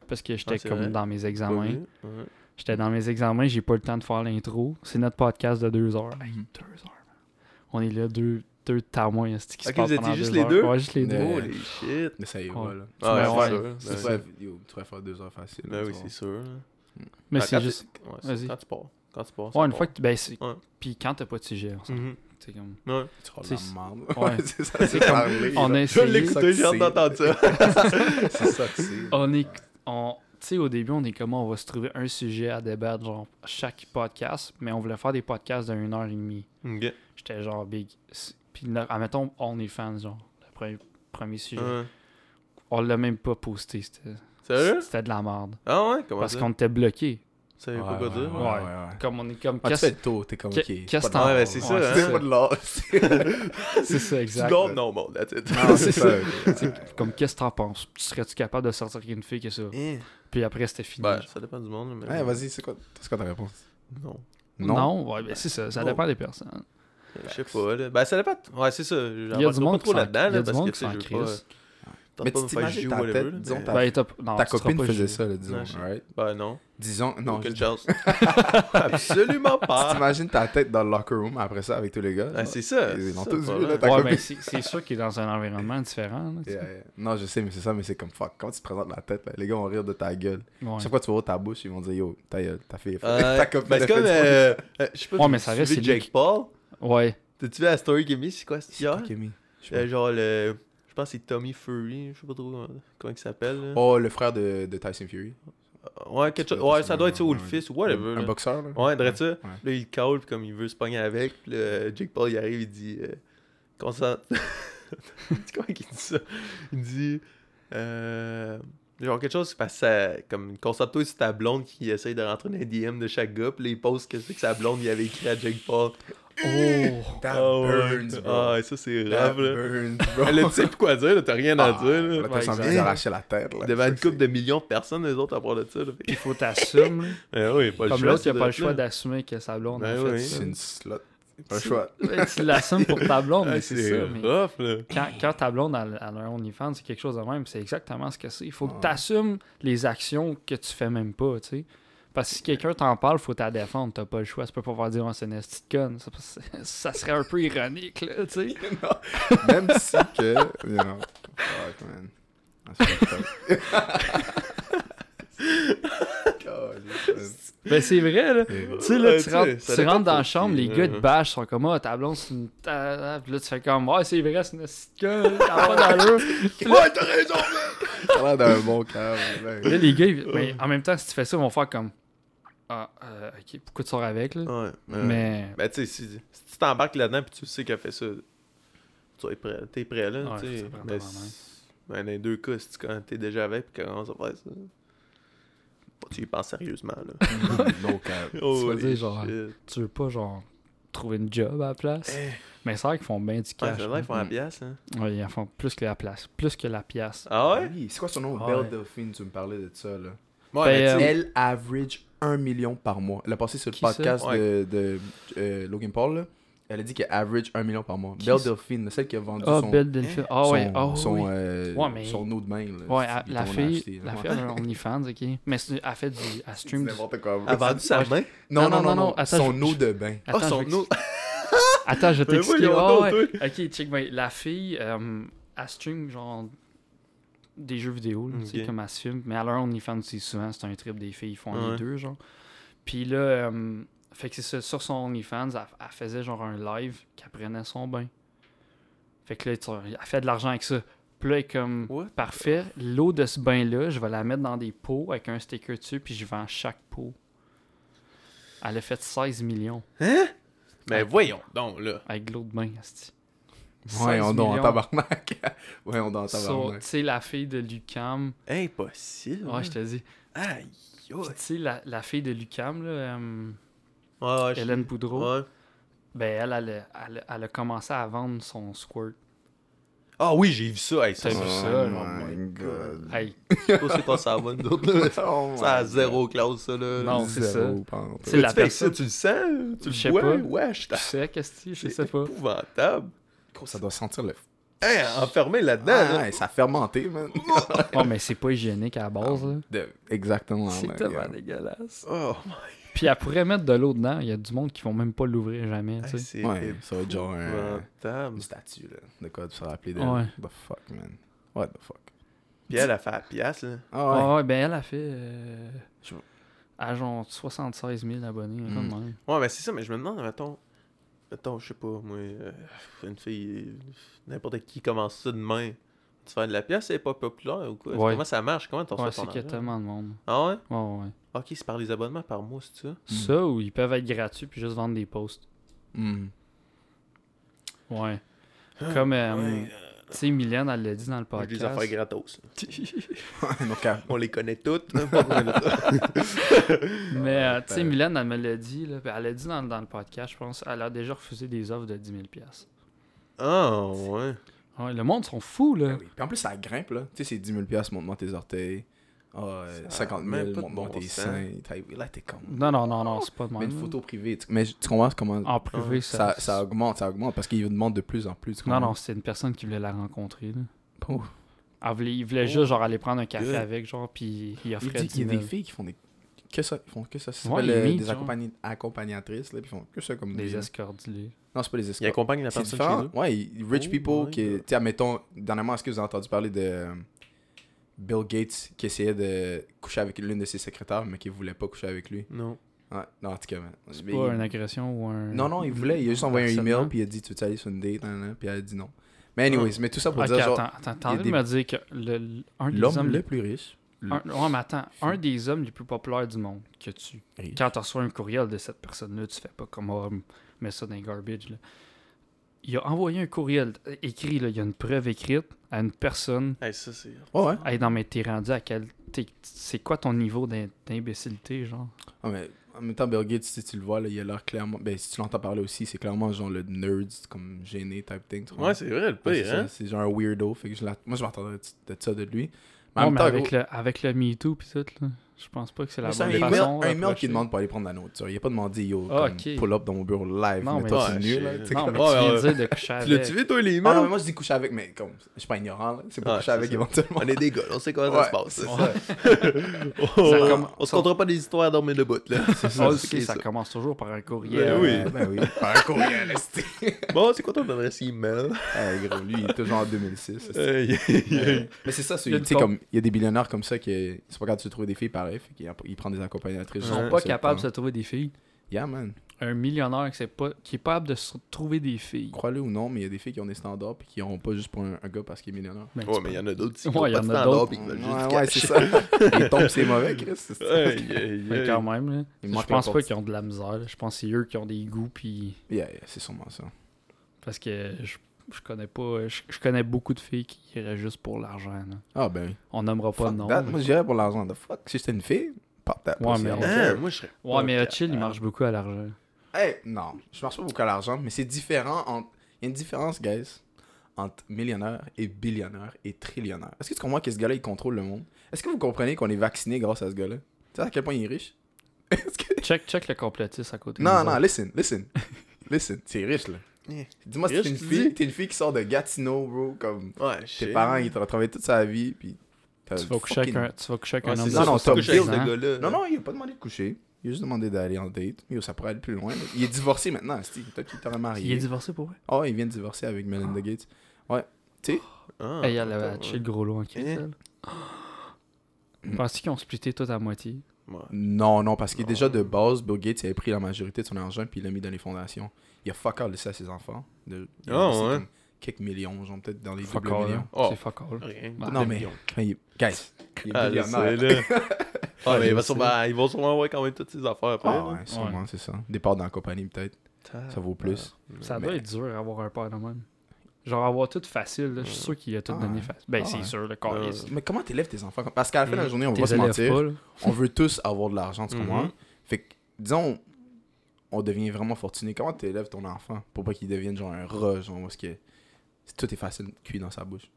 S1: Parce que j'étais
S3: c'est
S1: comme
S3: vrai.
S1: dans mes
S3: pas
S1: examens.
S3: mieux, ouais.
S1: J'étais dans mes examens, j'ai pas le temps de faire l'intro. C'est notre podcast de deux heures.
S2: Hmm.
S1: Hey, deux heures, man. On est là, deux, deux tamouins esti, qui se
S3: Ok,
S1: parlent
S3: vous étiez
S1: pendant
S3: juste
S1: deux
S3: les
S1: heures.
S3: deux?
S1: Ouais, juste les
S2: Mais-
S1: deux.
S3: Holy shit.
S2: Mais ça y
S1: Ouais.
S2: va, là.
S1: Ah
S3: Ouais,
S1: ouais,
S3: c'est sûr,
S2: Tu
S3: ben,
S2: vas faire- yo, tu vas faire deux heures facile.
S3: ben
S2: tu
S3: oui,
S2: vas-
S3: c'est sûr. là.
S1: Mais
S3: Ben,
S1: c'est
S3: quand
S1: juste.
S3: t'es- ouais, c'est-
S1: Vas-y.
S3: Quand tu pars. Quand tu pars.
S1: Ouais,
S3: ça
S1: une
S3: part.
S1: fois que. Ben, c'est.
S3: Ouais.
S1: Puis quand t'as pas de sujet, on s'en-
S3: Mhm.
S1: t'sais, comme.
S3: Ouais.
S2: Tu rends
S1: C'est-
S2: la merde.
S1: ouais.
S2: Ouais, c'est ça, c'est
S1: comme-
S2: parler,
S1: On a
S2: là.
S3: Je vais
S1: essayé.
S2: ça
S3: l'écouter,
S2: que
S3: j'ai hâte
S2: c'est.
S3: d'entendre ça.
S2: C'est ça que c'est.
S1: On est. On... Tu sais, au début, on est comment on va se trouver un sujet à débattre, genre chaque podcast, mais on voulait faire des podcasts de une heure et demie.
S3: Ok. Ouais.
S1: J'étais genre big. C'est- Puis, là, admettons, on est fans, genre, le premier, premier sujet. On l'a même pas posté, c'était
S3: Sérieux?
S1: c'était de la merde.
S3: Ah ouais? Comment
S1: Parce
S3: ça?
S1: qu'on était bloqué.
S3: Tu savais pas quoi dire?
S2: Ouais, ouais, ouais.
S1: Comme on est comme.
S2: Ah, tu
S1: qu'est-ce-
S2: fais le tour, t'es comme,
S1: qu'est-
S2: ok.
S1: qu'est-ce
S2: pas de
S1: t'en-
S2: l'art.
S3: Ouais, ben, c'est ça, hein.
S2: C'est pas de l'art.
S1: C'est ça, exact.
S3: Tu dors? Non, bon, that's it.
S2: Non, Ah,
S1: C'est
S2: c'est ça.
S1: Comme, qu'est-ce que t'en penses Tu Serais-tu capable de sortir avec une fille que ça
S3: Eh.
S1: Puis après, c'était fini.
S3: Ben, ça dépend du monde, mais...
S2: Ouais, vas-y, c'est quoi c'est quoi ta réponse?
S3: Non.
S1: non. ouais, ben, c'est ça. Ça
S3: Oh.
S1: dépend des personnes.
S3: Je sais pas, là. Ben, ça dépend... Ouais, c'est ça.
S1: Il y a du
S3: pas
S1: monde qui s'en-
S3: trop
S1: il
S3: là-dedans,
S1: y a
S3: là,
S1: du
S3: parce que,
S1: monde
S3: tu
S1: qui s'en
S3: sais, je veux pas...
S1: crisse.
S3: Tente
S2: Mais
S3: pas
S2: tu
S3: de me faire
S2: t'imagines
S3: jouer,
S2: ta
S3: whatever,
S2: tête,
S3: là,
S2: disons,
S3: mais-
S2: ta-
S1: Ben, t'as- non,
S2: Ta
S1: tu seras
S2: copine
S1: pas
S2: faisait
S1: jugé.
S2: ça, là, disons,
S3: Non, je-
S2: alright?
S3: Ben non.
S2: Disons, non, je-
S3: Aucune chance. Absolument pas.
S2: T'imagines ta tête dans le locker room après ça avec tous les gars?
S3: Ah, c'est ça.
S2: Ils l'ont
S3: c'est
S2: tous
S3: ça,
S2: vu, là,
S3: ouais.
S2: t'as-
S1: Ouais,
S2: copine.
S1: ben, c'est c'est sûr qu'il est dans un environnement différent. là, tu sais.
S2: Yeah, yeah. Non, je sais, mais c'est ça, mais c'est comme fuck. Quand tu te présentes la tête, là, les gars vont rire de ta gueule.
S1: Ouais.
S2: Chaque fois que tu vas ouvrir ta bouche, ils vont dire yo, ta gueule, ta fille, est folle.
S3: Euh,
S2: ta copine.
S3: ben,
S2: elle
S3: c'est
S2: fait
S3: comme...
S2: du-
S3: euh, euh, Je sais pas
S1: Ouais,
S3: si
S1: mais
S3: vous
S1: ça reste,
S3: suivez
S1: c'est lui
S3: Jake
S1: qui-
S3: Paul.
S1: Ouais.
S3: T'as-tu vu la story qu'il a mis? C'est quoi, c'est
S2: C'est pas
S3: hier?
S2: Kimmy. Je sais
S3: Euh,
S2: pas.
S3: Genre, le... Je pense que c'est Tommy Fury. Je sais pas trop comment, comment il s'appelle, là.
S2: Oh, le frère de, de Tyson Fury.
S3: Ouais, quelque chose... Ouais, ça doit être ça ou le fils ou whatever,
S2: Un
S3: là.
S2: boxeur, là.
S3: Ouais, dirait ça.
S2: Ouais.
S3: Là, il call, puis comme il veut se pogner avec. Puis là, Jake Paul, il arrive, il dit... Euh, consent... tu comment qu'il dit ça? Il dit... Euh, genre quelque chose, parce que ça... Comme, concentre-toi sur ta blonde qui essaye de rentrer dans les DM de chaque gars. Puis là, il pose que c'est que sa blonde, il avait écrit à Jake Paul.
S1: Oh.
S2: That
S3: Ah ouais.
S2: burns, bro.
S3: Ah, ouais, ça, c'est
S2: That
S3: grave, là.
S2: burns, bro.
S3: Mais Là, tu sais plus quoi dire, là, t'as rien à
S2: Ah,
S3: dire, là.
S2: Là, t'as envie
S1: exact.
S2: de lui arracher la tête, là.
S3: Devant
S2: C'est
S3: une
S2: que
S3: couple de millions de personnes, les autres, à part de ça, là.
S1: Il faut t'assumer. là.
S3: Eh oui, pas le
S1: Comme
S3: choix.
S1: l'autre, il
S3: tu
S1: a pas
S3: dois
S1: le
S3: être
S1: choix
S3: là.
S1: d'assumer que sa blonde a
S3: Ben
S1: fait
S3: oui.
S2: c'est-
S1: ça.
S2: C'est une slot. Pas le choix.
S1: Ouais, Tu l'assumes pour ta blonde,
S3: Ah,
S1: mais c'est
S3: C'est
S1: ça. mais-
S3: rough, là.
S1: quand, quand ta blonde elle- elle a un OnlyFans, c'est quelque chose de même. C'est exactement ce que c'est. Il faut que tu assumes les actions que tu fais même pas, tu sais. Parce que si quelqu'un t'en parle, faut t'en défendre. T'as pas le choix. Tu peux pas faire dire, oh, c'est une esti de conne. Ça, ça- ça serait un peu ironique, là, tu sais.
S2: Même si que. You know. Fuck, man. Ah, c'est fucked up. God,
S1: Mais Ben, c'est vrai, là.
S2: man.
S1: Tu sais, là,
S3: Ouais,
S1: tu
S3: tu sais, ça
S1: rentres, tu
S3: dépend
S1: rentres dans la
S3: pour
S1: chambre,
S3: qui,
S1: les gars
S3: hein.
S1: te bâchent, sont comme, ah, ta blonde, c'est une. ta- Puis là, tu fais comme, ouais, c'est vrai, c'est une esti de conne. T'as pas d'allure.
S2: Ouais, t'as raison, man! T'as l'air d'un bon câble, man.
S1: Là, les gars, ils- mais en même temps, si tu fais ça, ils vont faire comme, ah, euh, ok, pourquoi tu sors avec, là?
S3: Ouais. ouais.
S1: Mais.
S3: Ben, tu sais, si, si tu t'embarques là-dedans puis tu sais qu'elle fait ça, tu es prêt, t'es prêt là,
S1: Ouais, faut
S3: tu sais.
S1: que ça prenne
S3: Ben,
S1: ta main.
S3: si- ben, dans les deux cas, si tu quand t'es déjà avec puis qu'elle commence à faire ça, faut que tu y penses sérieusement, là.
S2: No cap.
S1: vas
S3: Holy
S1: dire, genre,
S3: shit.
S1: tu veux pas genre trouver une job à la place.
S3: Eh.
S1: Mais c'est vrai qu'ils font bien du
S3: Ouais,
S1: cash.
S3: c'est
S1: hein.
S3: vrai, ils font la
S2: Mm.
S3: pièce, hein.
S1: Ouais, ils en font plus que la place. Plus que la pièce.
S3: Ah ouais?
S2: Oui, c'est quoi son nom?
S1: Ouais.
S2: Belle Delphine, tu me parlais de ça, là.
S1: Ben,
S3: Ouais, mais tu sais,
S1: euh,
S2: Elle average 1 million par mois. Elle a passé sur le
S1: Qui ça?
S2: podcast de, de, euh, Logan Paul, là. Elle a dit qu'elle average 1 million par mois.
S1: Qui
S2: Belle
S1: ça?
S2: Delphine, celle qui a vendu
S1: Ah,
S2: son,
S1: belle delphine. Ah
S2: son,
S1: ouais, ah
S2: son,
S1: oui.
S2: euh,
S1: Ouais, mais-
S2: son eau de main. Là,
S1: Ouais,
S2: Ils
S1: elle- la
S2: t'en ont
S1: fille,
S2: acheté, là.
S1: la
S2: Ouais.
S1: fille, elle a un OnlyFans, ok. Mais c'est- elle fait du. Elle
S2: C'est
S1: stream du.
S2: n'importe quoi.
S3: elle a Ah, vendu sa main.
S2: Non,
S1: Non,
S2: non, non,
S1: non,
S2: non.
S1: non, attends,
S2: son
S1: je-
S2: eau de bain.
S3: Ah,
S1: Attends, je
S3: son
S1: vais
S3: eau.
S1: t'expliquer. Attends, je vais
S3: Ben
S1: t'expliquer.
S3: voyons
S1: Ah
S3: donc,
S1: ouais.
S3: toi.
S1: Ok, check bien. La fille, euh, elle stream genre des jeux vidéo, là, tu sais,
S3: Ok.
S1: comme elle se filme. Mais à l'heure, on y fan aussi souvent, c'est un trip des filles, ils font
S3: Ouais.
S1: les deux, genre. Puis là, euh, fait que c'est ça, sur son OnlyFans, elle, elle faisait genre un live qu'elle prenait son bain. Fait que là, tu- elle fait de l'argent avec ça. Puis là, elle est comme,
S3: What the-
S1: parfait, l'eau de ce bain-là, je vais la mettre dans des pots avec un sticker dessus, puis je vends chaque pot. Elle a fait 16 millions
S3: Hein? Mais voyons donc, là.
S1: avec de l'eau de bain, asti.
S2: Ouais,
S1: 16
S2: on donne en
S1: millions.
S2: tabarnak. ouais, on donne en
S1: So,
S2: tabarnak.
S1: Tu sais, la fille de Lucam,
S3: Impossible.
S1: ouais, je te dis.
S3: Aïe, aïe.
S1: Puis tu sais, la, la fille de Lucam, là, euh,
S3: Ouais, ouais, je-
S1: Hélène Boudreau,
S3: Ouais.
S1: ben elle, elle, a- elle a- elle a commencé à vendre son squirt.
S3: Ah oui, j'ai vu ça. Hey, ça,
S1: T'as
S3: ça,
S1: vu
S3: ça,
S1: ça,
S3: oh
S2: my god.
S3: Mm.
S1: Hey,
S3: Je sais pas c'est quoi ça va, nous autres, là.
S2: Oh
S3: Ça a
S2: my
S3: zéro classe, ça, là.
S1: Non, c'est
S2: Zéro pente.
S1: c'est la
S3: tu fais ça,
S1: personne.
S3: tu le sens? Tu
S1: Je sais
S3: le vois?
S1: pas.
S3: Ouais, je
S1: Tu
S3: t'en-
S1: sais, qu'est-ce que je
S3: Ah. C'est
S1: sais pas.
S3: épouvantable.
S2: Gros, Ça doit sentir le.
S3: Hey, enfermé là-dedans,
S2: Ah,
S3: là.
S2: ouais, ça a fermenté, man.
S1: Oh, mais c'est pas hygiénique à la base, là.
S2: De-
S3: Ah,
S2: Exactement.
S1: C'est
S2: man,
S1: tellement
S2: regarde.
S1: dégueulasse.
S3: Oh,
S1: Puis elle pourrait mettre de l'eau dedans. Il y a du monde qui vont même pas l'ouvrir jamais, tu
S3: hey,
S1: sais.
S3: Ah, c'est
S2: Ouais, ça va être genre un-
S3: épouvantable.
S2: une statue, là. De quoi tu se rappeler de.
S1: Ouais.
S2: The fuck, man. What the fuck.
S3: Puis elle a fait la pièce, là.
S2: Ah ouais.
S1: Ah ouais, ben elle a fait. Euh,
S2: Je-
S1: à genre 76 000 abonnés, un peu de même.
S3: Ouais, mais c'est ça, mais je me demande, mettons, mettons, je sais pas, moi, euh, une fille, euh, n'importe qui commence ça demain. Tu fais de la pièce, elle est pas populaire ou quoi?
S1: Ouais.
S3: Comment ça marche? Comment t'en
S1: Ouais,
S3: sors
S1: c'est
S3: ton
S1: qu'il y a
S3: argent?
S1: tellement de monde.
S3: Ah ouais?
S1: Ouais, ouais, ouais.
S3: Ok, c'est par les abonnements par mois, c'est ça?
S1: Ça, ou ils peuvent être gratuits puis juste vendre des posts.
S2: Hmm.
S1: Ouais. Comme, euh,
S3: Ouais,
S1: tu sais, Mylène, elle l'a dit dans le
S3: euh,
S1: podcast.
S3: des affaires gratos. là.
S2: Donc, à-
S3: On les connaît toutes. hein, pas besoin de-
S1: Mais, euh, tu sais,
S2: ben-
S1: Mylène, elle me l'a dit, là, puis elle l'a dit dans, dans le podcast, je pense. Elle a déjà refusé des offres de 10 000
S3: Ah ouais.
S1: Ouais, le monde sont fous, là.
S2: Ben oui. Puis en plus, ça grimpe, là. Tu sais, c'est 10 000 monte-moi tes orteils. Ah, euh,
S3: Ça a
S2: 50 000,
S3: même pas de
S2: monte-moi
S3: bon
S2: tes
S3: sens.
S2: seins. T'as- Là, t'es comme.
S1: Non, non, non, non, c'est pas de
S2: Mais
S1: même.
S2: une
S1: là.
S2: photo privée. tu- Mais tu comprends comment
S3: Ah,
S1: En privé, ça.
S2: ça, ça augmente, ça augmente parce qu'ils demandent de plus en plus. tu
S1: Non,
S2: comprends?
S1: non, c'était une personne qui voulait la rencontrer, là.
S2: Oh.
S1: Elle voulait, il voulait juste, genre, aller prendre un café
S3: God.
S1: avec, genre, puis il
S2: Il
S1: offrait
S2: dit qu'il y a
S1: 10 000.
S2: des filles qui font des. Que ça, ils font que ça. Ça
S1: Ouais,
S2: s'appelle
S1: les
S2: euh,
S1: meets,
S2: des
S1: genre.
S2: accompagn- accompagnatrices, là, puis ils font que ça comme
S1: Des
S2: gens.
S1: escortes, dis-le.
S2: Non, c'est pas les
S3: Il
S2: escorts.
S3: accompagne la
S2: C'est
S3: personne chez
S2: différent.
S3: eux.
S2: Ouais, il- rich
S3: Oh
S2: people
S3: my
S2: qui.
S3: God.
S2: Tu sais, admettons, dernièrement, est-ce que vous avez entendu parler de euh, Bill Gates qui essayait de coucher avec l'une de ses secrétaires, mais qui voulait pas coucher avec lui
S3: Non.
S2: Ouais, non, en tout cas, man.
S1: C'est
S2: Mais
S1: pas
S2: il-
S1: une agression ou un.
S2: Non, non, il voulait. Il a juste envoyé un email,
S1: harcèlement. Ah.
S2: puis il a dit Tu veux aller sur une date nan, nan, Puis elle a dit non. Mais, anyways, mais tout ça pour
S1: hein. Ok,
S2: dire genre,
S1: attends, attends, t'as
S2: il y a
S1: envie de
S2: des-
S1: me dire que le, un des
S2: l'homme
S1: hommes
S2: le
S1: les,
S2: plus riche. le-
S1: un, ouais, mais attends, un des hommes les plus populaires du monde que tu.
S2: riche.
S1: Quand tu reçois un courriel de cette personne-là, tu fais pas comme oh, mets ça dans les garbage. là. Il a envoyé un courriel euh, écrit, là, il y a une preuve écrite à une personne.
S3: Hey, ça c'est.
S2: Ouais, ouais.
S1: Hey, non, mais t'es rendu à quel. t'es- C'est quoi ton niveau d'im- d'imbécilité, genre
S2: Ah, mais en même temps, Bill Gates, si tu le vois, là, il a l'air clairement. Ben, si tu l'entends parler aussi, c'est clairement genre le nerd, c'est comme gêné type thing. tu comprends?
S3: Ouais, c'est vrai le
S2: Ouais, c'est
S3: pire,
S2: ça,
S3: hein?
S2: C'est genre un weirdo. Fait que je l'a- moi, je m'attendais de, de ça de lui. Mais en
S1: Non,
S2: même
S1: mais
S2: temps,
S1: avec,
S2: gros,
S1: le, avec le Me Too pis tout, là, je pense pas que c'est la
S2: c'est un
S1: bonne
S2: email,
S1: façon.
S2: un email
S1: d'approcher.
S2: qui demande pour aller prendre la nourriture. Il a pas demandé yo,
S1: Ah,
S2: comme,
S1: ok.
S2: pull up dans mon bureau live.
S1: Non,
S2: mais,
S1: mais-
S2: toi, c'est
S3: Ouais,
S2: nul. Là,
S3: je-
S2: tu sais,
S1: Non,
S2: comme-
S1: mais
S3: Ouais,
S1: tu viens de
S3: ouais.
S1: dire de coucher
S3: Tu
S1: avec.
S3: l'as tué, toi, les
S2: Ah non, mais
S3: mains?
S2: moi, je dis coucher avec, mais comme, je suis pas ignorant. là. C'est pas
S3: Ouais,
S2: coucher
S3: Ah, c'est
S2: avec
S3: ça.
S2: éventuellement.
S3: On est des gars, on sait comment
S2: Ouais,
S3: ça se passe.
S2: c'est
S3: là.
S2: ça.
S3: On-
S1: comme-
S3: On se contera pas des histoires à dormir debout, là. C'est
S2: Ah,
S1: On le
S3: c'est
S1: sait, ça
S3: ça.
S1: commence toujours par un courriel.
S3: Ben oui.
S2: Euh, Ben oui. Par un courriel, esti.
S3: Bon, c'est quoi ton adresse email?
S2: Eh, gros, lui, il est toujours en 2006. esti.
S3: Euh,
S2: Mais c'est ça, c'est-
S1: Il y a une
S2: tu sais,
S1: com-
S2: comme, il y a des billionnaires comme ça qui sont pas capables de se trouver des filles pareil, fait qu'ils ils prennent des accompagnatrices.
S1: Ils
S2: genre,
S1: sont
S3: Ouais.
S2: pour
S1: pas
S2: ça,
S1: capables de se
S2: comme-
S1: trouver des filles.
S2: Yeah, man.
S1: Un millionnaire qui, sait pas, qui est pas capable de se trouver des filles.
S2: Crois-le ou non, mais il y a des filles qui ont des standards puis qui n'auront pas juste pour un, un gars parce qu'il est millionnaire.
S1: Ben,
S3: Ouais,
S1: tu
S3: mais il
S1: peux-
S3: y en a d'autres qui
S1: Ouais,
S3: ont
S1: il y
S3: pas
S1: en
S3: de
S1: a
S3: standard
S1: d'autres.
S3: Oh, puis qui veulent
S2: Ouais,
S3: juste du
S2: ouais,
S3: cash.
S2: c'est ça. Les tombes, c'est mauvais, Chris. c'est ça.
S3: Aïe, aïe,
S1: mais
S3: aïe.
S1: quand même, là.
S2: Il
S1: je pense
S2: manque
S1: pas
S2: n'importe-
S1: qu'ils ont de la misère. là. Je pense que c'est eux qui ont des goûts. Puis...
S2: Yeah, yeah, c'est sûrement ça.
S1: Parce que je, je connais pas. euh, Je, je connais beaucoup de filles qui iraient juste pour l'argent. là.
S2: Ah ben.
S1: On nommera pas
S2: Fuck
S1: de nom.
S2: that.
S1: mais-
S2: Moi, j'irais pour l'argent. The fuck. Si j'étais une fille, pop that.
S1: Ouais,
S2: pussy,
S1: mais-
S2: I don't
S3: Hein,
S2: care.
S3: moi, je serais
S1: Ouais, mais
S3: pas euh,
S1: Hutchill, il marche beaucoup à l'argent.
S2: Hey, non. Je marche pas beaucoup à l'argent, mais c'est différent. entre- Il y a une différence, guys, entre millionnaire et billionnaire et trillionnaire. Est-ce que tu comprends que ce gars-là, il contrôle le monde Est-ce que vous comprenez qu'on est vacciné grâce à ce gars-là Tu sais à quel point il est riche Est-ce que-
S1: Check, check le complotiste à côté. de
S2: Non,
S1: nous
S2: non,
S1: autres.
S2: listen, listen. Listen, c'est riche, là.
S3: Yeah.
S2: Dis-moi si
S3: Eh, Riche,
S2: t'es une
S3: tu
S2: fille,
S3: dis?
S2: t'es une fille qui sort de Gatineau, bro, comme
S3: Ah. Ouais, je
S2: tes
S3: sais.
S2: parents, ils t'ont travaillé toute sa vie, puis t'as
S1: Tu vas coucher avec
S2: fucking-
S1: un, tu vas coucher avec
S3: Ouais,
S1: un
S3: c'est
S1: homme de
S3: ça,
S2: non,
S3: faut que je
S2: Bill,
S3: gère
S1: 70
S3: ce
S1: ans.
S3: gars-là.
S2: Non, non, il a pas demandé de coucher. Il a juste demandé d'aller en date. Yo, ça pourrait aller plus loin. là. Il est divorcé maintenant, esti. Peut-être qu'il t'aurait marié.
S1: Il est divorcé pour vrai?
S2: Oh, il vient de divorcer avec Melinda Gates. Ouais. Tu sais,
S3: Ah,
S1: Hey, elle a
S3: attends,
S1: Hutchill gros lot en crise,
S3: Hein?
S1: elle. Penses-tu qu'ils ont splitté tout à moitié?
S3: ouais. Ouais.
S2: non, non, parce que
S3: Non.
S2: déjà de base, Bill Gates avait pris la majorité de son argent puis il l'a mis dans les fondations. Il a fuck all laissé à ses enfants. De, il a
S3: Ah,
S2: laissé
S3: ouais.
S2: comme quelques millions, genre peut-être dans les
S1: Fuck
S2: doubles
S1: all,
S2: millions.
S1: hein.
S3: Oh.
S1: C'est fuck all.
S3: Rien.
S1: Bah,
S2: non, mais. mais il- Guys, il est
S3: Ah, je sais,
S2: billionnaire.
S3: là. Ah, mais il
S2: je
S3: va
S2: sais.
S3: sûrement- ils vont sûrement avoir quand même toutes ces affaires après.
S2: Ah
S3: là.
S2: ouais, sûrement, c'est ça. Départ dans la compagnie, peut-être. Ça vaut plus.
S1: Ça
S2: Mais-
S1: doit être dur avoir un père de même. Genre avoir tout facile, là, je suis sûr qu'il a tout
S2: Ah
S1: donné
S2: ouais.
S1: facile. Ben,
S2: Ah
S1: c'est
S2: ouais.
S1: sûr, le corps.
S3: Ouais.
S1: c'est-
S2: Mais comment t'élèves tes enfants comme- Parce qu'à la fin de la
S3: Mhm.
S2: journée, on va
S1: T'es
S2: pas se
S1: élèves
S2: mentir.
S1: pas, là.
S2: on veut tous avoir de l'argent, tu
S3: Mhm.
S2: comprends? Fait que, disons, on devient vraiment fortuné. Comment t'élèves ton enfant pour pas qu'il devienne genre un rat, genre, parce que tout est facile cuit dans sa bouche?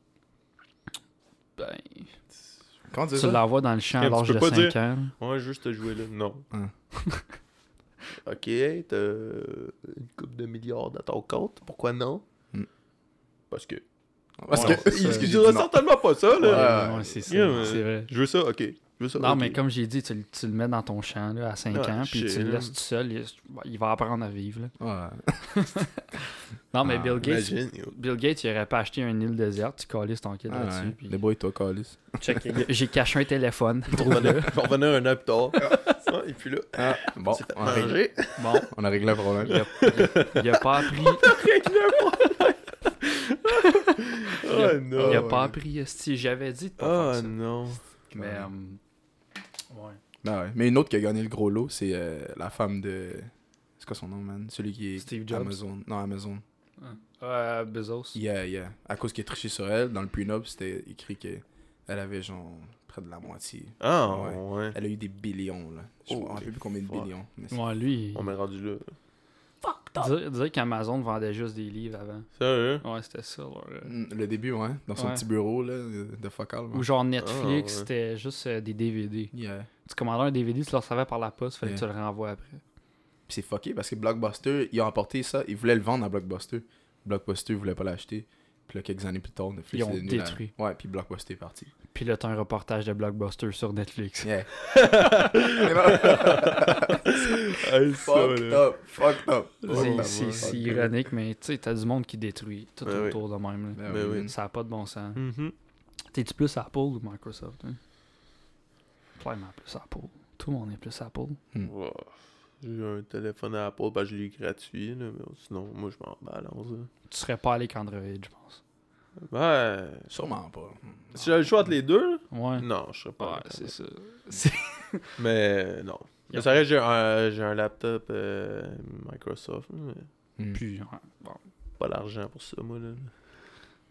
S1: Ben,
S2: Comment dire
S1: tu
S2: ça?
S1: l'envoies dans le champ à
S3: Kim, tu
S1: l'âge
S3: peux
S1: de
S3: pas
S1: 5
S3: dire-
S1: ans.
S3: Ouais, juste jouer là. Non.
S2: Hein.
S3: ok, t'as une coupe de milliards dans ton compte. Pourquoi non?
S2: Hmm.
S3: Parce que.
S2: Parce
S3: Ouais,
S2: que.
S3: non, ça-
S2: il
S3: il
S2: dit non.
S3: dira certainement pas
S2: Ah,
S3: ça,
S1: Ouais,
S3: là.
S2: euh, ouais,
S1: ouais, c'est ça,
S3: yeah, mais-
S1: c'est vrai.
S3: Je veux ça, ok. Je veux ça.
S1: Non,
S3: ok.
S1: mais comme j'ai dit, tu, le- tu le mets dans ton champ là, à 5
S3: Ah,
S1: ans, puis
S3: shit,
S1: tu le
S3: là.
S1: laisses tout seul, il, bah, il va apprendre à vivre. là.
S2: Ouais.
S1: Non, mais
S2: Ah,
S1: Bill Gates,
S3: Imagine. yo.
S1: Bill Gates, il aurait pas acheté une île déserte, tu calisses ton kid
S2: Ah
S1: là-dessus.
S2: ouais.
S1: puis-
S2: Débrouille-toi, Calis.
S1: Check, il y a- j'ai caché un téléphone.
S3: On revenait- on revenait un an plus tard. Ah, Et puis là,
S2: Ah, bon,
S3: c'est fait
S2: on a, réglé,
S3: manger.
S1: Bon,
S2: on a réglé le problème.
S1: il a, il a pas appris,
S2: Ah,
S3: Oh
S1: il
S3: non.
S1: a pas appris, esti, j'avais dit de pas
S2: Ah,
S3: Oh
S1: faire ça.
S3: non.
S1: Mais,
S2: Ouais.
S1: euh, ouais.
S2: Ah ouais. Mais une autre qui a gagné le gros lot, c'est euh, la femme de. C'est quoi son nom, man? Celui qui est.
S1: Steve Jobs.
S2: Amazon. Non, Amazon.
S1: Euh, Bezos.
S2: Yeah, yeah. À cause qu'il a triché sur elle, dans le prenup, c'était écrit qu'elle avait genre près de la moitié.
S3: Ah,
S2: Ouais.
S3: ouais.
S2: Elle a eu des billions, là. Je
S3: Oh,
S2: ne sais plus combien de
S3: fuck.
S2: billions. Mais c'est-
S1: Ouais, lui,
S3: On m'est rendu là.
S1: il- dire, dire qu'Amazon vendait juste des livres avant.
S3: Sérieux?
S1: Ouais, c'était ça. leur, euh,
S2: Mm, Le début, ouais. Dans son
S1: Ouais.
S2: petit bureau, là, euh, de focal.
S1: Ou genre Netflix,
S3: Ah, ouais.
S1: c'était juste euh, des DVD.
S2: Yeah.
S1: Tu commandais un DVD, tu le recevais par la poste, fallait que
S2: Ouais.
S1: tu le renvoies après.
S2: Puis c'est fucké parce que Blockbuster, ils ont apporté ça, ils voulaient le vendre à Blockbuster. Blockbuster voulait pas l'acheter. Puis là, quelques années plus tard, Netflix
S1: Ils ont
S2: est devenu la-
S1: détruit.
S2: Ouais, puis Blockbuster est parti.
S1: Puis là, t'as un reportage de Blockbuster sur Netflix.
S2: Yeah.
S3: Hey, ça,
S2: Fucked
S3: là.
S2: up, fucked up.
S1: C'est-
S2: Fucked up.
S1: c'est c'est
S2: Fucked up.
S1: ironique, mais tu sais, t'as du monde qui détruit tout
S3: Ben oui.
S1: autour de même. là.
S2: Ben
S3: Ben
S2: oui.
S3: oui.
S1: Ça n'a pas de bon sens.
S3: Mhm.
S1: T'es-tu plus Apple ou Microsoft? hein? Clairement plus Apple. Tout le monde est plus Apple.
S3: Ouais. J'ai eu un téléphone à Apple, ben je l'ai eu gratuit, là, mais sinon, moi, je m'en balance. là.
S1: Tu serais pas allé qu'Android, je pense.
S3: Ben,
S2: Sûrement pas.
S3: si j'avais le choix entre les deux,
S1: Ouais.
S3: non, je serais pas.
S1: Mm-hmm. Ouais,
S3: avec
S1: c'est
S3: Apple.
S1: ça.
S3: Mais non. Mais
S1: Yep.
S3: ça reste, j'ai un, j'ai un laptop euh, Microsoft, mais
S2: Mm.
S1: Puis, ouais, bon.
S3: pas l'argent pour ça, moi. Là.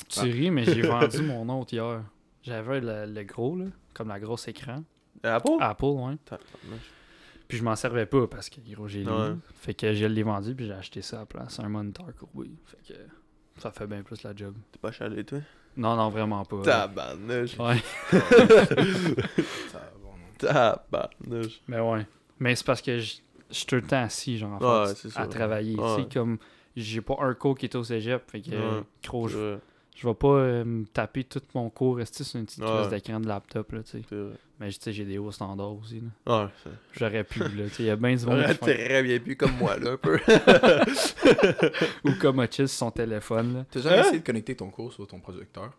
S1: Tu ris, mais j'ai vendu mon autre hier. J'avais le, le gros, là, comme la grosse écran.
S3: Euh, Apple?
S1: Apple, ouais.
S3: Tabarnouche.
S1: Puis je m'en servais pas parce que gros j'ai lu.
S3: Ouais.
S1: Fait que je l'ai vendu puis j'ai acheté ça à la place. Un moniteur courbé. Fait que ça fait bien plus la job.
S3: T'es pas chalé, toi?
S1: Non, non, vraiment pas.
S3: Tabarnouche.
S1: Ouais.
S2: Ça, bon, non.
S3: Tabarnouche.
S1: Mais ouais. Mais c'est parce que je je suis tout le temps assis, genre, en
S3: Ouais,
S1: fait,
S3: c'est ça.
S1: à travailler. Tu
S3: Ouais.
S1: sais, comme j'ai pas un cours qui est au cégep. Fait que,
S3: Ouais.
S1: gros, je,
S3: Ouais,
S1: je vais pas euh, me taper tout mon cours resté sur une petite
S3: Ouais.
S1: classe d'écran de laptop, là, tu sais.
S3: c'est vrai.
S1: Mais tu sais, j'ai des hauts standards aussi, là.
S3: Ouais, ça.
S1: J'aurais pu, là. Tu sais, il y a bien du monde qui
S3: T'aurais
S1: font-
S3: très bien pu comme moi, là, un peu.
S1: Ou comme Otis, son téléphone, là.
S2: T'as jamais essayé de connecter ton cours sur ton projecteur?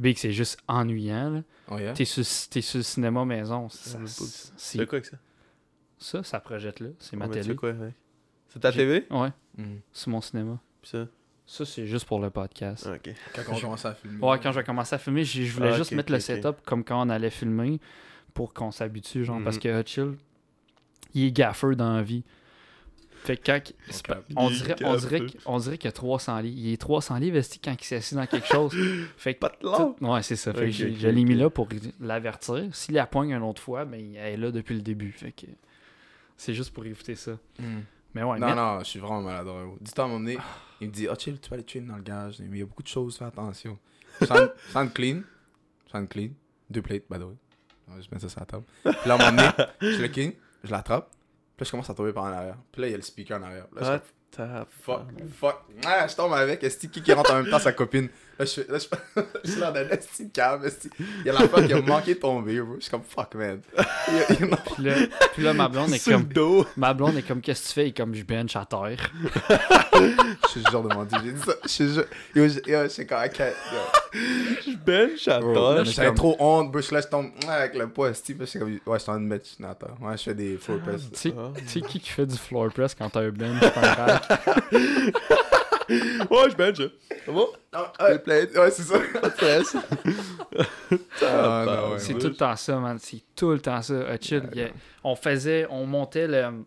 S1: Big, c'est juste ennuyant, là.
S2: Oh yeah?
S1: T'es sur, t'es sur le cinéma maison. Ça,
S3: même pas dit ça.
S1: c'est-
S3: C'est quoi que ça?
S1: ça, ça projette là. C'est ma
S3: Ouais, mais tu sais
S1: télé.
S3: quoi, ouais. C'est ta
S1: J'ai-
S3: TV?
S1: Ouais,
S2: Mm.
S1: c'est mon cinéma.
S3: Pis ça?
S1: Ça, c'est juste pour le podcast.
S3: Ok.
S2: Quand on commence à filmer.
S1: Ouais, quand j'ai commencé à filmer, j'ai- je voulais
S3: Ah,
S1: juste
S3: ok,
S1: mettre
S3: ok,
S1: le
S3: ok.
S1: setup comme quand on allait filmer pour qu'on s'habitue, genre,
S3: Mhm.
S1: parce que Hutchill, il est gaffeux dans la vie. Fait que quand. qu- c'est pas-
S2: capte.
S1: On
S3: Il est
S1: dirait, on, dirait,
S3: gaffeux.
S1: qu- on dirait qu'il y a 300 livres. Il est 300 livres, esti, quand il s'assied dans quelque chose. Fait que
S3: Pas de
S1: Tout- Ouais, c'est ça. Fait que
S3: Ok,
S1: j'ai-
S3: ok,
S1: je l'ai mis
S3: ok.
S1: là pour l'avertir. S'il la poigne une autre fois, ben, elle est là depuis le début. Fait que c'est juste pour éviter ça.
S2: Mm.
S1: Mais ouais,
S2: Non,
S1: mais-
S2: non, je suis vraiment maladroit. Du temps à un moment donné, il me dit Ah, chill, tu peux aller chill dans le garage, mais il y a beaucoup de choses, fais attention. Sound, sound clean. Sound clean. Deux plates, by the way. Ouais, Je mets ça sur la table. Puis là, à un moment donné, je le clean, je l'attrape. Puis là, je commence à tomber par en arrière. Puis là, il y a le speaker en arrière. Là, je
S3: Ah,
S2: fais,
S3: ta fuck.
S2: Fuck, fuck. Ah, je tombe avec Esti qui, qui rentre en même temps sa copine. Là, je suis là, je, fais- je suis là dans Esti calme. Esti. Il y a l'enfant qui a manqué de tomber, bro. Je suis comme fuck, man. Il y a- il y a- non.
S1: Puis là, puis là, ma blonde est
S3: Sur le
S1: comme.
S3: dos.
S1: Ma blonde est comme, qu'est-ce que tu fais? Et comme, je bench à terre.
S2: Je suis genre demandé, j'ai dit ça. Je suis genre. Yo, je- yo, je suis comme. ok, yo.
S3: Je bench à
S2: Bro,
S3: terre.
S1: je suis
S2: J'avais
S1: comme-
S2: trop honte, bro. Je suis là, je tombe ouais, avec le poids, Esti. Puis je suis comme. Ouais, je suis en train de mettre je suis en terre. Ouais, je fais des floor press.
S1: Tu sais-
S3: Ah.
S1: tu sais qui, qui fait du floor press quand t'as un bench sur un rack?
S3: ouais, je bench.
S2: C'est bon?
S1: Ah,
S2: ouais, ouais, c'est ça.
S3: Pas de stress. bah
S2: Ah, non, ouais,
S1: C'est
S2: ouais.
S1: tout le temps ça, man. C'est tout le temps ça. Euh, chill, il y a- on faisait, on montait le,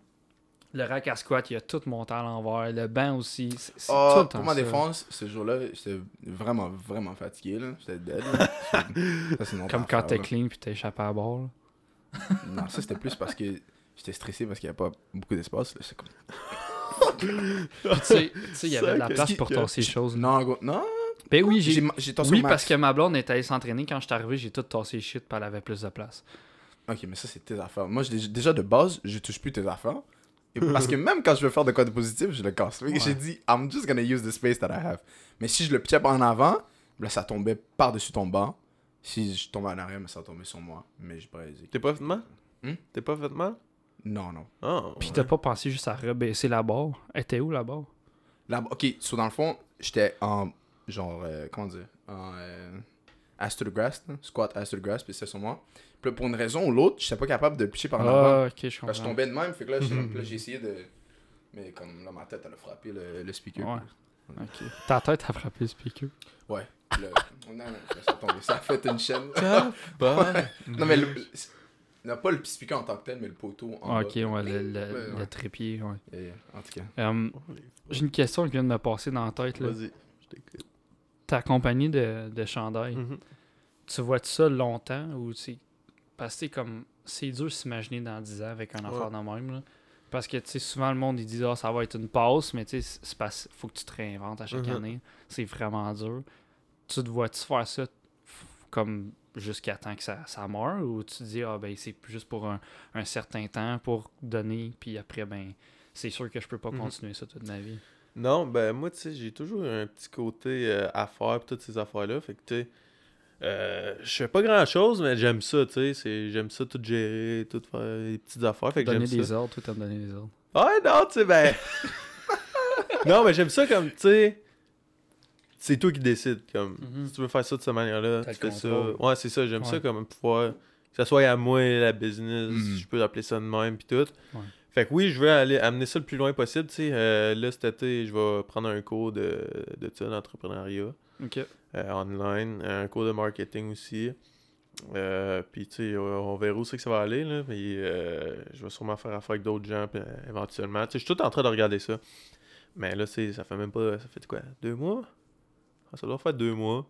S1: le rack à squat, il y a tout monté à l'envers. Le banc aussi. C'est c'est
S2: Ah,
S1: tout le temps
S2: pour ma
S1: ça.
S2: défense, ce jour-là, j'étais vraiment, vraiment fatigué. là. J'étais dead. là. Ça, c'est une autre
S1: Comme quand
S2: affaire,
S1: t'es
S2: là.
S1: clean puis t'es échappé à bord. là.
S2: Non, ça, c'était plus parce que j'étais stressé parce qu'il n'y a pas beaucoup d'espace. là. J'étais comme,
S1: Puis tu sais- tu sais, il y avait de la
S3: Sac-
S1: place pour tasser les choses.
S2: Non, gros, non.
S1: Ben oui, j'ai
S2: J'ai j'ai tassé
S1: Oui,
S2: au max.
S1: parce que ma blonde est allée s'entraîner. Quand je suis arrivé, j'ai tout tassé shit, puis elle avait plus de place.
S2: Ok, mais ça, c'est tes affaires. Moi, je- déjà de base, je touche plus tes affaires. Et parce que même quand je veux faire de quoi de positif, je le casse. Fait que J'ai dit, I'm just gonna use the space that I have. Mais si je le pichais en avant, là, ça tombait par-dessus ton banc. Si je tombais en arrière, mais ça tombait sur moi. Mais j'ai pas hésité.
S3: T'es pas fait mal?
S2: Hmm?
S3: T'es pas fait mal?
S2: Non, non.
S3: Oh.
S1: Puis t'as pas pensé juste à rebaisser la barre Elle était où la barre
S2: Là, ok, so dans le fond, j'étais en. Genre, euh, comment dire En. Euh, ass to the grass, là, squat ass to the grass, puis c'est sur moi. Puis là, pour une raison ou l'autre, j'étais pas capable de picher par en avant.
S1: Ah, ok, je
S2: Parce que je
S1: comprends.
S2: tombais de même, fait que là, j'ai- là, j'ai essayé de. Mais comme là, ma tête, elle a frappé le, le speaker.
S1: Ouais. Ok. Ta tête a frappé le speaker.
S2: Ouais. Le- Non, non, ça a tombé. Ça a fait une chaîne.
S3: Bye.
S2: non, mais le. Non, pas le speaker en tant que tel, mais le poteau en
S1: Ah, ok, ouais, le, le-
S2: Ouais, ouais.
S1: le trépied, ouais.
S2: bas. Et, en tout cas.
S1: Hum, J'ai une question qui vient de me passer dans la tête. Là.
S3: Vas-y, je t'écoute.
S1: Ta compagnie de, de chandail,
S3: Mhm.
S1: tu vois-tu ça longtemps ou tu Parce que c'est comme. C'est dur de s'imaginer dans 10 ans avec un enfant de même. Là. Parce que tu sais, souvent le monde il dit Ah, ça va être une pause, mais tu sais, c'est parce faut que tu te réinventes à chaque
S3: Mhm.
S1: année. C'est vraiment dur. Tu te vois-tu faire ça f- comme jusqu'à temps que ça, ça meure ou tu te dis Ah, ben c'est juste pour un, un certain temps pour donner, puis après, ben c'est sûr que je peux pas
S3: Mhm.
S1: continuer ça toute ma vie.
S3: Non, ben moi, tu sais, j'ai toujours eu un petit côté euh, affaires pis toutes ces affaires-là. Fait que, tu sais, euh, je fais pas grand-chose, mais j'aime ça, tu sais. c'est- J'aime ça tout gérer, tout faire les petites affaires. Fait que j'aime
S1: Donner
S3: ça.
S1: des ordres, toi, t'aimes donner des ordres.
S3: Ouais, non, tu sais, ben. non, mais j'aime ça comme, tu sais. C'est toi qui décides. Comme,
S1: Mhm.
S3: Si tu veux faire ça de cette manière-là,
S1: T'as
S3: tu
S1: le
S3: fais ça.
S1: contrôle.
S3: Ouais, c'est ça, j'aime ça
S1: Ouais.
S3: comme pouvoir. Que ça soit à moi, la business,
S2: Mhm.
S3: je peux appeler ça de même, puis tout.
S1: Ouais.
S3: Fait que oui, je veux aller amener ça le plus loin possible. Tu sais, Euh, là, cet été, je vais prendre un cours de, de ça, d'entrepreneuriat
S1: Ok.
S3: euh, online, un cours de marketing aussi. Euh, puis, tu sais, euh, on verra où c'est que ça va aller, là. Puis, euh, je vais sûrement faire affaire avec d'autres gens, puis, euh, éventuellement. Tu sais, je suis tout en train de regarder ça. Mais là, c'est, ça fait même pas. Ça fait quoi Deux mois Ah, Ça doit faire deux mois.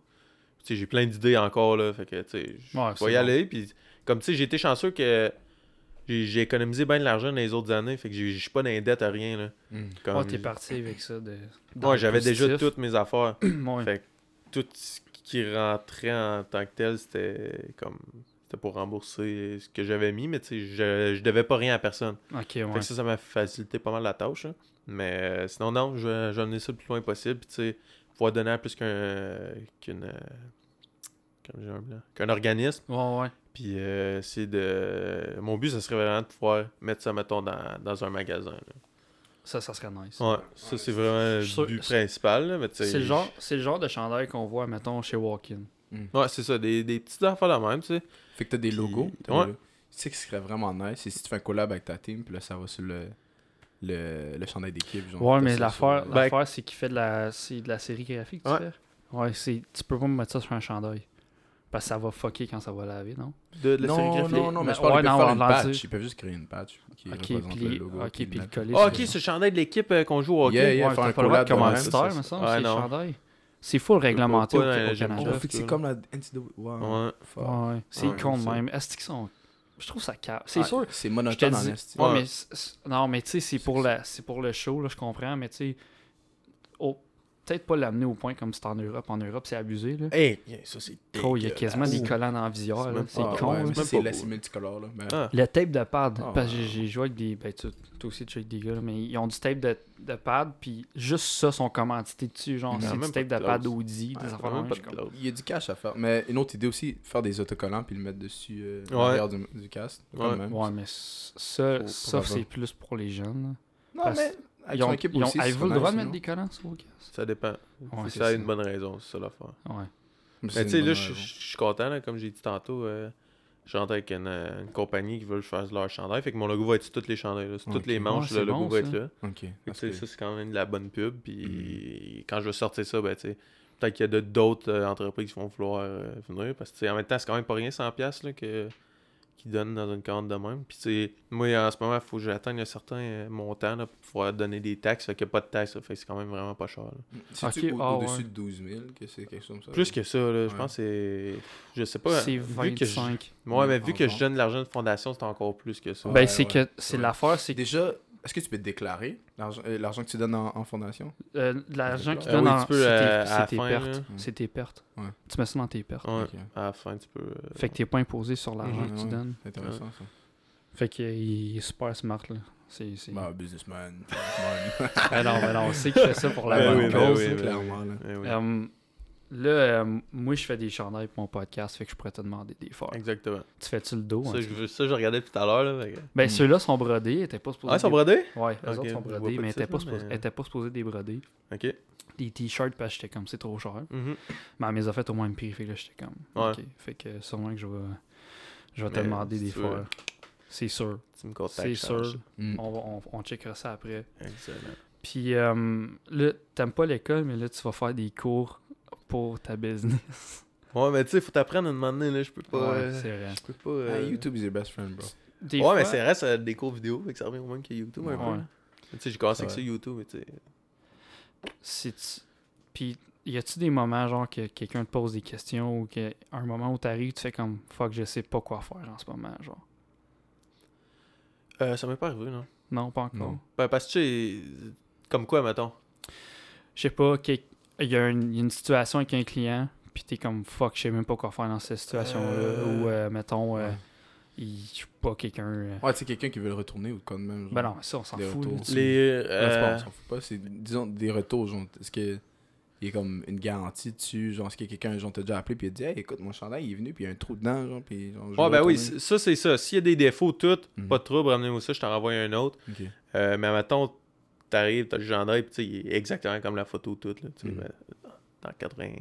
S3: Tu sais, j'ai plein d'idées encore, là. Fait que, tu sais, je
S1: Ouais,
S3: je
S1: c'est
S3: vais y
S1: bon.
S3: aller. Puis, comme tu sais, j'ai été chanceux que. J'ai, j'ai économisé bien de l'argent dans les autres années, fait que j'ai- je suis pas dans les dettes à rien. Là. Comme,
S1: Ouais, Ah, t'es parti avec ça. De, dans
S3: Ouais,
S1: le
S3: j'avais déjà
S1: positif.
S3: toutes mes affaires
S1: Ouais.
S3: Fait tout ce qui rentrait en tant que tel, c'était comme c'était pour rembourser ce que j'avais mis, mais tu sais, je, je devais pas rien à personne.
S1: Ok,
S3: Fait
S1: ouais.
S3: que ça, ça m'a facilité pas mal la tâche. hein. Mais euh, sinon, non, je, je vais amener ça le plus loin possible. Puis tu sais, pouvoir donner à plus qu'un euh, qu'une euh, comme j'ai un blanc, qu'un organisme.
S1: Ouais, ouais.
S3: Puis euh, c'est de. Mon but, ce serait vraiment de pouvoir mettre ça, mettons, dans, dans un magasin. là.
S1: Ça, ça serait nice.
S3: Ouais, ça, c'est vraiment
S1: Je suis sûr-
S3: le but principal. là, mais tu sais,
S1: C'est le, genre, c'est le genre de chandail qu'on voit, mettons, chez Walkin.
S3: Ouais, c'est ça, des, des petites affaires la même, tu sais.
S2: Fait que t'as des
S3: Puis-
S2: logos. t'as
S3: ouais.
S2: des logos. Tu sais que ce serait vraiment nice, c'est si tu fais un collab avec ta team, puis là, ça va sur le. Le, le chandail d'équipe. genre,
S1: Ouais,
S2: t'as
S1: mais
S2: ça sur
S1: l'affaire,
S2: le-
S3: Ben-
S1: l'affaire c'est qu'il fait de la, c'est de la série graphique, tu
S3: Ouais.
S1: fais. Ouais, c'est, tu peux pas me mettre ça sur un chandail. Parce que ça va fucker quand ça va laver, non?
S3: De, de la
S2: Non,
S3: sérigraphie.
S2: non, non, mais
S1: Mais-
S2: je parle
S1: ben, ouais,
S2: de
S1: non,
S2: faire
S1: on
S2: une
S1: l'a
S2: patch.
S1: dit.
S2: Ils peuvent juste créer une patch qui
S1: ok,
S2: représente
S1: puis,
S2: le
S1: les-
S2: logo.
S1: ok,
S2: puis
S1: puis le
S2: la-
S1: coller.
S3: Ah,
S1: sur-
S3: ok, c'est le chandail de l'équipe euh, qu'on joue au hockey.
S2: Yeah,
S1: Ouais,
S2: yeah, faire
S1: t'as
S2: un
S1: pas le droit
S2: collab.
S1: de
S2: ouais,
S1: commenter
S2: ça,
S1: star,
S2: ça,
S1: me
S2: ça.
S1: semble,
S3: Ouais,
S1: c'est
S3: non.
S1: chandail. C'est full réglementé au,
S3: pas dans
S1: au
S3: le Japon.
S2: Oh,
S1: Canada.
S3: Ouais,
S2: fait que
S3: ça.
S2: c'est comme la NCAA. Wow.
S3: Ouais.
S2: Fuck.
S1: Ouais, c'est
S3: Ouais,
S1: con
S3: c'est
S1: de
S3: ça.
S1: même. Est-ce qu'ils sont... Je trouve ça cap. C'est
S2: Ouais,
S1: sûr,
S2: C'est
S1: Je
S2: monotone
S1: te
S2: en
S1: dis-
S2: esti.
S1: Ouais,
S3: Ouais.
S1: mais c'est- c'est- non, mais tu sais, c'est pour, la- c'est pour le show, là, je comprends, mais tu sais, au- peut-être pas l'amener au point comme c'est en Europe. En Europe, c'est abusé, là.
S3: Hey, yeah, ça c'est.
S1: Trop, il y a
S3: dégueulasse.
S1: quasiment des
S3: Ouh.
S1: collants dans la visière,
S3: C'est
S1: là.
S3: même
S1: C'est
S2: Ah,
S1: con, hein.
S2: ouais,
S1: là.
S2: mais
S3: c'est même
S2: C'est
S3: pas
S2: la
S3: beau.
S2: multicolore, là. mais-
S3: Ah.
S1: Le tape de pad,
S2: Ah,
S1: parce que
S2: ouais.
S1: j'ai- j'ai joué avec des. Ben, tu- toi aussi, tu joues avec des gars, là, mais ils ont du tape de, de pad, puis juste ça, sont commandités dessus. Genre,
S3: Ouais,
S1: c'est
S3: même
S1: du
S3: pas
S1: tape
S3: de
S1: de pad
S3: clothes.
S1: Audi,
S2: Ouais,
S1: des affaires de
S3: Vraiment
S1: même,
S3: pas
S1: je
S3: de
S1: suis comme-
S3: cloud.
S2: Il y a du cash à faire. Mais une autre idée aussi, faire des autocollants puis le mettre dessus euh,
S3: Ouais.
S2: l'arrière du, du casque.
S3: Ouais.
S2: Comme, hein.
S1: Ouais, mais c- ça,
S2: Faut-
S1: ça,
S2: faut
S1: c'est plus pour les jeunes.
S2: Non,
S1: parce-
S2: mais
S1: là.
S2: avec
S1: Ils ont,
S2: son
S1: ils
S2: équipe
S1: ont-
S2: aussi.
S1: avez-vous le droit de mettre des collants sur vos casques?
S3: Ça dépend.
S1: Ouais,
S3: si
S1: c'est
S3: ça a
S1: ça.
S3: une bonne raison, c'est ça l'affaire.
S1: Ouais.
S3: Mais tu sais, là, je je suis content, là, comme j'ai dit tantôt. euh, J'entends avec une, euh, une compagnie qui veut faire leur chandail. Fait que mon logo va être sur toutes les chandails. là. Sur toutes
S2: Ok.
S3: les manches,
S1: Ah,
S3: le
S1: c'est
S3: logo
S1: bon,
S3: va être
S1: ça.
S3: là.
S2: Ok.
S3: Fait que,
S2: parce
S3: tu sais,
S2: que- Mm.
S3: ça, c'est quand même de la bonne pub. Puis quand je vais sortir ça, ben, tu sais, peut-être qu'il y a de- d'autres euh, entreprises qui vont vouloir euh, venir. Parce que, tu sais, en même temps, c'est quand même pas rien 100$ là, que qu'ils donnent dans une commande de même. Puis, tu sais, moi, en ce moment, il faut que j'atteigne un certain euh, montant là, pour pouvoir donner des taxes. Fait qu'il n'y a pas de taxes. là. Fait que c'est quand même vraiment pas cher. là.
S2: C'est-tu
S1: Ok,
S2: au-
S1: ah,
S2: au-dessus
S1: ouais.
S2: de 12 000 que c'est quelque chose comme ça?
S3: Plus que ça, là, je
S2: Ben Ouais.
S3: pense que c'est. Je sais pas.
S1: c'est
S3: vu que je-
S1: 25.
S3: Ouais, mais vu
S2: Encore.
S3: que je donne de l'argent de fondation, c'est encore plus que ça.
S2: Ouais,
S1: ben, c'est
S2: ouais,
S1: que c'est
S2: ouais.
S1: l'affaire, c'est que
S2: Déjà, est-ce que tu peux te déclarer l'argent euh, l'argent que tu donnes en, en fondation?
S1: euh, de
S2: Ah
S1: l'argent que tu
S3: Euh,
S1: donnes
S3: oui,
S1: en.
S3: tu peux,
S1: c'est tes-
S3: euh, à
S1: c'est
S3: la
S1: tes,
S3: fin,
S1: pertes.
S3: là.
S1: C'est tes pertes.
S2: Ouais.
S1: Tu mets ça dans tes pertes.
S3: Ouais,
S2: Ok.
S3: à la fin, tu peux. euh,
S1: Fait que t'es pas imposé sur l'argent
S2: Mhm.
S1: que tu
S2: Ouais.
S1: donnes.
S2: C'est intéressant ça.
S1: Fait qu'il il est super smart, là. C'est. c'est-
S2: Bah, businessman. businessman.
S1: Ben non, ben non, on sait qu'il fait ça pour la
S2: Ben
S1: bonne
S2: oui, ben
S1: cause. hein.
S2: oui,
S1: là.
S2: ben clairement, là.
S3: eh oui.
S1: Euh, là, euh, moi, je fais des chandails pour mon podcast, fait que je pourrais te demander des faire.
S3: Exactement.
S1: Tu fais-tu le dos? hein,
S3: Ça,
S1: tu-
S3: je, veux- ça, je regardais tout à l'heure. Là, fait que-
S1: Ben,
S2: Hmm.
S1: ceux-là sont brodés, ils étaient pas supposés.
S3: Ah, ils sont
S1: des-
S3: brodés?
S1: Ouais, eux
S3: Ok,
S1: autres sont
S3: je vois
S1: brodés, mais
S3: pas de
S1: ils étaient
S3: titre,
S1: pas, supposés-
S3: mais-
S1: étaient pas supposés des brodés.
S3: Ok.
S1: Les t-shirts, parce que j'étais comme, c'est trop cher.
S3: Mhm.
S1: Mais elle me les a fait au moins me prix, fait que là, j'étais comme,
S3: Ouais.
S1: ok. Fait que sûrement que je vais, je vais te
S3: Mais
S1: demander
S3: si
S1: des
S3: tu veux.
S1: fois. C'est sûr,
S3: Tu me contactes.
S1: c'est
S3: je change
S1: sûr.
S2: Mm.
S1: On, va- on, on checkera ça après.
S3: ça. Excellent.
S1: Puis euh, là, t'aimes pas l'école, mais là, tu vas faire des cours pour ta business.
S3: Ouais, mais tu sais, faut t'apprendre à demander. Là, je peux pas.
S1: Ouais,
S3: euh,
S1: c'est vrai.
S3: je peux pas. euh,
S2: Hey, Ah, YouTube is your best friend, bro.
S1: Des
S3: ouais, mais
S1: fois-
S3: c'est reste euh, des cours vidéo. Fait que ça revient au même que YouTube un peu.
S1: Ouais.
S3: là. Tu sais, j'ai commencé
S2: Ça
S3: avec
S2: va.
S3: ça YouTube. Mais tu sais.
S1: Si tu- Puis, y a-tu des moments, genre, que quelqu'un te pose des questions ou que un moment où t'arrives, tu fais comme fuck, je sais pas quoi faire en ce moment, genre.
S3: Euh, ça m'est pas arrivé, non?
S1: Non, pas encore.
S2: Non.
S3: Ben, parce que tu sais, comme quoi, mettons.
S1: Je sais pas, qu'il y, a une y a une situation avec un client, puis t'es comme fuck, je sais même pas quoi faire dans cette situation-là.
S3: Euh,
S1: Ou, euh, mettons, euh,
S2: ouais.
S1: il- je suis pas quelqu'un. euh,
S2: Ouais, c'est quelqu'un qui veut le retourner ou quand même. genre.
S1: Ben non, mais ça, on s'en
S2: Des
S1: fout. là,
S2: retours.
S1: tu-
S3: Les.
S2: Ouais, c'est pas-
S3: euh,
S2: on s'en fout pas. C'est, disons, des retours, genre, est-ce que il y a comme une garantie dessus, genre, est-ce que quelqu'un, genre, t'a déjà appelé puis il a dit, hey, écoute, mon chandail, il est venu puis il y a un trou dedans, genre, puis genre, je vais
S3: Ouais, ben oui,
S2: retourner.
S3: c- ça, c'est ça. S'il y a des défauts, tout,
S2: Mhm.
S3: pas de trouble, ramenez-moi ça, je t'en renvoie un autre.
S2: Ok.
S3: Euh, mais mettons, t'arrives, t'as le gendarme, pis tu sais, il est exactement comme la photo toute. Là, tu sais,
S2: Mhm.
S3: ben, dans 80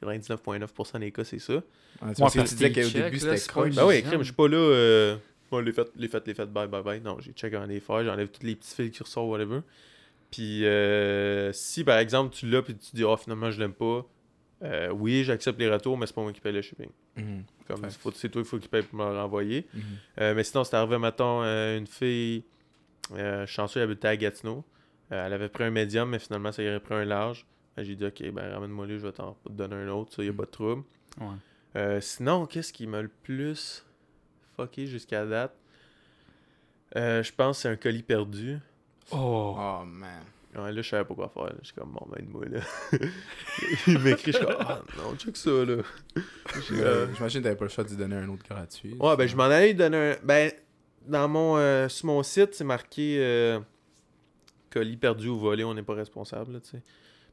S3: 99,9% des cas, c'est ça.
S2: Ah, tu vois,
S1: Ouais,
S2: si tu
S1: parce
S2: disais
S1: qu'il
S2: qu'au
S1: check,
S2: début,
S1: là,
S2: c'était
S1: c'est pas
S2: croche.
S1: une-
S3: Ben oui,
S1: Deuxième.
S3: crime, je suis pas là. Euh, bon, les fêtes, les fêtes, les fêtes, bye, bye, bye. Non, j'ai check un des frères, j'enlève tous les petits fils qui ressortent, whatever. Puis euh, si par exemple, tu l'as, puis tu dis, oh, finalement, je l'aime pas, euh, oui, j'accepte les retours, mais c'est pas moi qui paye le shipping.
S2: Mhm,
S3: Comme,
S2: Facts.
S3: faut- c'est toi, il faut qu'il paye pour me le renvoyer.
S2: mhm.
S3: Euh, mais sinon, c'est arrivé, mettons, euh, une fille euh, chanceuse, elle habitait à Gatineau. Euh, elle avait pris un médium, mais finalement, ça y aurait pris un large. Euh, J'ai dit, OK, ben ramène-moi le, je vais t'en donner un autre, ça, y a pas de trouble.
S1: Ouais.
S3: Euh, sinon, qu'est-ce qui m'a le plus fucké jusqu'à date Euh, Je pense que c'est un colis perdu.
S1: Oh,
S2: Oh, man.
S3: Ouais, là, je savais pas quoi faire. là. Je suis comme, bon, ben, aide-moi, là. Il m'écrit, je suis comme, ah non, check ça, là. J'ai,
S2: Euh,
S3: euh,
S2: J'imagine que t'avais pas le choix de lui donner un autre gratuit.
S3: Ouais, ben je m'en allais donner un. Ben, dans mon, euh, sur mon site, c'est marqué euh, colis perdu ou volé, on n'est pas responsable, là, tu sais.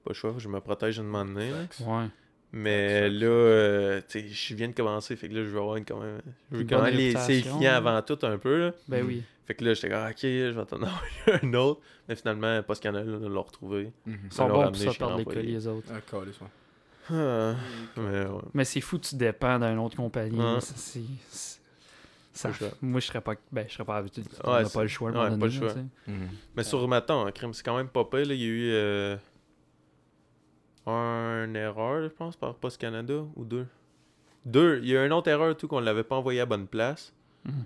S3: Pas le choix, je me protège de m'en donner. là.
S1: ouais.
S3: Mais là, euh, tu sais, je viens de commencer, fait que là, je veux avoir une, quand même. Je veux
S1: Une
S3: quand
S1: bonne
S3: même les, ses
S1: réputation,
S3: clients
S1: là.
S3: avant tout, un peu, là.
S1: Ben
S2: Mhm.
S1: oui.
S3: Fait que là, j'étais comme, ok, je vais attendre un autre. Mais finalement, pas ce qu'on a, là, de l'a retrouvé.
S2: Mhm.
S1: Ils sont bons
S3: leur
S1: pour
S3: ramener,
S1: ça,
S3: je
S1: perdre les
S3: l'ai
S1: colis, les autres.
S2: Ah, calisse-moi.
S3: Ah, mais ouais.
S1: Mais c'est fou, tu dépends d'une autre compagnie.
S3: Ouais.
S1: Ça, c'est- c'est- ça-
S3: Pas le choix.
S1: moi, je serais pas, ben, je serais pas habitué. On
S3: Ouais,
S1: n'a
S3: c'est-
S1: pas le choix. à un
S3: ouais,
S1: moment
S3: pas le
S1: donné, là,
S3: choix.
S1: tu sais.
S2: Mhm.
S3: Mais sur Maton, hein, crime, c'est quand même pas pire. là. Il y a eu euh, un erreur, je pense, par Post Canada ou deux. Deux. Il y a une autre erreur tout qu'on l'avait pas envoyé à bonne place.
S1: Mhm.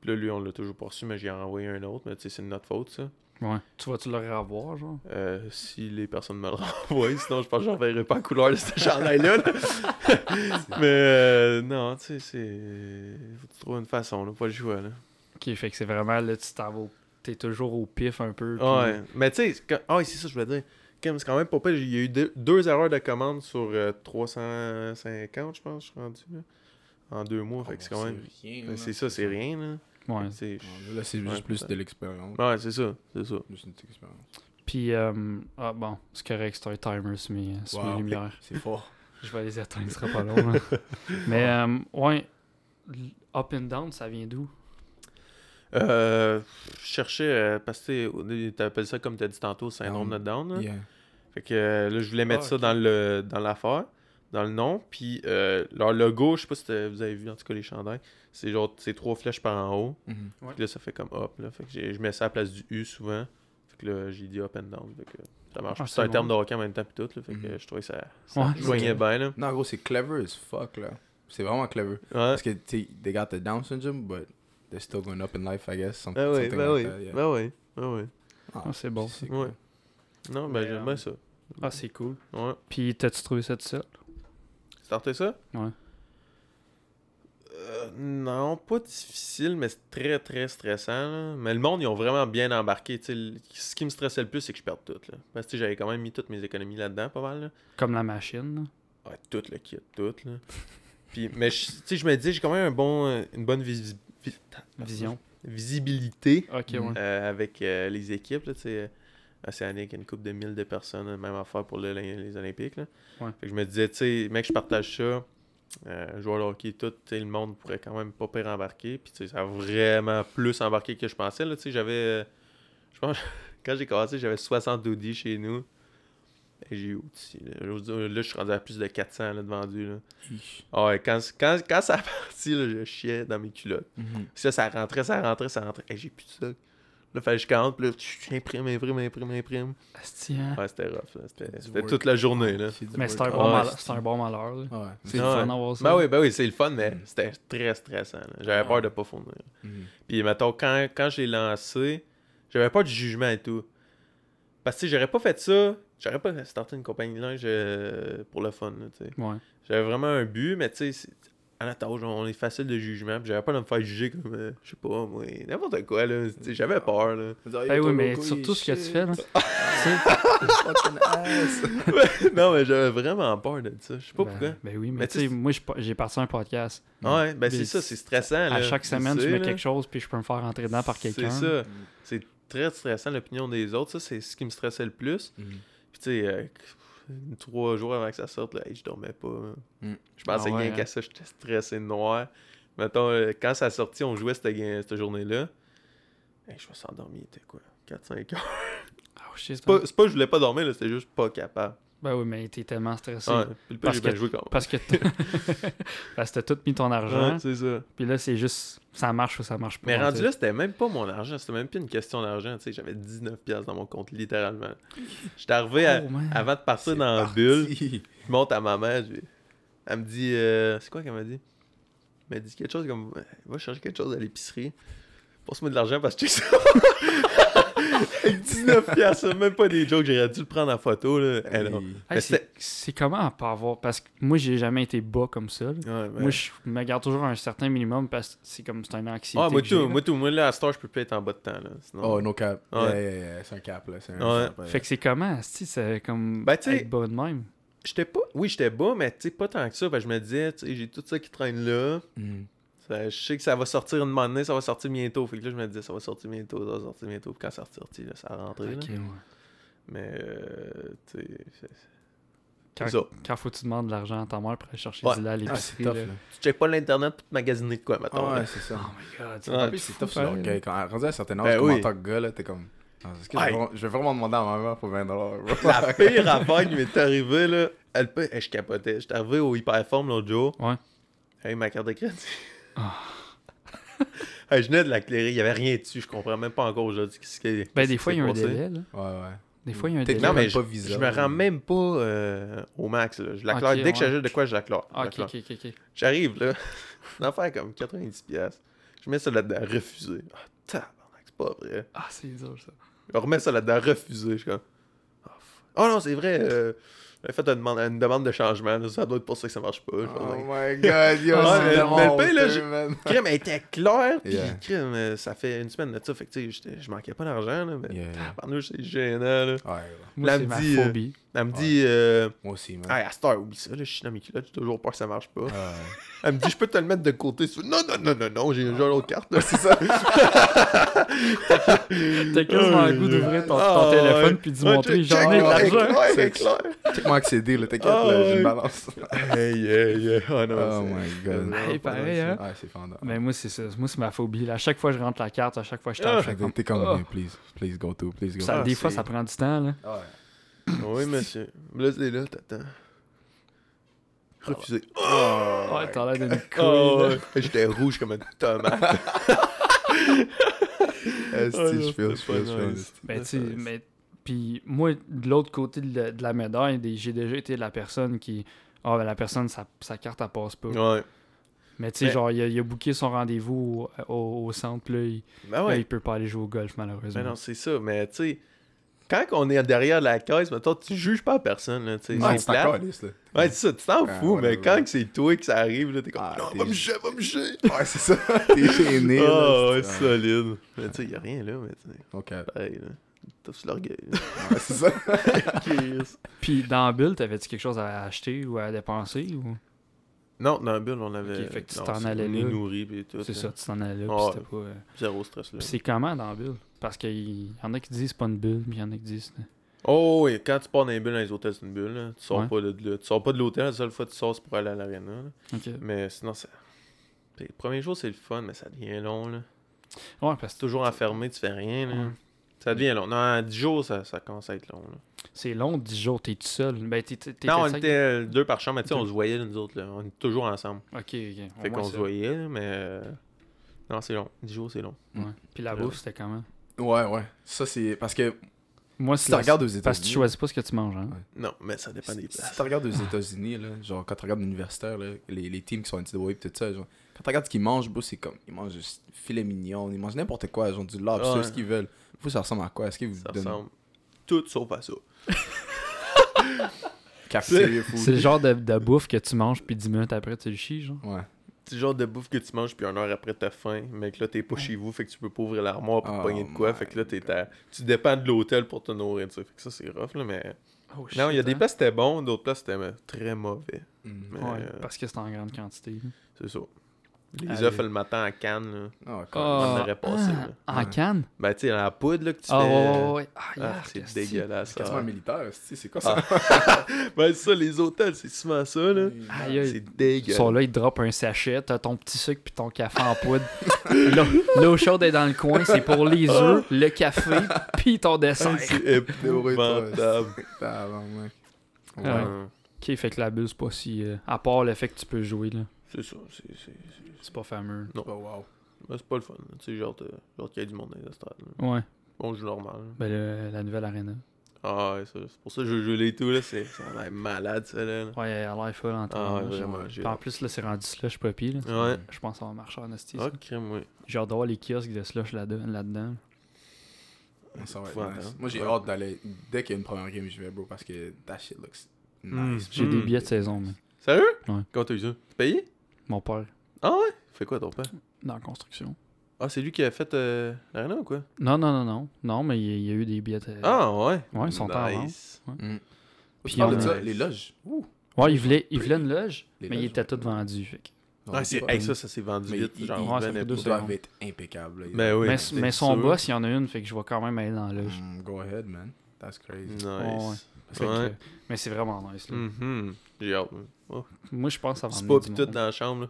S3: Puis là, lui, on l'a toujours pas reçu, mais j'ai renvoyé un autre. Mais tu sais, c'est de notre faute, ça.
S1: Ouais. Tu vas-tu le revoir, genre?
S3: Euh, si les personnes me le renvoient, sinon je pense que j'enverrai pas la couleur de ce chandail-là. là. mais euh, non, tu sais, c'est. Faut que tu trouves une façon, là, pas le choix, là.
S1: Ok, fait que c'est vraiment là, tu t'en vas. au- T'es toujours au pif un peu. puis-
S3: Ouais, mais tu sais, c'est quand- ah, oui, c'est ça, que je voulais dire. Comme, C'est quand même pas pire. Il y a eu deux, deux erreurs de commande sur euh, 350, je pense, je suis rendu. là, en deux mois,
S2: Oh,
S3: fait que c'est
S2: bon,
S3: quand même.
S2: rien,
S3: mais
S2: là.
S3: C'est ça, c'est rien, là.
S1: Ouais.
S3: C'est-
S2: Là, c'est
S3: Ouais,
S2: juste plus
S3: peut-être.
S2: de l'expérience.
S3: Ouais, c'est ça, c'est ça.
S2: Juste une petite expérience.
S1: Puis, euh, ah bon, c'est correct, c'est un timer sur mes, sur mes
S2: Wow.
S1: lumières.
S2: C'est fort.
S1: Je vais les éteindre, ce sera pas long. hein. Mais, euh, ouais, l- up and down, ça vient d'où?
S3: Euh, je cherchais, euh, parce que tu sais, au début, t'appelles ça comme t'as dit tantôt, syndrome
S2: Down.
S3: de Down. là.
S2: Yeah.
S3: Fait que euh, là, je voulais mettre
S1: Ah,
S3: ça
S1: ok.
S3: dans le dans l'affaire, dans le nom. Puis euh, leur logo, je sais pas si t'as- vous avez vu en tout cas les chandails, c'est genre c'est trois flèches par en haut.
S2: Mhm.
S3: Puis là, ça fait comme up. Là. Fait que j'ai- je mets ça à la place du U souvent. Fait que là, j'ai dit up and down. Fait que ça marche.
S1: Ah,
S3: c'est un
S1: c'est
S3: terme de hockey en même temps. Puis tout. là. fait que
S2: Mhm.
S3: je trouvais que ça, ça
S1: Ouais.
S3: joignait
S2: Ok.
S3: bien. Là.
S2: Non, en gros, c'est clever as fuck, là. C'est vraiment clever.
S3: Ouais.
S2: Parce que, tu sais, they got the Down syndrome, but they're still going up in life, I guess. Some-
S3: Ben oui,
S2: something
S3: ben oui.
S2: like that, yeah.
S3: Ben oui. Ben oui.
S2: Ah,
S1: Ah, c'est bon.
S2: c'est
S3: Ouais.
S2: cool.
S3: Non, ben
S4: Mais,
S3: j'aime
S4: euh,
S3: bien ça.
S1: Ah, c'est cool.
S3: Ouais.
S1: Puis, t'as-tu trouvé ça tout seul?
S3: Starter ça?
S1: Ouais.
S3: Euh, non, pas difficile, mais c'est très très stressant. là. Mais le monde, ils ont vraiment bien embarqué. tu sais. Le- Ce qui me stressait le plus, c'est que je perde tout. Là. Parce que tu sais, j'avais quand même mis toutes mes économies là-dedans, pas mal. Là.
S1: Comme la machine, là.
S3: Ouais, tout le kit, tout. Là. Puis, mais je- tu sais, je me dis, j'ai quand même un bon, euh, une bonne visi- vi-
S1: Vision.
S3: visibilité
S1: Ok,
S2: Mhm.
S1: ouais.
S3: euh, avec euh, les équipes. Là, tu sais, euh, Océanique, une coupe de 1000 de personnes, euh, même affaire pour le- les Olympiques. Là.
S1: Ouais.
S3: Fait que je me disais, tu sais, mec, je partage ça. Euh, joueur de hockey, tout, tu sais, le monde pourrait quand même pas pire embarquer. Puis, tu sais, ça a vraiment plus embarqué que je pensais. Là, tu sais, j'avais. euh, je pense, quand j'ai commencé, j'avais 60 Audi chez nous. Et j'ai eu aussi. Là, Aujourd'hui, euh, là, je suis rendu à plus de 400 là, de vendus. Là.
S2: Ish.
S3: Ah ouais, quand, quand, quand ça a parti, là, je chiais dans mes culottes.
S2: Mhm.
S3: Puis là, ça rentrait, ça rentrait, ça rentrait. Hey, j'ai plus de ça. Là, fallait que je compte, puis là, tch, imprime, imprime, imprime, imprime.
S1: Asti, hein?
S3: Ouais, c'était rough, là. C'était
S2: Ah. Du
S3: c'était
S2: work.
S3: toute la journée, là.
S2: C'est du
S1: Mais c'est un,
S2: workout.
S1: bon
S3: Ouais,
S1: mal-
S3: c'est-
S1: c'est un bon malheur, là.
S2: Ouais.
S1: C'est
S3: Ouais.
S1: le fun d'avoir ça.
S3: Ben oui, ben oui, c'est le fun,
S2: Mm.
S3: mais c'était très stressant. là.
S2: Ah.
S3: J'avais peur de pas fournir.
S2: Mhm.
S3: Puis, mettons, quand, quand j'ai lancé, j'avais pas de jugement et tout. Parce que tu sais, j'aurais pas fait ça, j'aurais pas starté une compagnie de linge euh, pour le fun, là, tu sais.
S1: Ouais.
S3: J'avais vraiment un but, mais tu sais, c'est- à la tâche, on est facile de jugement. Puis j'avais pas de me faire juger comme, euh, je sais pas, moi, n'importe quoi, là. Tu sais,
S2: Ah.
S3: J'avais peur, là.
S2: Vous auriez
S1: Ben
S2: ton
S1: oui, mais
S2: logo, il
S1: surtout
S2: est
S1: ce que tu
S2: Mm-hmm. shit.
S1: fais, là. ben Tu
S2: Fucking ass.
S3: Ouais, non, mais j'avais vraiment peur de ça. Je sais
S1: sais.
S3: pas
S1: Ben-
S3: pourquoi.
S1: Ben oui,
S3: Mais
S1: mais
S3: tu
S1: tu
S3: sais,
S1: sais, moi, je pa- j'ai parti un podcast.
S3: Ouais, ben c'est
S1: Mais
S3: ça, c'est stressant. là.
S1: À chaque
S3: Tu
S1: semaine,
S3: sais,
S1: je mets
S3: là.
S1: quelque chose, puis je peux me faire entrer dedans par quelqu'un.
S3: C'est ça. C'est très stressant, l'opinion des autres. Ça, c'est ce qui me stressait le plus.
S2: Mhm.
S3: Puis, tu sais, euh, trois jours avant que ça sorte, là, hey, je dormais pas. hein.
S2: Mm.
S3: Je pensais
S1: Ah ouais,
S3: rien
S1: hein.
S3: qu'à ça, j'étais stressé de noir. Mettons, euh, quand ça a sorti, on jouait cette, ga- cette journée-là. Hey, je me suis endormi, il était quoi 4-5 heures.
S1: Ah, je sais
S3: C'est pas, c'est pas que je voulais pas dormir, là, c'était juste pas capable.
S1: Ben oui, mais t'es tellement stressé.
S3: Ouais, puis le pire,
S1: parce
S3: j'ai bien
S1: que-
S3: joué quand même.
S1: Parce que t- parce que t'as tout mis ton argent,
S3: Ouais, c'est ça.
S1: puis là, c'est juste ça marche ou ça marche pas.
S3: Mais rendu
S1: tu
S3: là, c'était même pas mon argent, c'était même plus une question d'argent, tu sais, j'avais 19 pièces dans mon compte littéralement. J'étais arrivé à-
S1: sais. Oh, man.
S3: avant de partir
S2: C'est
S3: dans la
S2: parti.
S3: bulle, je monte à ma mère, je- elle me dit euh, c'est quoi qu'elle m'a dit Elle m'a dit quelque chose comme va chercher quelque chose à l'épicerie. Passe-moi de l'argent parce que j'ai ça. Avec 19 pièces, même pas des jokes, j'aurais dû le prendre en photo là. Eh non.
S2: Oui.
S1: Hey, Ah,
S3: mais
S1: c'est- c'est comment à pas avoir parce que moi, j'ai jamais été bas comme ça. là.
S3: Ouais, ben-
S1: Moi, je me garde toujours un certain minimum parce que c'est comme c'est une anxiété.
S3: Ah, moi
S1: que j'ai,
S3: tout,
S1: là.
S3: moi tout, moi là à Star, je peux plus être en bas de temps là, sinon-
S1: Ah,
S2: Oh, no cap.
S3: Ouais.
S2: Yeah, yeah, yeah, C'est un cap, là. C'est un
S3: Ouais.
S2: cap, ouais.
S1: Fait que c'est comment, si c'est comme
S3: Ben, tu sais-
S1: être bas de même.
S3: J'étais pas. Oui, j'étais bas, mais tu sais, pas tant que ça. Parce que je me disais, tu sais, j'ai tout ça qui traîne là.
S2: Mhm.
S3: Ça- je sais que ça va sortir une moment donné, ça va sortir bientôt. Fait que là, je me disais, ça va sortir bientôt, ça va sortir bientôt. Puis quand ça a sorti, là, ça a rentré. là.
S1: Ok, ouais.
S3: Mais, euh, tu sais, c'est-
S1: Quand,
S3: c'est ça.
S1: quand faut que tu demandes de l'argent à ta mère pour aller chercher
S3: Ouais.
S1: du lait à
S2: Ah, c'est
S1: l'épicerie.
S2: tough,
S1: là.
S2: là.
S3: Tu checkes pas l'internet pour te magasiner de quoi, mettons.
S2: Ah,
S3: là.
S2: ouais, c'est ça.
S1: Oh my god.
S3: Ouais.
S2: En plus, c'est tough sur l'orgueil. Quand rendu à un certain âge,
S3: Ben
S2: comme
S3: oui.
S2: en tant que gars, là, t'es comme. Ah, est-ce que je,
S3: Hey.
S2: vais vraiment, je vais vraiment demander à ma mère pour 20$. bro?
S3: La pire affaire qui m'est arrivée, là, elle peut. eh, je capotais. J'étais arrivé au Hyperform l'autre jour.
S1: Ouais.
S3: Hey, ma carte de crédit.
S1: Ah.
S3: Hey, je venais de l'éclairer, il y avait rien dessus. Je comprends même pas encore aujourd'hui ce qui
S1: Ben, des fois, il y a un
S3: délai
S1: délai. Là.
S2: Ouais, ouais.
S1: Des fois, il y a un
S2: Peut-être
S1: délai.
S3: Non, mais
S2: même
S3: je,
S2: pas Visa,
S3: je me
S2: là.
S3: rends même pas euh, au max. Là. Je la
S1: Ok,
S3: claire. Dès que
S1: ouais.
S3: j'achète de quoi, je la claire. Je la
S1: Ah, ok,
S3: claire.
S1: ok, ok. ok.
S3: J'arrive, là. Une affaire comme 90$. piastres. Je mets ça là-dedans, refusé. Ah, tabarnak, c'est pas vrai.
S1: Ah, c'est dur ça.
S3: Je remets ça là-dedans, refusé. Je suis comme. Ah, f- Oh non, c'est vrai. Euh, j'avais fait une demande, une demande de changement. là. Ça doit être pour ça que ça marche pas. Je
S2: Oh
S3: pense.
S2: my god, yo, c'est
S3: Ouais, mais- mais
S2: vraiment
S3: le pire, là,
S2: honteux,
S3: j'ai-
S2: man.
S3: Crème, elle était claire. Puis
S2: Yeah.
S3: crème, euh, ça fait une semaine de ça. Fait que tu sais, j'étais- je manquais pas d'argent. Là, mais
S2: Yeah, yeah.
S3: tabarnouche, c'est gênant. Là.
S2: Ouais, ouais.
S1: Moi,
S3: Elle
S1: c'est
S3: me
S1: ma
S3: dit, euh,
S1: phobie.
S3: Elle me dit. euh,
S2: Moi aussi, man.
S3: Hey, à cette heure, oublie ça, là, je suis dans mes culottes, j'ai toujours peur que ça marche pas.
S2: Ah, ouais.
S3: Elle me dit, je peux te le mettre de côté. Je fais, Non, non, non, non, non, j'ai déjà l'autre carte. là. Ah,
S2: C'est ça.
S1: T'as
S3: Oh,
S1: quasiment le goût d'ouvrir ton, ton téléphone puis d'y montrer j'en ai de l'argent.
S3: Ouais,
S2: C'est
S3: c'est clair.
S2: Check-moi accéder, là, t'inquiète,
S3: Ah,
S2: là, j'ai
S3: ouais.
S2: une balance.
S3: Hey, hey, hey. Oh non,
S2: Oh
S3: c'est-
S2: my god.
S3: Hey,
S2: Ouais,
S1: pareil,
S2: c'est-
S1: hein.
S2: Ouais, c'est fendant.
S1: Mais moi, c'est ça. Moi, c'est ma phobie. Là. À chaque fois que je rentre la carte, à chaque fois que je
S3: Ah,
S1: tape, je fais
S2: Fait
S1: comme-
S2: que T'es comme,
S1: Ah.
S2: yeah, please, please go to, please go
S1: Ça,
S3: Ah,
S1: des
S3: c'est-
S1: fois, ça prend du temps. Là.
S3: Ah
S2: to. Ouais.
S3: Oui, monsieur. Là, c'est là, t'attends. Refusé.
S2: Oh,
S1: Ouais, t'as l'air d'une
S3: Oh,
S1: couille. là.
S3: J'étais rouge comme une tomate.
S2: esti,
S3: Oh,
S2: je feel, je
S3: c'est
S2: feel,
S3: pas
S2: je feel,
S3: nice.
S2: esti.
S1: Ben, tu sais, mais. Puis moi, de l'autre côté de la, de la médaille, des- j'ai déjà été la personne qui. Ah, ben la personne, sa, sa carte, elle passe pas.
S3: Ouais.
S1: Mais tu sais,
S3: Mais-
S1: genre, il a, il a booké son rendez-vous au, au- au centre, là, il,
S3: Ben
S1: là,
S3: ouais.
S1: il peut pas aller jouer au golf,
S3: Mais
S1: malheureusement.
S3: non, c'est ça. Mais tu sais, quand on est derrière la caisse, maintenant tu juges pas personne. Là, tu sais,
S2: Ouais,
S3: c'est
S2: c'est
S3: plate.
S2: encore lisse, là.
S3: Ouais, c'est ça, tu t'en
S2: Ah,
S3: fous, mais
S2: whatever.
S3: quand que c'est toi que ça arrive, là, t'es comme
S2: Ah,
S3: Non,
S2: t'es-
S3: va me chier, va me chier.
S2: Ouais, c'est ça. T'es gêné,
S3: Ah,
S2: là.
S3: ouais,
S2: esti. Ouais.
S3: solide. Mais tu sais, y'a rien là, mais tu sais,
S2: Ok.
S3: pareil, là. T'as sur l'orgueil.
S2: Ouais, c'est ça.
S3: Chris.
S1: Puis dans la bulle, t'avais-tu quelque chose à acheter ou à dépenser ou...
S3: Non, dans la bulle, on avait.
S1: Ok, fait que tu
S3: non,
S1: t'en
S3: c'est-
S1: allais
S3: on est
S1: là.
S3: nourri, pis tout.
S1: C'est
S3: là.
S1: ça, tu t'en allais là, puis
S3: Ouais.
S1: c'était pas. euh,
S3: Zéro stress là.
S1: Puis c'est comment dans la bulle Parce qu'il y en a qui disent c'est pas une bulle, puis il y en a qui disent.
S3: Oh, oui, quand tu pars dans les bulles, dans les hôtels, c'est une bulle, là. Tu sors
S1: Ouais.
S3: pas de, de là. Tu sors pas de l'hôtel, la seule fois que tu sors, c'est pour aller à l'aréna. là.
S1: Ok.
S3: Mais sinon, ça. Pis Le premier jour, c'est le fun, mais ça devient long, là.
S1: Ouais, parce
S3: C'est
S1: que
S3: toujours enfermé, tu fais rien, là.
S1: Ouais.
S3: Ça devient long. Non, 10 jours, ça, ça commence à être long, là.
S1: c'est long, 10 jours, t'es tout seul. Ben, t'es. t'es- t'es-
S3: Non, on
S1: t'es-
S3: était euh, deux par chambre, mais tu sais, on se voyait là, nous autres, là. On est toujours ensemble.
S1: Ok, ok. au
S3: Fait
S1: moins
S3: qu'on se
S1: ça.
S3: voyait, là, mais. euh, Non, c'est long. 10 jours, c'est long.
S1: Ouais. Puis la
S3: Ouais.
S1: bouffe, c'était comment
S2: Ouais, ouais. Ça, c'est. Parce que
S1: Moi,
S2: si
S1: c'est.
S2: tu
S1: la-
S2: regardes aux États-Unis.
S1: Parce que tu choisis pas ce que tu manges, hein.
S2: Ouais.
S3: Non, mais ça dépend des
S2: Si si
S3: places.
S2: tu regardes aux États-Unis, là, genre quand tu regardes l'universitaire, là, les, les teams qui sont NCAA et tout ça, genre, quand tu regardes ce qu'ils mangent, bro, c'est comme ils mangent juste filet mignon, ils mangent n'importe quoi, genre du lobster,
S3: Ouais.
S2: ce qu'ils veulent. Vous, ça ressemble à quoi Est-ce que vous
S3: Ça
S2: donnez
S3: ressemble tout sauf à ça.
S1: C'est
S2: café, food
S1: le genre de, de bouffe que tu manges, puis 10 minutes après, tu le chies, genre.
S2: Ouais.
S3: C'est le genre de bouffe que tu manges, puis une heure après t'as faim, mais que là t'es pas chez vous, fait que tu peux pas ouvrir l'armoire pour te
S2: Oh
S3: pogner de quoi,
S2: my
S3: fait que là t'es à- tu dépends de l'hôtel pour te nourrir, tu sais. Fait que ça c'est rough, là, mais.
S1: Oh,
S3: Non, il y a
S1: shit,
S3: des
S1: hein.
S3: places c'était bon, d'autres places c'était euh, très mauvais.
S2: Mm.
S3: Mais
S1: Ouais,
S3: euh,
S1: parce que c'est en grande quantité. là.
S3: c'est ça. Les
S1: Allez.
S3: œufs le matin à Cannes, là,
S2: Ah, ouais,
S1: Ah,
S2: quand
S3: on en aurait passé. là.
S1: En
S2: Ouais.
S1: canne
S3: Ben, tu sais, la poudre là, que tu
S1: Ah,
S3: fais.
S1: ouais, ouais, ouais. Ah,
S3: Ah,
S1: yark,
S3: c'est
S1: esti.
S3: dégueulasse.
S2: c'est quasiment
S3: ah.
S2: militaire, c'est c'est quoi ça
S3: Ben, c'est ça, les hôtels, c'est souvent ça, Ah, là.
S2: Ah,
S1: Aïe, aïe.
S3: C'est dégueulasse.
S1: Ils sont là, ils te droppent un sachet, t'as ton petit sucre puis ton café en poudre. L'eau- L'eau chaude est dans le coin, c'est pour les œufs, le café, puis ton dessert.
S3: Hey, Ah. C'est épouvantable.
S2: Tabarnak. Ouais.
S1: Ah,
S3: Ouais.
S1: Ok, fait que la bulle, c'est pas si. euh, à part le fait que tu peux jouer, là.
S3: C'est ça, c'est- c'est- c'est-
S1: C'est pas fameux.
S2: Oh, wow.
S3: ben, c'est pas le fun. là. Tu sais, genre, t'as- genre qu'il y a du monde dans les estrades. là.
S1: Ouais.
S3: On joue normal. là.
S1: Ben, le- la nouvelle arena.
S3: Ah ouais, ça, c'est pour ça que je joue les tout, là. C'est ça a l'air malade, ça, là. là.
S1: Ouais, elle a l'air folle en temps.
S3: Ah, ouais, vraiment, j'ai
S1: En
S3: hâte.
S1: plus, là, c'est rendu slush puppy, là.
S3: Ouais. Ah,
S1: Je pense que ça va marcher en hostie. ça.
S3: Ok, moi.
S1: J'ai hâte d'avoir les kiosques de slush là- là-dedans.
S2: Ça va être
S3: Faut
S2: nice.
S3: attendre.
S2: Moi j'ai
S3: Ouais.
S2: hâte d'aller dès qu'il y a une première game, je vais bro parce que that shit looks
S3: Mm.
S2: nice.
S1: J'ai des
S3: Hmm.
S1: billets de saison, mais
S3: Sérieux?
S1: Ouais.
S3: Quand t'as eu ça? T'es payé?
S1: mon père,
S3: Ah ouais? Fais quoi ton père?
S1: dans la construction.
S3: Ah, c'est lui qui a fait euh, l'arena ou quoi?
S1: Non, non, non, non. Non, mais il y a- il y a eu des billets. de-
S3: Ah ouais.
S1: Ouais, ils sont en hein. vente.
S3: nice.
S2: Mm.
S1: Puis
S2: Tu parles
S1: on
S2: de
S1: a-
S2: ça, les loges. Ouh.
S1: Ouais, il voulait, il voulait une loge,
S2: Les
S1: mais il
S2: loges,
S1: était
S2: ouais.
S1: tout vendu. fait que-
S2: Non,
S3: Ah, c'est...
S2: pas-
S3: Hey, ça, ça s'est vendu
S2: Mais
S3: vite.
S2: il-
S3: Genre,
S2: il-
S1: Ouais, ça
S3: ben,
S1: fait
S3: ben,
S1: deux
S2: Ils
S1: secondes.
S2: doivent être impeccables. là.
S3: Ben oui.
S1: mais,
S3: c'est
S1: mais son
S3: sûr.
S1: boss, il y en a une, fait que je vais quand même aller dans la loge.
S2: Mm, go ahead, man. That's crazy.
S3: Nice.
S1: Ouais. Mm. Fait que-
S3: Ouais.
S1: mais c'est vraiment nice.
S2: Mm.
S1: là.
S3: Mhm. J'ai hâte. moi. Oh.
S1: Moi, je pense que ça va
S3: C'est
S1: emmener
S3: pas
S1: du
S3: pis tout
S1: monde.
S3: dans la chambre, là.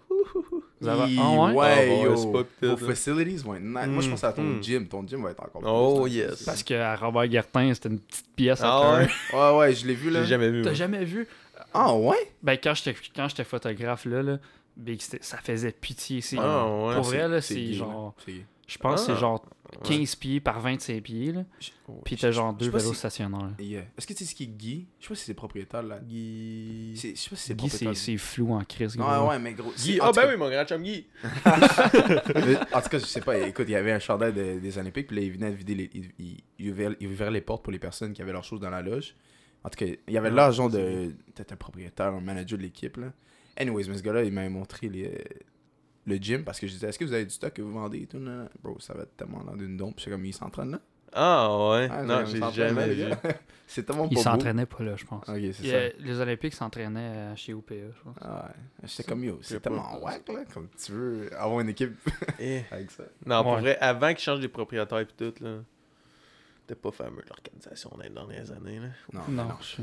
S1: Vous avez-
S2: Hi,
S1: Ah ouais?
S3: Ah ouais,
S2: yo.
S3: c'est pas p'tit,
S2: Vos
S3: là.
S2: facilities vont être nice. Moi, je pense à ton
S3: Mm, mm.
S2: gym. Ton gym va être encore
S3: Oh,
S2: nice.
S3: yes.
S1: Parce qu'à Robert Guertin, c'était une petite pièce à
S3: Ah ouais?
S1: cœur.
S2: Ouais, ouais, je l'ai vu, là.
S3: J'ai jamais vu.
S1: T'as
S3: moi.
S1: jamais vu?
S2: Ah, ouais?
S1: Ben, quand j'étais quand j'étais photographe, là, là ben, c'était- ça faisait pitié. C'est-
S3: Ah ouais.
S1: hein. Pour vrai, là,
S2: c'est
S1: c'est
S2: gay,
S1: genre.
S2: C'est gay.
S1: Je pense que
S3: Ah.
S1: c'est genre
S3: Ouais.
S1: 15 pieds par 25 pieds, là.
S2: Je-
S1: Puis t'as genre
S2: Oh, je
S1: deux
S2: sais pas
S1: vélos
S2: si-
S1: stationnaires.
S2: Yeah. Est-ce que tu sais ce qui est Guy? Je sais pas si c'est propriétaire, là.
S3: Guy.
S2: C'est- Je sais pas si c'est
S1: Guy,
S2: propriétaire.
S1: c'est c'est flou en crise,
S2: Ouais,
S1: gros.
S2: ouais, mais gros. c'est-
S3: Guy.
S2: en
S3: Ah
S2: tout
S3: ben
S2: cas-
S3: oui, mon grand chum Guy.
S2: En tout cas, je sais pas. Écoute, il y avait un chandail de- des Olympiques, puis là, il venait de vider les. Il, il- il ouvrait, il ouvrait les portes pour les personnes qui avaient leurs choses dans la loge. En tout cas, il y avait
S3: Ouais,
S2: l'argent
S3: Ah, c'est
S2: de. Peut-être un propriétaire, un manager de l'équipe, là. Anyways, mais ce gars-là, il m'avait montré les- le gym parce que je disais, est-ce que vous avez du stock que vous vendez et tout? Non, non. Bro, ça va être tellement dans une dompe. Je suis comme, il s'entraîne là.
S3: Ah ouais.
S2: Ah,
S3: non,
S2: il
S3: j'ai
S2: s'entraîne, là, le
S3: jamais vu.
S2: gars. C'est tellement
S1: Il
S2: pas beau.
S1: s'entraînait pas, là, je pense.
S2: Ok, c'est
S1: Il y
S2: ça.
S1: a- les Olympiques s'entraînaient euh, chez OPA, je pense.
S2: Ah, ouais. J'étais comme, yo,
S3: J'ai
S2: c'est
S3: pas-
S2: tellement whack, là. Comme tu veux avoir une équipe
S3: Eh.
S2: avec ça.
S3: Non, pour
S1: Ouais.
S3: vrai, avant qu'ils changent les propriétaires et tout, là, c'était pas fameux l'organisation dans les dernières années. Là.
S2: Non,
S1: Non.
S2: non. je-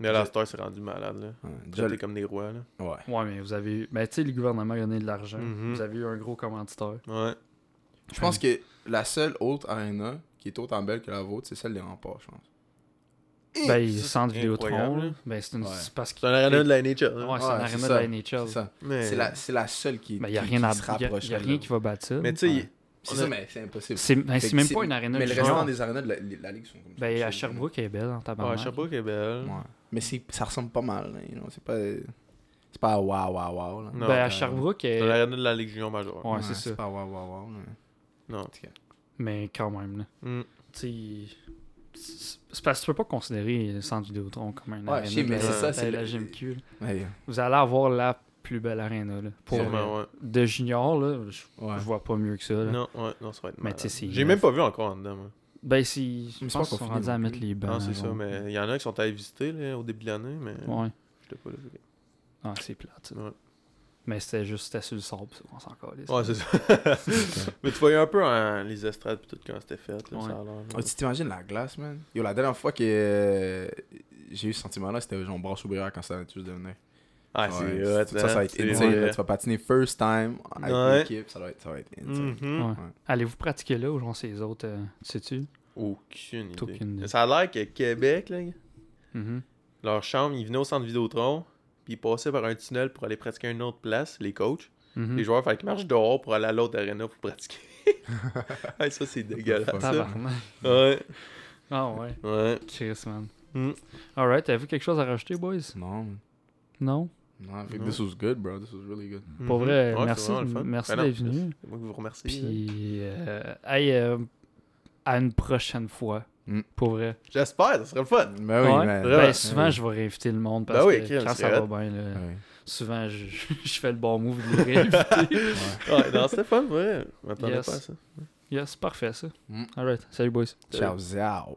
S3: Mais la star s'est rendu malade. Là.
S2: Ouais, déjà,
S3: Traité comme des rois. Là.
S2: Ouais.
S1: Ouais, mais vous avez. Ben, tu sais, le gouvernement a donné de l'argent.
S3: Mhm.
S1: Vous avez eu un gros Ben, commanditaire.
S3: Ouais.
S2: Je pense que la seule autre arena qui est autant belle que la vôtre, c'est celle des remparts, je pense.
S1: Ben, ils sentent
S3: incroyable, là.
S1: Vidéotron. Ben, c'est une...
S2: Ouais.
S1: c'est parce que.
S3: C'est un arena de la nature. hein.
S1: Ouais, c'est
S2: Ouais,
S1: un
S2: c'est
S1: aréna de
S2: ça.
S1: la NHL.
S2: C'est ça.
S3: Mais-
S2: C'est la, c'est la seule qui,
S1: Ben, il n'y a
S2: qui-
S1: rien,
S2: qui
S1: à...
S2: se
S1: y a-
S2: rapproche.
S1: y a
S2: de
S1: rien
S2: là.
S1: qui va battre ça.
S3: Mais tu sais, il-
S2: C'est
S3: on
S2: ça,
S3: a-
S2: mais c'est impossible.
S1: C'est ben,
S2: Fait
S1: c'est
S2: que
S1: même pas une aréna
S2: Mais
S1: de
S2: le
S1: junior.
S2: restant des arénas de la, la ligue sont comme
S1: Ben, à
S2: chose,
S1: Sherbrooke, elle est belle, en
S3: Ouais,
S1: tabarnak.
S3: je sais pas qu'elle est belle.
S2: Ouais. Mais c'est- ça ressemble pas mal. hein, you know, c'est pas. C'est pas waouh, waouh, waouh. là.
S3: Non,
S1: Ben, à
S3: t'as-
S1: Sherbrooke, elle-
S3: C'est un arena de la Ligue junior majeure.
S1: Ouais, c'est ça.
S2: pas waouh, waouh, waouh. là.
S3: Non.
S1: Mais quand même, là.
S3: Mm.
S1: Tu sais, il- c'est c'est parce que tu peux pas considérer le centre Vidéotron comme un
S2: Ouais, je sais, mais
S1: de
S2: c'est
S1: la-
S2: ça,
S1: de
S2: c'est
S1: la
S2: le-
S1: GMQ. là.
S2: Ouais,
S1: Vous allez avoir la plus belle aréna, là. Pour
S2: Sûrement,
S1: euh,
S3: Sûrement, ouais.
S1: de junior, là, je
S2: ouais.
S1: je vois pas mieux que ça, là.
S3: Non, ouais, non, ça va être
S1: Mais
S3: malade.
S1: tu sais, c'est
S3: J'ai
S1: neuf.
S3: même pas vu encore en dedans. moi.
S1: Ben, si.
S2: Mais
S1: Je pense
S2: c'est pas
S1: qu'ils sont
S2: confiné
S1: rendus à
S2: non
S1: mettre
S2: plus.
S1: les bancs.
S3: Non, Ah, c'est ça,
S1: avant.
S3: mais il y en a qui sont allés visiter là, au début de l'année, mais
S1: Ouais.
S3: j'étais pas là.
S1: Ah, c'est plate. ça.
S3: Ouais.
S1: Mais c'était juste, c'était sur le sable, ça, on s'en calisse.
S3: Ouais, c'est ça. mais tu voyais un peu hein, les estrades pis tout quand c'était fait. Là,
S1: Ouais.
S3: ça a l'air, là.
S2: Oh, tu t'imagines la glace, man? Yo, la dernière fois que euh, j'ai eu ce sentiment-là, c'était genre brasse ouvrière quand ça venait juste de venir.
S3: Ah, c'est
S2: Ouais,
S3: hot,
S2: Ça, ça va être
S3: hein,
S2: insane.
S3: c'est
S2: là. Tu vas patiner first time avec
S3: Ouais.
S2: l'équipe. Ça va être, ça va être insane.
S3: Mhm.
S1: Ouais. Allez-vous pratiquer là ou genre ces autres, euh, sais-tu?
S3: Aucune idée.
S1: Aucune idée.
S3: Ça a l'air que Québec, là,
S1: Mhm.
S3: leur chambre, ils venaient au centre Vidéotron, puis ils passaient par un tunnel pour aller pratiquer à une autre place, les coachs.
S1: Mhm.
S3: Les joueurs, fallait qu'ils marchent dehors pour aller à l'autre arena pour pratiquer. Hey, ça, c'est dégueulasse. ça.
S1: Tabarnak.
S3: Ouais,
S1: Ah ouais.
S3: ouais.
S1: Chris, man.
S3: Mm.
S1: Alright, avez-vous quelque chose à rajouter, boys?
S2: Non, man.
S1: Non?
S2: Non, I think
S3: Non.
S2: this was good, bro. This was really good.
S1: Pour
S3: Mhm.
S1: vrai,
S3: Ouais, c'est
S1: merci,
S3: vraiment le fun.
S1: merci
S3: Ben non,
S1: d'être venu.
S3: C'est moi qui vous remercie. hein.
S1: Puis, euh, hey, euh, à une prochaine fois.
S2: Mm.
S1: Pour vrai.
S3: J'espère, ça serait le fun.
S2: Ben oui,
S1: Ouais.
S2: man.
S3: Vraiment.
S1: Ben, souvent, je vais réinviter le monde
S3: Ben
S1: parce
S3: oui,
S1: que
S3: Chris,
S1: quand
S3: c'est
S1: ça va
S3: hot.
S1: bien, là,
S2: Ouais.
S1: souvent, je, je fais le bon move de les réinviter.
S3: Ouais, non, c'était fun, ouais. Je m'attendais
S1: Yes.
S3: pas à ça.
S1: yes, parfait, ça.
S2: Mm.
S1: Alright, salut, boys.
S2: Ciao, ciao.